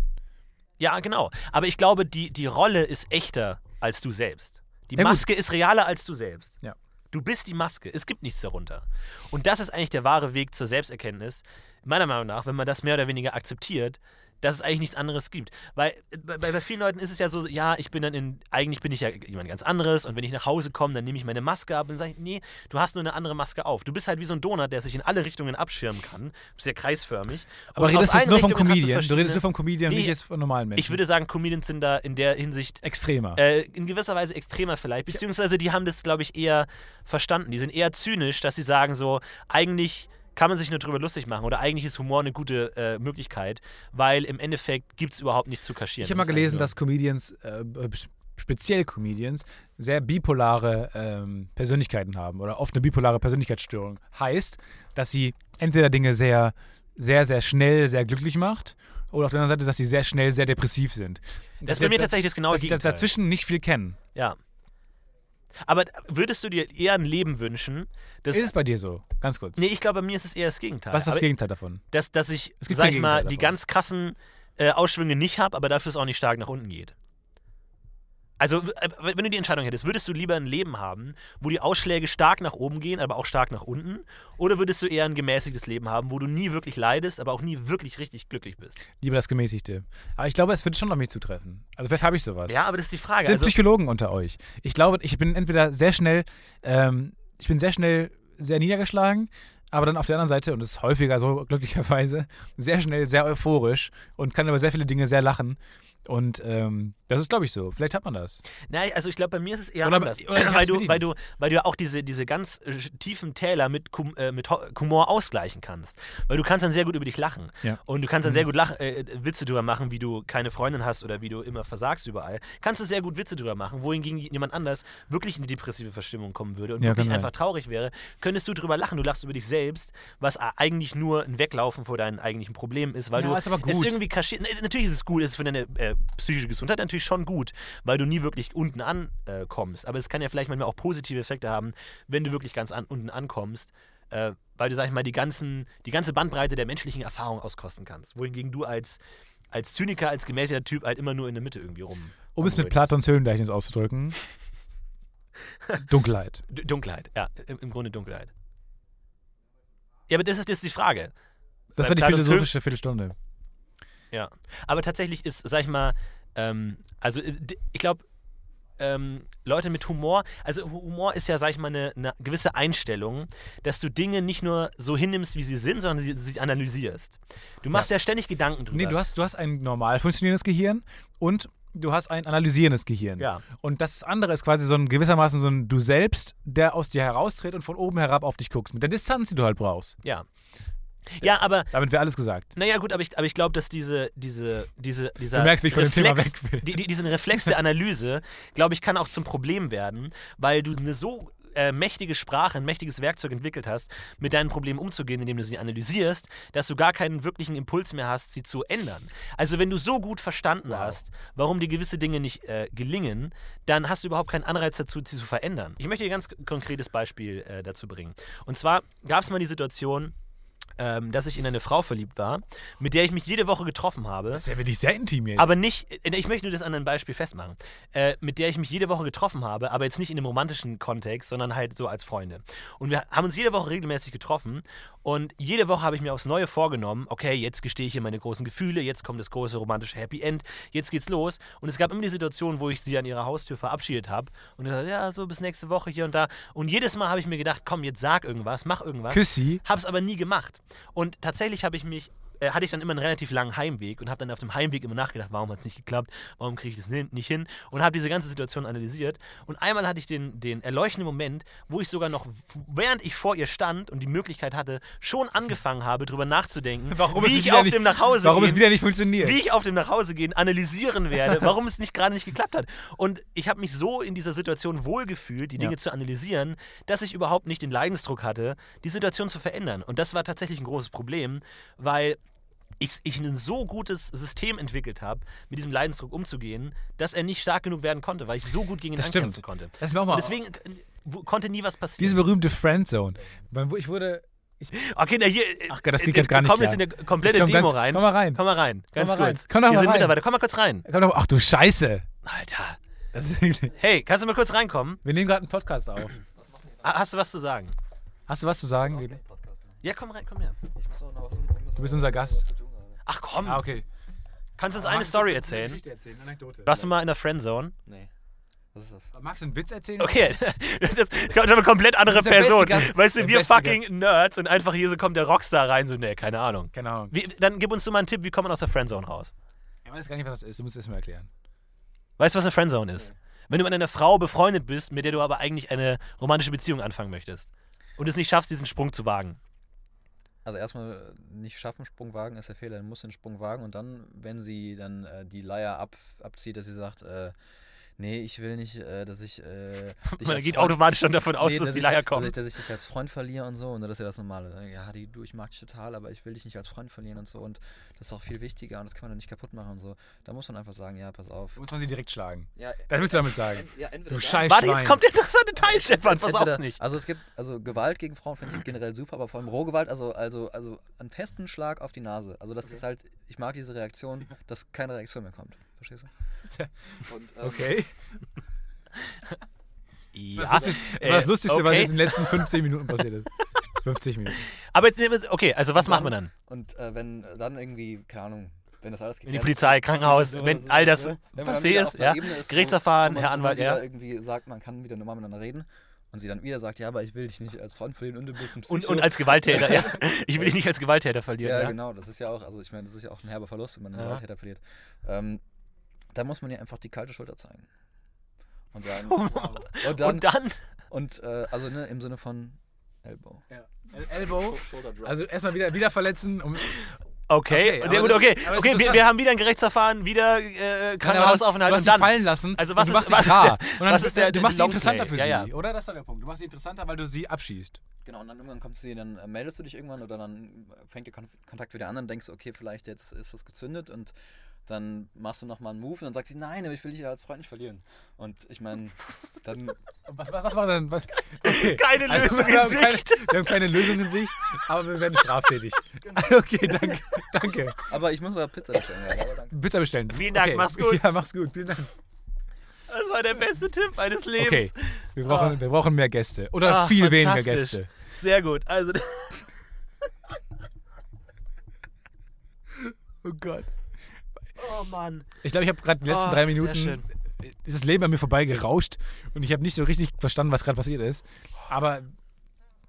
[SPEAKER 1] Ja, genau. Aber ich glaube, die, die Rolle ist echter als du selbst. Die
[SPEAKER 2] Ja, gut.
[SPEAKER 1] Maske ist realer als du selbst.
[SPEAKER 2] Ja.
[SPEAKER 1] Du bist die Maske. Es gibt nichts darunter. Und das ist eigentlich der wahre Weg zur Selbsterkenntnis. Meiner Meinung nach, wenn man das mehr oder weniger akzeptiert, dass es eigentlich nichts anderes gibt. Weil äh, bei, bei vielen Leuten ist es ja so, ja, ich bin dann in, eigentlich bin ich ja jemand ganz anderes und wenn ich nach Hause komme, dann nehme ich meine Maske ab und sage, ich, nee, du hast nur eine andere Maske auf. Du bist halt wie so ein Donut, der sich in alle Richtungen abschirmen kann. Du bist ja kreisförmig.
[SPEAKER 2] Aber
[SPEAKER 1] Und aus
[SPEAKER 2] redest du jetzt
[SPEAKER 1] allen
[SPEAKER 2] nur vom
[SPEAKER 1] Richtungen hast
[SPEAKER 2] Comedian? Du redest
[SPEAKER 1] verschiedene-
[SPEAKER 2] nur vom Comedian,
[SPEAKER 1] Nee,
[SPEAKER 2] nicht jetzt von normalen Menschen.
[SPEAKER 1] ich würde sagen, Comedians sind da in der Hinsicht
[SPEAKER 2] Extremer.
[SPEAKER 1] äh, in gewisser Weise extremer vielleicht, beziehungsweise die haben das, glaube ich, eher verstanden. Die sind eher zynisch, dass sie sagen so, eigentlich kann man sich nur drüber lustig machen oder eigentlich ist Humor eine gute äh, Möglichkeit, weil im Endeffekt gibt es überhaupt nichts zu kaschieren.
[SPEAKER 2] ich
[SPEAKER 1] Das
[SPEAKER 2] habe mal
[SPEAKER 1] ist eigentlich
[SPEAKER 2] gelesen,
[SPEAKER 1] nur-
[SPEAKER 2] dass Comedians, äh, äh, speziell Comedians, sehr bipolare ähm, Persönlichkeiten haben oder oft eine bipolare Persönlichkeitsstörung. Heißt, dass sie entweder Dinge sehr, sehr, sehr schnell, sehr glücklich macht oder auf der anderen Seite, dass sie sehr schnell, sehr depressiv sind.
[SPEAKER 1] Das ist bei mir tatsächlich genau das genaue
[SPEAKER 2] dass sie da-
[SPEAKER 1] Gegenteil.
[SPEAKER 2] dazwischen nicht viel kennen.
[SPEAKER 1] Ja. Aber würdest du dir eher ein Leben wünschen, das...
[SPEAKER 2] Ist es bei dir so? Ganz kurz.
[SPEAKER 1] Nee, ich glaube, bei mir ist es eher das Gegenteil.
[SPEAKER 2] Was ist das
[SPEAKER 1] Aber-
[SPEAKER 2] Gegenteil davon?
[SPEAKER 1] dass, dass ich,
[SPEAKER 2] Es gibt
[SPEAKER 1] sag
[SPEAKER 2] kein
[SPEAKER 1] ich mal,
[SPEAKER 2] Gegenteil
[SPEAKER 1] die
[SPEAKER 2] davon.
[SPEAKER 1] ganz krassen äh, Ausschwünge nicht habe, aber dafür es auch nicht stark nach unten geht. Also, w- äh, wenn du die Entscheidung hättest, würdest du lieber ein Leben haben, wo die Ausschläge stark nach oben gehen, aber auch stark nach unten? Oder würdest du eher ein gemäßigtes Leben haben, wo du nie wirklich leidest, aber auch nie wirklich richtig glücklich bist?
[SPEAKER 2] Lieber das Gemäßigte. Aber ich glaube, es wird schon auf mich zutreffen. Also vielleicht habe ich sowas.
[SPEAKER 1] Ja, aber das ist die Frage.
[SPEAKER 2] Sind
[SPEAKER 1] Also,
[SPEAKER 2] Psychologen unter euch? Ich glaube, ich bin entweder sehr schnell, ähm, ich bin sehr schnell sehr niedergeschlagen, aber dann auf der anderen Seite, und das ist häufiger so, glücklicherweise, sehr schnell, sehr euphorisch und kann über sehr viele Dinge sehr lachen. Und ähm, das ist, glaube ich, so. Vielleicht hat man das.
[SPEAKER 1] na, also ich glaube, bei mir ist es eher
[SPEAKER 2] Oder-
[SPEAKER 1] anders.
[SPEAKER 2] oder ich hab's
[SPEAKER 1] weil, du,
[SPEAKER 2] bedient.
[SPEAKER 1] weil, du, weil du ja auch diese, diese ganz äh, tiefen Täler mit, Kum- äh, mit Ho- Humor ausgleichen kannst. Weil du kannst dann sehr gut über dich lachen.
[SPEAKER 2] Ja. Mhm.
[SPEAKER 1] Und du kannst dann sehr gut lach, äh, Witze drüber machen, wie du keine Freundin hast oder wie du immer versagst überall. Kannst du sehr gut Witze drüber machen, wohingegen jemand anders wirklich in die depressive Verstimmung kommen würde und
[SPEAKER 2] Ja, genau. kann
[SPEAKER 1] wirklich
[SPEAKER 2] sein.
[SPEAKER 1] einfach traurig wäre, könntest du drüber lachen. Du lachst über dich selbst, was a- eigentlich nur ein Weglaufen vor deinen eigentlichen Problemen ist, weil
[SPEAKER 2] Ja,
[SPEAKER 1] du
[SPEAKER 2] ist aber
[SPEAKER 1] es
[SPEAKER 2] gut.
[SPEAKER 1] irgendwie kaschierst. Nee, Natürlich ist es gut, es ist für deine äh, psychische Gesundheit natürlich schon gut, weil du nie wirklich unten ankommst. Aber es kann ja vielleicht manchmal auch positive Effekte haben, wenn du wirklich ganz an, unten ankommst äh, weil du, sag ich mal, die, ganzen, die ganze Bandbreite der menschlichen Erfahrung auskosten kannst. Wohingegen du als, als Zyniker, als gemäßigter Typ halt immer nur in der Mitte irgendwie rum.
[SPEAKER 2] Um es mit Platons Höhlengleichnis auszudrücken. Dunkelheit.
[SPEAKER 1] D Dunkelheit, ja, im, im Grunde Dunkelheit. Ja, aber das ist jetzt die Frage.
[SPEAKER 2] Das
[SPEAKER 1] Bei
[SPEAKER 2] war die
[SPEAKER 1] Platons
[SPEAKER 2] philosophische Viertelstunde.
[SPEAKER 1] Ja. Aber tatsächlich ist, sag ich mal, ähm, also äh, d- ich glaube, ähm, Leute mit Humor, also Hu- Humor ist ja, sag ich mal, eine, eine gewisse Einstellung, dass du Dinge nicht nur so hinnimmst, wie sie sind, sondern sie, sie analysierst. Du machst ja, ständig Gedanken drüber.
[SPEAKER 2] Nee, du hast, du hast ein normal funktionierendes Gehirn und du hast ein analysierendes Gehirn.
[SPEAKER 1] Ja.
[SPEAKER 2] Und das andere ist quasi so ein gewissermaßen so ein Du selbst, der aus dir heraustritt und von oben herab auf dich guckst. Mit der Distanz, die du halt brauchst.
[SPEAKER 1] Ja. Ja, aber
[SPEAKER 2] Damit wäre alles gesagt.
[SPEAKER 1] Naja, gut, aber ich, aber ich glaube, dass diese, diese, diese, dieser
[SPEAKER 2] Du merkst, wie ich von dem Thema
[SPEAKER 1] Reflex,
[SPEAKER 2] weg will.
[SPEAKER 1] Die, die, diesen Reflex der Analyse, glaube ich, kann auch zum Problem werden, weil du eine so äh, mächtige Sprache, ein mächtiges Werkzeug entwickelt hast, mit deinen Problemen umzugehen, indem du sie analysierst, dass du gar keinen wirklichen Impuls mehr hast, sie zu ändern. Also wenn du so gut verstanden hast, warum dir gewisse Dinge nicht äh, gelingen, dann hast du überhaupt keinen Anreiz dazu, sie zu verändern. Ich möchte dir ein ganz konkretes Beispiel äh, dazu bringen. Und zwar gab es mal die Situation, ähm, dass ich in eine Frau verliebt war, mit der ich mich jede Woche getroffen habe.
[SPEAKER 2] Das ist ja wirklich sehr intim jetzt.
[SPEAKER 1] Aber nicht, äh, ich möchte nur das an einem Beispiel festmachen, äh, mit der ich mich jede Woche getroffen habe, aber jetzt nicht in einem romantischen Kontext, sondern halt so als Freunde. Und wir haben uns jede Woche regelmäßig getroffen und jede Woche habe ich mir aufs Neue vorgenommen, okay, jetzt gestehe ich hier meine großen Gefühle, jetzt kommt das große romantische Happy End, jetzt geht's los. Und es gab immer die Situation, wo ich sie an ihrer Haustür verabschiedet habe und gesagt, ja, so bis nächste Woche hier und da. Und jedes Mal habe ich mir gedacht, komm, jetzt sag irgendwas, mach irgendwas.
[SPEAKER 2] Küssi.
[SPEAKER 1] Hab's aber nie gemacht. Und tatsächlich habe ich mich äh, hatte ich dann immer einen relativ langen Heimweg und habe dann auf dem Heimweg immer nachgedacht, warum hat es nicht geklappt, warum kriege ich das ni- nicht hin und habe diese ganze Situation analysiert. Und einmal hatte ich den, den erleuchtenden Moment, wo ich sogar noch, während ich vor ihr stand und die Möglichkeit hatte, schon angefangen habe, drüber nachzudenken,
[SPEAKER 2] Warum es
[SPEAKER 1] wie ich
[SPEAKER 2] wieder
[SPEAKER 1] auf
[SPEAKER 2] nicht-
[SPEAKER 1] dem Nachhause
[SPEAKER 2] Warum es
[SPEAKER 1] gehen-
[SPEAKER 2] wieder nicht funktioniert?
[SPEAKER 1] wie ich auf dem Nachhausegehen analysieren werde, warum es nicht gerade nicht geklappt hat. Und ich habe mich so in dieser Situation wohlgefühlt, die Dinge
[SPEAKER 2] Ja.
[SPEAKER 1] zu analysieren, dass ich überhaupt nicht den Leidensdruck hatte, die Situation zu verändern. Und das war tatsächlich ein großes Problem, weil ich, ich ein so gutes System entwickelt habe, mit diesem Leidensdruck umzugehen, dass er nicht stark genug werden konnte, weil ich so gut gegen ihn
[SPEAKER 2] Das
[SPEAKER 1] ankämpfen
[SPEAKER 2] stimmt.
[SPEAKER 1] konnte.
[SPEAKER 2] Das ist mir auch mal.
[SPEAKER 1] Und deswegen äh, wo- konnte nie was
[SPEAKER 2] diese
[SPEAKER 1] passieren.
[SPEAKER 2] berühmte Friendzone. Weil wo- Ich wurde.
[SPEAKER 1] okay, na hier, äh,
[SPEAKER 2] Ach Gott, das
[SPEAKER 1] äh,
[SPEAKER 2] geht grad gar nicht
[SPEAKER 1] Komm jetzt in
[SPEAKER 2] klar.
[SPEAKER 1] eine komplette
[SPEAKER 2] Jetzt komm
[SPEAKER 1] Demo
[SPEAKER 2] ganz-
[SPEAKER 1] rein.
[SPEAKER 2] komm mal rein.
[SPEAKER 1] Komm mal rein, ganz
[SPEAKER 2] mal rein.
[SPEAKER 1] kurz.
[SPEAKER 2] Komm doch
[SPEAKER 1] Hier
[SPEAKER 2] mal
[SPEAKER 1] sind
[SPEAKER 2] rein.
[SPEAKER 1] Mitarbeiter, komm mal kurz rein.
[SPEAKER 2] Komm doch- Ach du Scheiße.
[SPEAKER 1] Alter.
[SPEAKER 2] Das ist, wir
[SPEAKER 1] Hey, kannst du mal kurz reinkommen?
[SPEAKER 2] nehmen gerade einen Podcast auf.
[SPEAKER 1] Ha- Hast du was zu sagen?
[SPEAKER 2] Hast du was zu sagen? Wedel?
[SPEAKER 3] Podcast machen.
[SPEAKER 1] Ja, komm rein, komm her.
[SPEAKER 3] Ich muss auch noch was, ich muss
[SPEAKER 2] Du bist
[SPEAKER 3] auch
[SPEAKER 2] unser
[SPEAKER 3] noch was
[SPEAKER 2] Gast.
[SPEAKER 3] zu tun haben.
[SPEAKER 1] Ach komm,
[SPEAKER 2] Ah, okay.
[SPEAKER 1] kannst du uns eine Story erzählen?
[SPEAKER 2] erzählen, Anekdote.
[SPEAKER 1] Warst du mal in der Friendzone?
[SPEAKER 3] Nee. Was ist das?
[SPEAKER 2] Magst du einen Witz erzählen?
[SPEAKER 1] Okay, das ist eine komplett andere
[SPEAKER 2] Das ist der beste
[SPEAKER 1] Person.
[SPEAKER 2] Gast.
[SPEAKER 1] Weißt du,
[SPEAKER 2] Der
[SPEAKER 1] wir
[SPEAKER 2] beste
[SPEAKER 1] fucking Nerds und einfach hier so kommt der Rockstar rein, so, nee, keine Ahnung.
[SPEAKER 2] Keine Ahnung.
[SPEAKER 1] Wie, dann gib uns du mal einen Tipp, wie kommt man aus der Friendzone raus?
[SPEAKER 2] Ich weiß gar nicht, was das ist. Du musst es mir erklären.
[SPEAKER 1] Weißt du, was eine Friendzone ist? Wenn du mit einer Frau befreundet bist, mit der du aber eigentlich eine romantische Beziehung anfangen möchtest und es nicht schaffst, diesen Sprung zu wagen.
[SPEAKER 3] Also erstmal äh, nicht schaffen, Sprung wagen ist der Fehler, dann muss den Sprung wagen und dann, wenn sie dann äh, die Leier ab, abzieht, dass sie sagt, äh, nee, ich will nicht, äh, dass ich äh, dich
[SPEAKER 1] Man
[SPEAKER 3] als
[SPEAKER 1] geht
[SPEAKER 3] Freund-
[SPEAKER 1] automatisch schon davon aus,
[SPEAKER 3] nee,
[SPEAKER 1] dass die
[SPEAKER 3] ich- halt,
[SPEAKER 1] Leier
[SPEAKER 3] Dass
[SPEAKER 1] kommen.
[SPEAKER 3] ich, dass ich dich als Freund verliere und so und das ist ja das Normale. Ja, die, du, ich mag dich total, aber ich will dich nicht als Freund verlieren und so und das ist auch viel wichtiger und das kann man doch nicht kaputt machen und so. Da muss man einfach sagen, ja, pass auf.
[SPEAKER 2] Da muss man sie direkt schlagen.
[SPEAKER 3] Ja, äh,
[SPEAKER 2] Das willst du damit sagen.
[SPEAKER 3] ja, entweder
[SPEAKER 2] Du
[SPEAKER 3] das-
[SPEAKER 2] Scheiße.
[SPEAKER 1] Warte, jetzt kommt der interessante Teil, Stefan, pass
[SPEAKER 3] Entweder-
[SPEAKER 1] auf's nicht.
[SPEAKER 3] Also es gibt, also Gewalt gegen Frauen finde ich generell super, aber vor allem Rohgewalt, also, also, also einen festen Schlag auf die Nase. Also das ist halt, ich mag diese Reaktion, dass keine Reaktion mehr kommt. Verstehst du? Und,
[SPEAKER 1] Also,
[SPEAKER 3] ähm,
[SPEAKER 2] Okay.
[SPEAKER 1] Ja.
[SPEAKER 2] Das ist das war das Lustigste, was
[SPEAKER 1] äh, okay.
[SPEAKER 2] jetzt in den letzten 15 Minuten passiert ist. 50 Minuten.
[SPEAKER 1] Aber jetzt, nehmen wir- okay, also was machen wir dann?
[SPEAKER 3] Und äh, wenn dann irgendwie, keine Ahnung, wenn das alles
[SPEAKER 1] Wenn die
[SPEAKER 3] geklärt ist,
[SPEAKER 1] Polizei, Krankenhaus,
[SPEAKER 3] so, ne?
[SPEAKER 1] wenn
[SPEAKER 3] so,
[SPEAKER 1] all das
[SPEAKER 3] so. Wenn man wieder
[SPEAKER 1] passiert
[SPEAKER 3] auf
[SPEAKER 1] ist,
[SPEAKER 3] einer
[SPEAKER 1] ja,
[SPEAKER 3] Ebene ist, wo-
[SPEAKER 1] Gerichtsverfahren,
[SPEAKER 3] wo man-
[SPEAKER 1] Herr
[SPEAKER 3] wo man
[SPEAKER 1] Anwalt,
[SPEAKER 3] wieder
[SPEAKER 1] ja.
[SPEAKER 3] irgendwie sagt, man kann wieder normal miteinander reden und sie dann wieder sagt, ja, aber ich will dich nicht als Freund verlieren und du bist ein Psycho.
[SPEAKER 1] Und, und als Gewalttäter, ja. Ich will dich nicht als Gewalttäter verlieren,
[SPEAKER 3] Ja,
[SPEAKER 1] ja.
[SPEAKER 3] genau, das ist ja auch, also ich meine, das ist ja auch ein herber Verlust, wenn man einen
[SPEAKER 1] Ja.
[SPEAKER 3] Gewalttäter verliert. Ähm, da muss man ja einfach die kalte Schulter zeigen. Und sagen, und dann,
[SPEAKER 1] Und
[SPEAKER 3] und,
[SPEAKER 1] dann,
[SPEAKER 3] äh, also ne, im Sinne von Elbow.
[SPEAKER 2] Elbow.
[SPEAKER 3] Shoulder drop.
[SPEAKER 2] Also erstmal wieder, wieder verletzen. Um,
[SPEAKER 1] okay, und,
[SPEAKER 2] Okay, aber
[SPEAKER 1] gut,
[SPEAKER 2] das-
[SPEAKER 1] okay,
[SPEAKER 2] aber das
[SPEAKER 1] okay
[SPEAKER 2] ist
[SPEAKER 1] wir, wir
[SPEAKER 2] interessant.
[SPEAKER 1] haben wieder ein Gerichtsverfahren, wieder äh,
[SPEAKER 2] du
[SPEAKER 1] Krankenhausaufenthalt
[SPEAKER 2] hast
[SPEAKER 1] und
[SPEAKER 2] sie
[SPEAKER 1] dann.
[SPEAKER 2] fallen lassen.
[SPEAKER 1] Also
[SPEAKER 2] und
[SPEAKER 1] was
[SPEAKER 2] du
[SPEAKER 1] ist-
[SPEAKER 2] machst
[SPEAKER 1] was
[SPEAKER 2] sie
[SPEAKER 1] ist
[SPEAKER 2] klar.
[SPEAKER 1] der-
[SPEAKER 2] und dann
[SPEAKER 1] was
[SPEAKER 2] ist
[SPEAKER 1] ist der-
[SPEAKER 2] du
[SPEAKER 1] der
[SPEAKER 2] machst sie
[SPEAKER 1] Long
[SPEAKER 2] interessanter
[SPEAKER 1] Play?
[SPEAKER 2] für
[SPEAKER 1] Ja,
[SPEAKER 2] sie,
[SPEAKER 1] ja.
[SPEAKER 2] oder? Das ist doch der Punkt. Du machst sie interessanter, weil du sie abschießt.
[SPEAKER 3] Genau, und dann irgendwann kommst du dir, dann äh, meldest du dich irgendwann oder dann äh, fängt der Kon Kontakt wieder an und denkst, okay, vielleicht jetzt ist was gezündet und dann machst du nochmal einen Move und dann sagt sie, nein, aber ich will dich als Freund nicht verlieren. Und ich meine, dann
[SPEAKER 2] Und Was, was, was war denn? Was? Okay.
[SPEAKER 1] Keine
[SPEAKER 2] Also,
[SPEAKER 1] Lösung
[SPEAKER 2] wir
[SPEAKER 1] in
[SPEAKER 2] haben keine-
[SPEAKER 1] Sicht.
[SPEAKER 2] Wir haben keine Lösung in Sicht, aber wir werden straftätig.
[SPEAKER 1] Genau.
[SPEAKER 2] Okay, danke. danke.
[SPEAKER 3] Aber ich muss aber Pizza bestellen. ja, aber danke.
[SPEAKER 2] Pizza bestellen.
[SPEAKER 1] Vielen Dank,
[SPEAKER 2] okay.
[SPEAKER 1] mach's gut.
[SPEAKER 2] Ja, mach's gut. Vielen Dank.
[SPEAKER 1] Das war der beste Tipp meines Lebens.
[SPEAKER 2] Okay, wir brauchen, wir brauchen mehr Gäste. Oder
[SPEAKER 1] Ah,
[SPEAKER 2] viel weniger
[SPEAKER 1] fantastisch.
[SPEAKER 2] Gäste.
[SPEAKER 1] Sehr gut. Also,
[SPEAKER 2] Oh Gott.
[SPEAKER 1] oh Mann.
[SPEAKER 2] Ich glaube, ich habe gerade die letzten
[SPEAKER 1] Ah,
[SPEAKER 2] drei
[SPEAKER 1] sehr
[SPEAKER 2] Minuten
[SPEAKER 1] schön.
[SPEAKER 2] ist das Leben an mir vorbei gerauscht und ich habe nicht so richtig verstanden, was gerade passiert ist. Aber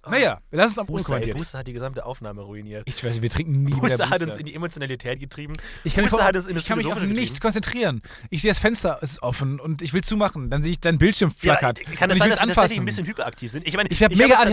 [SPEAKER 2] naja, wir lassen es am
[SPEAKER 1] Buster, Ah. ey,
[SPEAKER 2] unkommentiert.
[SPEAKER 1] Buster hat die gesamte Aufnahme ruiniert.
[SPEAKER 2] Ich weiß, wir trinken nie
[SPEAKER 1] Buster
[SPEAKER 2] wieder
[SPEAKER 1] hat uns in die Emotionalität getrieben.
[SPEAKER 2] ich kann, mich
[SPEAKER 1] Buster
[SPEAKER 2] vor-
[SPEAKER 1] hat uns in das
[SPEAKER 2] ich kann mich auf
[SPEAKER 1] Philosophische
[SPEAKER 2] nichts konzentrieren. Ich sehe das Fenster ist offen und ich will zumachen. Dann sehe ich dein Bildschirm
[SPEAKER 1] Ja,
[SPEAKER 2] flackert.
[SPEAKER 1] kann
[SPEAKER 2] und
[SPEAKER 1] das
[SPEAKER 2] ich
[SPEAKER 1] sein, dass
[SPEAKER 2] will es
[SPEAKER 1] wir tatsächlich
[SPEAKER 2] anfassen.
[SPEAKER 1] ein bisschen hyperaktiv sind? Ich meine,
[SPEAKER 2] Ich hab
[SPEAKER 1] habe
[SPEAKER 2] mega
[SPEAKER 1] es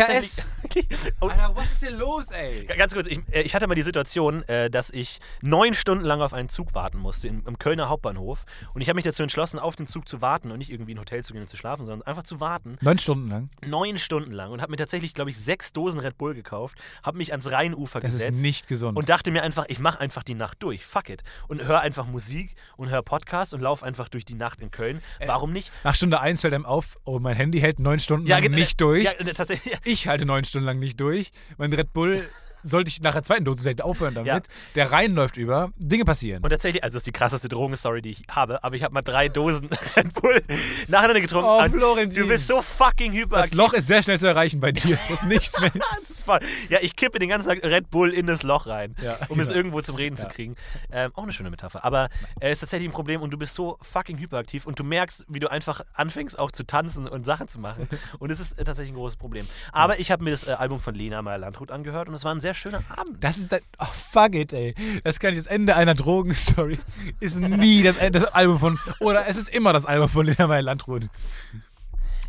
[SPEAKER 2] ADHS.
[SPEAKER 1] tatsächlich- Und-
[SPEAKER 2] Alter, was ist denn los, ey?
[SPEAKER 1] Ga- Ganz kurz, ich, äh, ich hatte mal die Situation, äh, dass ich neun Stunden lang auf einen Zug warten musste im, im Kölner Hauptbahnhof. Und ich habe mich dazu entschlossen, auf den Zug zu warten und nicht irgendwie in ein Hotel zu gehen und zu schlafen, sondern einfach zu warten.
[SPEAKER 2] Neun Stunden lang.
[SPEAKER 1] Neun Stunden lang und habe mir tatsächlich, glaube ich, sechs Dosen Red Bull gekauft, habe mich ans Rheinufer
[SPEAKER 2] Das
[SPEAKER 1] gesetzt.
[SPEAKER 2] ist nicht gesund.
[SPEAKER 1] und dachte mir einfach, ich mache einfach die Nacht durch, fuck it. Und höre einfach Musik und höre Podcasts und laufe einfach durch die Nacht in Köln.
[SPEAKER 2] Äh,
[SPEAKER 1] Warum nicht?
[SPEAKER 2] Nach Stunde eins fällt einem auf, oh, mein Handy hält neun Stunden lang
[SPEAKER 1] gen- äh,
[SPEAKER 2] nicht durch.
[SPEAKER 1] Ja, äh, tatsächlich. Ja.
[SPEAKER 2] Ich halte neun Stunden lang nicht durch. Mein Red Bull sollte ich nach der zweiten Dose vielleicht aufhören damit.
[SPEAKER 1] Ja.
[SPEAKER 2] Der Rhein läuft über. Dinge passieren.
[SPEAKER 1] Und tatsächlich, also das ist die krasseste Drogenstory, die ich habe, aber ich habe mal drei Dosen Red Bull nacheinander getrunken.
[SPEAKER 2] Oh,
[SPEAKER 1] Und
[SPEAKER 2] Florentin.
[SPEAKER 1] Du bist so fucking
[SPEAKER 2] das
[SPEAKER 1] hyperaktiv.
[SPEAKER 2] Loch ist sehr schnell zu erreichen bei dir. Das ist nichts mehr.
[SPEAKER 1] Das ist voll. Ja, ich kippe den ganzen Tag Red Bull in das Loch rein,
[SPEAKER 2] Ja,
[SPEAKER 1] um es
[SPEAKER 2] ja.
[SPEAKER 1] irgendwo zum Reden zu kriegen. Ähm, auch eine schöne Metapher. Aber es äh, ist tatsächlich ein Problem und du bist so fucking hyperaktiv und du merkst, wie du einfach anfängst auch zu tanzen und Sachen zu machen. Und es ist äh, tatsächlich ein großes Problem. Aber ich habe mir das äh, Album von Lena Meyer-Landrut angehört und es war ein sehr sehr schöner Abend.
[SPEAKER 2] Das ist das. Oh, fuck it, ey. Das kann ich. Das Ende einer Drogenstory ist nie das, Ende- das Album von. Oder es ist immer das Album von Lena Meyer Landrut. Was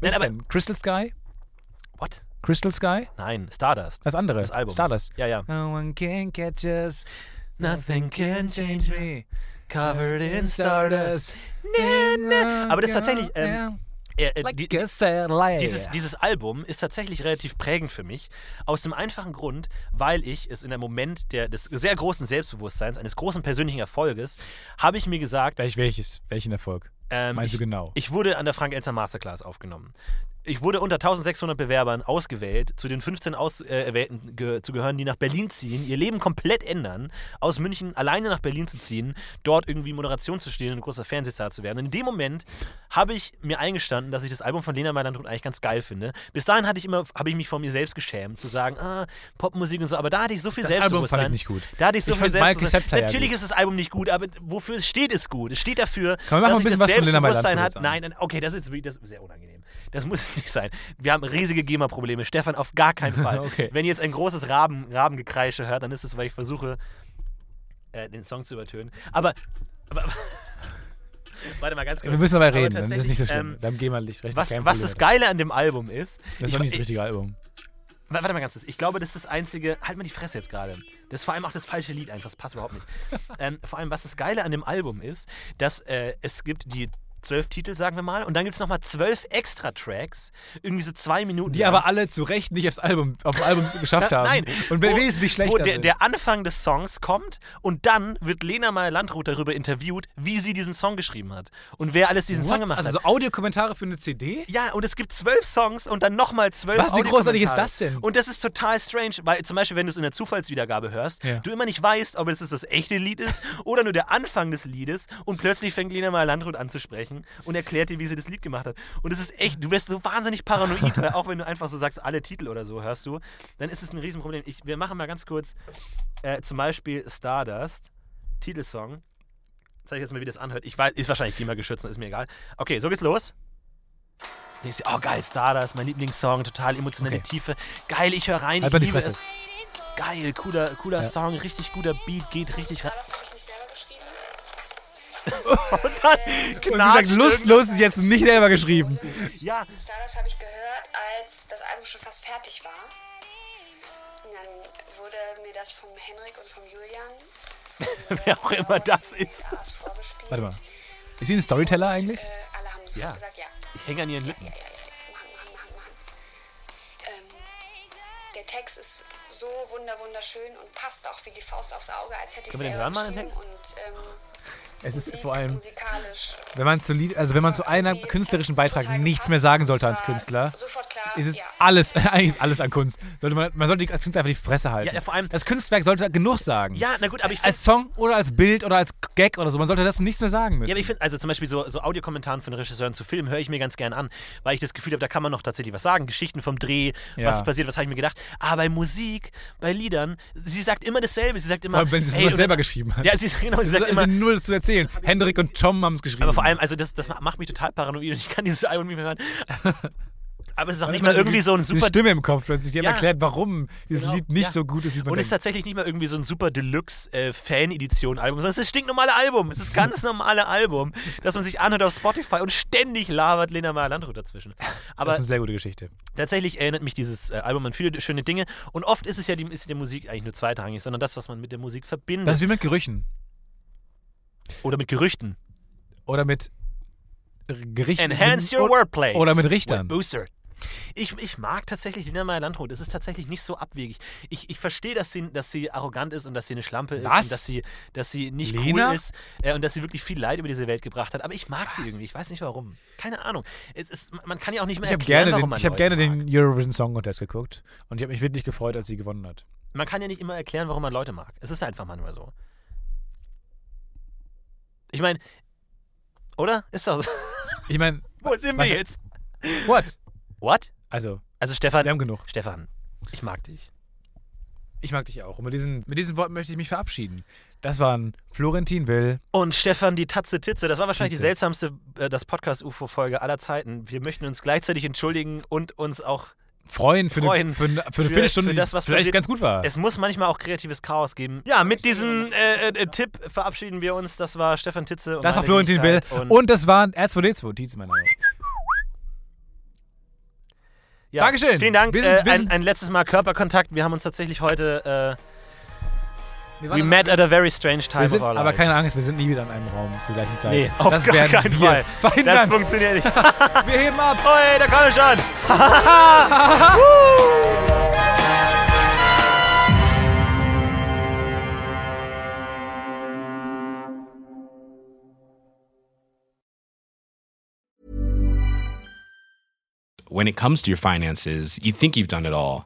[SPEAKER 1] Nein,
[SPEAKER 2] ist
[SPEAKER 1] aber-
[SPEAKER 2] denn? Crystal Sky?
[SPEAKER 1] What?
[SPEAKER 2] Crystal Sky?
[SPEAKER 1] Nein, Stardust.
[SPEAKER 2] Das andere.
[SPEAKER 1] Das Album.
[SPEAKER 2] Äh, Stardust.
[SPEAKER 1] Ja, ja.
[SPEAKER 2] No one can catch us.
[SPEAKER 1] Nothing can change me. Covered in Stardust.
[SPEAKER 2] Stardust.
[SPEAKER 1] Na, na. Aber das ist tatsächlich. Ähm, äh, äh, die,
[SPEAKER 2] like a satellite.
[SPEAKER 1] dieses, dieses Album ist tatsächlich relativ prägend für mich. Aus dem einfachen Grund, weil ich es in einem Moment der, des sehr großen Selbstbewusstseins, eines großen persönlichen Erfolges, habe ich mir gesagt,
[SPEAKER 2] Gleich welches? Welchen Erfolg?
[SPEAKER 1] ähm,
[SPEAKER 2] Meinst
[SPEAKER 1] ich,
[SPEAKER 2] du genau?
[SPEAKER 1] ich wurde an der Frank Elster Masterclass aufgenommen. Ich wurde unter 1600 Bewerbern ausgewählt, zu den 15 Auserwählten ge zu gehören, die nach Berlin ziehen, ihr Leben komplett ändern, aus München alleine nach Berlin zu ziehen, dort irgendwie Moderation zu stehen und ein großer Fernsehstar zu werden. Und in dem Moment habe ich mir eingestanden, dass ich das Album von Lena Meyer-Landrut eigentlich ganz geil finde. Bis dahin hatte ich immer, habe ich mich vor mir selbst geschämt, zu sagen, ah, Popmusik und so, aber da hatte ich so viel
[SPEAKER 2] Das Album
[SPEAKER 1] Selbstbewusstsein.
[SPEAKER 2] fand ich nicht gut.
[SPEAKER 1] Da hatte ich so
[SPEAKER 2] Ich
[SPEAKER 1] viel
[SPEAKER 2] fand Michael
[SPEAKER 1] Selbstbewusstsein.
[SPEAKER 2] Sepp Player
[SPEAKER 1] Natürlich
[SPEAKER 2] gut.
[SPEAKER 1] ist das Album nicht gut, aber wofür steht es gut? Es steht dafür,
[SPEAKER 2] Komm, wir machen
[SPEAKER 1] dass
[SPEAKER 2] ein bisschen
[SPEAKER 1] ich
[SPEAKER 2] was
[SPEAKER 1] das
[SPEAKER 2] von Lena Meyer
[SPEAKER 1] Selbstbewusstsein hat.
[SPEAKER 2] Landrut an.
[SPEAKER 1] Nein, nein, okay, das ist, wirklich- das ist sehr unangenehm. Das muss es nicht sein. Wir haben riesige GEMA-Probleme. Stefan, auf gar keinen Fall.
[SPEAKER 2] Okay.
[SPEAKER 1] Wenn ihr jetzt ein großes Raben, Rabengekreische hört, dann ist es, weil ich versuche, äh, den Song zu übertönen. Aber. aber warte mal ganz kurz.
[SPEAKER 2] Wir müssen dabei
[SPEAKER 1] Aber
[SPEAKER 2] reden, dann ist es nicht so schlimm.
[SPEAKER 1] tatsächlich, ähm,
[SPEAKER 2] dann gehen wir nicht recht.
[SPEAKER 1] was,
[SPEAKER 2] kein
[SPEAKER 1] was
[SPEAKER 2] Problem.
[SPEAKER 1] das Geile an dem Album ist.
[SPEAKER 2] Das ist
[SPEAKER 1] ich,
[SPEAKER 2] doch nicht das
[SPEAKER 1] ich,
[SPEAKER 2] richtige Album.
[SPEAKER 1] Wa- Warte mal ganz kurz. Ich glaube, das ist das einzige. Halt mal die Fresse jetzt gerade. Das ist vor allem auch das falsche Lied einfach. Das passt überhaupt nicht. ähm, vor allem, was das Geile an dem Album ist, dass äh, es gibt die zwölf Titel, sagen wir mal, und dann gibt es nochmal zwölf extra Tracks. Irgendwie so zwei Minuten.
[SPEAKER 2] Die
[SPEAKER 1] lang.
[SPEAKER 2] aber alle zu Recht nicht aufs Album, auf dem Album geschafft haben.
[SPEAKER 1] Nein.
[SPEAKER 2] Und
[SPEAKER 1] Wo-
[SPEAKER 2] wesentlich schlechter
[SPEAKER 1] Wo der,
[SPEAKER 2] sind.
[SPEAKER 1] der Anfang des Songs kommt und dann wird Lena Meyer-Landrut darüber interviewt, wie sie diesen Song geschrieben hat und wer alles diesen Song
[SPEAKER 2] What?
[SPEAKER 1] gemacht
[SPEAKER 2] Also
[SPEAKER 1] hat.
[SPEAKER 2] so Audiokommentare für eine CD?
[SPEAKER 1] Ja, und es gibt zwölf Songs und dann nochmal zwölf
[SPEAKER 2] Was, wie großartig ist
[SPEAKER 1] Audiokommentare.
[SPEAKER 2] das denn?
[SPEAKER 1] Und das ist total strange, weil zum Beispiel, wenn du es in der Zufallswiedergabe hörst,
[SPEAKER 2] Ja.
[SPEAKER 1] du immer nicht weißt, ob es das echte Lied ist oder nur der Anfang des Liedes und plötzlich fängt Lena mal Landrut an zu sprechen und erklärt dir, wie sie das Lied gemacht hat. Und es ist echt, du wirst so wahnsinnig paranoid, weil auch wenn du einfach so sagst, alle Titel oder so hörst du, dann ist es ein Riesenproblem. Ich, wir machen mal ganz kurz äh, zum Beispiel Stardust, Titelsong. Zeig ich jetzt mal, wie das anhört. Ich weiß, ist wahrscheinlich klimageschützt, ist mir egal. Okay, so geht's los. Denkst du, oh geil, Stardust, mein Lieblingssong, total emotionale
[SPEAKER 2] Okay.
[SPEAKER 1] Tiefe. Geil, ich höre rein,
[SPEAKER 2] Halt
[SPEAKER 1] ich
[SPEAKER 2] mal die
[SPEAKER 1] liebe
[SPEAKER 2] Fresse.
[SPEAKER 1] es. Geil, cooler, cooler
[SPEAKER 2] Ja.
[SPEAKER 1] Song, richtig guter Beat, geht richtig rein.
[SPEAKER 4] Das habe ich mich selber geschrieben.
[SPEAKER 1] Und dann
[SPEAKER 2] Und sie sagt,
[SPEAKER 1] knatscht
[SPEAKER 2] lustlos ist jetzt nicht selber geschrieben.
[SPEAKER 1] irgendwie- Ja,
[SPEAKER 4] Stardust habe ich gehört, als das Album schon fast fertig war. Und dann wurde mir das vom Henrik und vom Julian. von den
[SPEAKER 1] Wer auch immer das ist.
[SPEAKER 4] aus vorgespielt.
[SPEAKER 2] Warte mal. Ist sie ein Storyteller eigentlich?
[SPEAKER 4] Äh, alle haben sofort
[SPEAKER 1] Ja.
[SPEAKER 4] gesagt, ja.
[SPEAKER 1] ich hänge an ihren Lippen.
[SPEAKER 4] Ja, ja, ja. Machen, machen, machen, machen. Ähm, der Text ist so wunder wunderschön und passt auch wie die Faust aufs Auge, als hätte ich
[SPEAKER 1] Können wir den
[SPEAKER 4] selber
[SPEAKER 1] hören, mal, den
[SPEAKER 4] geschrieben
[SPEAKER 1] Text?
[SPEAKER 4] und ähm,
[SPEAKER 2] Es ist
[SPEAKER 4] Musik,
[SPEAKER 2] vor allem,
[SPEAKER 4] musikalisch
[SPEAKER 2] wenn man zu Lied, also wenn man zu einem künstlerischen Beitrag nichts mehr sagen sollte als Künstler,
[SPEAKER 4] Sofort klar,
[SPEAKER 2] ist es
[SPEAKER 4] ja.
[SPEAKER 2] alles, eigentlich ist alles an Kunst. Sollte man, man sollte die- als Künstler einfach die Fresse halten.
[SPEAKER 1] Ja, ja, vor allem-
[SPEAKER 2] Das Kunstwerk sollte genug sagen.
[SPEAKER 1] Ja, na gut, aber ich finde
[SPEAKER 2] Als Song oder als Bild oder als Gag oder so. Man sollte dazu nichts mehr sagen müssen.
[SPEAKER 1] Ja, aber ich finde, also zum Beispiel so, so Audiokommentaren von Regisseuren zu Filmen höre ich mir ganz gern an, weil ich das Gefühl habe, da kann man noch tatsächlich was sagen. Geschichten vom Dreh,
[SPEAKER 2] Ja.
[SPEAKER 1] was ist passiert, was habe ich mir gedacht. Aber bei Musik, bei Liedern, sie sagt immer dasselbe. Sie sagt immer.
[SPEAKER 2] Vor allem, wenn sie es
[SPEAKER 1] "Hey,
[SPEAKER 2] nur
[SPEAKER 1] und-
[SPEAKER 2] selber geschrieben hat.
[SPEAKER 1] Ja, sie, genau, sie
[SPEAKER 2] Es
[SPEAKER 1] sagt
[SPEAKER 2] ist
[SPEAKER 1] immer.
[SPEAKER 2] null zu erzählen. Hendrik und Tom haben es geschrieben.
[SPEAKER 1] Aber vor allem, also das, das macht mich total paranoid und ich kann dieses Album nicht mehr hören. Aber es ist auch nicht
[SPEAKER 2] Immer
[SPEAKER 1] mal irgendwie so ein
[SPEAKER 2] Diese
[SPEAKER 1] super
[SPEAKER 2] Stimme im Kopf plötzlich, die haben
[SPEAKER 1] Ja.
[SPEAKER 2] erklärt, warum dieses
[SPEAKER 1] Genau,
[SPEAKER 2] Lied nicht
[SPEAKER 1] ja.
[SPEAKER 2] so gut ist, wie man
[SPEAKER 1] Und es ist
[SPEAKER 2] denkt.
[SPEAKER 1] tatsächlich nicht mal irgendwie so ein super Deluxe-Fan-Edition-Album, sondern es ist das stinknormale Album. Es ist ganz normale Album, das man sich anhört auf Spotify und ständig labert Lena Meyer-Landrut dazwischen.
[SPEAKER 2] Das
[SPEAKER 1] Aber
[SPEAKER 2] ist eine sehr gute Geschichte.
[SPEAKER 1] tatsächlich erinnert mich dieses äh, Album an viele schöne Dinge. Und oft ist es ja die, ist die Musik eigentlich nur zweitrangig, sondern das, was man mit der Musik verbindet.
[SPEAKER 2] Das ist wie mit Gerüchen.
[SPEAKER 1] Oder mit Gerüchten.
[SPEAKER 2] Oder mit R- Gerichten.
[SPEAKER 1] Enhance your
[SPEAKER 2] Und-
[SPEAKER 1] workplace.
[SPEAKER 2] Oder mit Richtern.
[SPEAKER 1] With Booster. Ich, ich mag tatsächlich Lena Meyer-Landrut. Es ist tatsächlich nicht so abwegig. Ich, ich verstehe, dass sie, dass sie arrogant ist und dass sie eine Schlampe ist
[SPEAKER 2] Was?
[SPEAKER 1] und dass sie, dass sie nicht
[SPEAKER 2] Lena?
[SPEAKER 1] cool ist äh, und dass sie wirklich viel Leid über diese Welt gebracht hat. Aber ich mag sie irgendwie. Ich weiß nicht warum. Keine Ahnung. Es ist, man kann ja auch nicht mehr
[SPEAKER 2] Ich habe
[SPEAKER 1] erklären,
[SPEAKER 2] gerne,
[SPEAKER 1] warum
[SPEAKER 2] den,
[SPEAKER 1] man
[SPEAKER 2] ich hab
[SPEAKER 1] Leute
[SPEAKER 2] gerne
[SPEAKER 1] mag.
[SPEAKER 2] den Eurovision Song Contest geguckt und ich habe mich wirklich gefreut, als sie gewonnen hat.
[SPEAKER 1] Man kann ja nicht immer erklären, warum man Leute mag. Es ist einfach manchmal so. Ich meine, oder? Ist doch so.
[SPEAKER 2] Ich meine,
[SPEAKER 1] Wo sind wir
[SPEAKER 2] Was-
[SPEAKER 1] jetzt?
[SPEAKER 2] what?
[SPEAKER 1] What?
[SPEAKER 2] Also,
[SPEAKER 1] Also Stefan,
[SPEAKER 2] wir haben genug.
[SPEAKER 1] Stefan, ich mag dich.
[SPEAKER 2] Ich mag dich auch. Und mit diesen, mit diesen Worten möchte ich mich verabschieden. Das waren Florentin Will.
[SPEAKER 1] Und Stefan, die Tatze Titze, das war wahrscheinlich
[SPEAKER 2] Titze.
[SPEAKER 1] die seltsamste äh, das Podcast-UFO-Folge aller Zeiten. Wir möchten uns gleichzeitig entschuldigen und uns auch
[SPEAKER 2] freuen für,
[SPEAKER 1] Freuen
[SPEAKER 2] eine, für, eine, für eine
[SPEAKER 1] für-
[SPEAKER 2] Viertelstunde,
[SPEAKER 1] für das, was
[SPEAKER 2] die vielleicht
[SPEAKER 1] passiert.
[SPEAKER 2] ganz gut war.
[SPEAKER 1] Es muss manchmal auch kreatives Chaos geben. Ja, mit diesem äh, äh, Tipp verabschieden wir uns. Das war Stefan Titze. Und
[SPEAKER 2] das
[SPEAKER 1] um
[SPEAKER 2] war
[SPEAKER 1] meine
[SPEAKER 2] Florentin Will.
[SPEAKER 1] Wenigkeit.
[SPEAKER 2] Und, das war R2D2, Tietz, mein Name.
[SPEAKER 1] ja,
[SPEAKER 2] Dankeschön.
[SPEAKER 1] Vielen Dank.
[SPEAKER 2] Wir sind-
[SPEAKER 1] äh,
[SPEAKER 2] wir
[SPEAKER 1] ein,
[SPEAKER 2] sind-
[SPEAKER 1] ein letztes Mal Körperkontakt. Wir haben uns tatsächlich heute. Äh, we
[SPEAKER 2] waren-
[SPEAKER 1] met at a very strange time
[SPEAKER 2] Wir sind,
[SPEAKER 1] of our
[SPEAKER 2] aber
[SPEAKER 1] lives.
[SPEAKER 2] keine Angst, wir sind nie wieder in einem Raum zur gleichen Zeit.
[SPEAKER 1] Nee, auf
[SPEAKER 2] das
[SPEAKER 1] gar
[SPEAKER 2] werden
[SPEAKER 1] keinen
[SPEAKER 2] wir
[SPEAKER 1] Fall. Das
[SPEAKER 2] Verhindern.
[SPEAKER 1] funktioniert nicht.
[SPEAKER 2] wir heben ab.
[SPEAKER 1] Oh, ey, da kam er schon.
[SPEAKER 5] when it comes to your finances, you think you've done it all.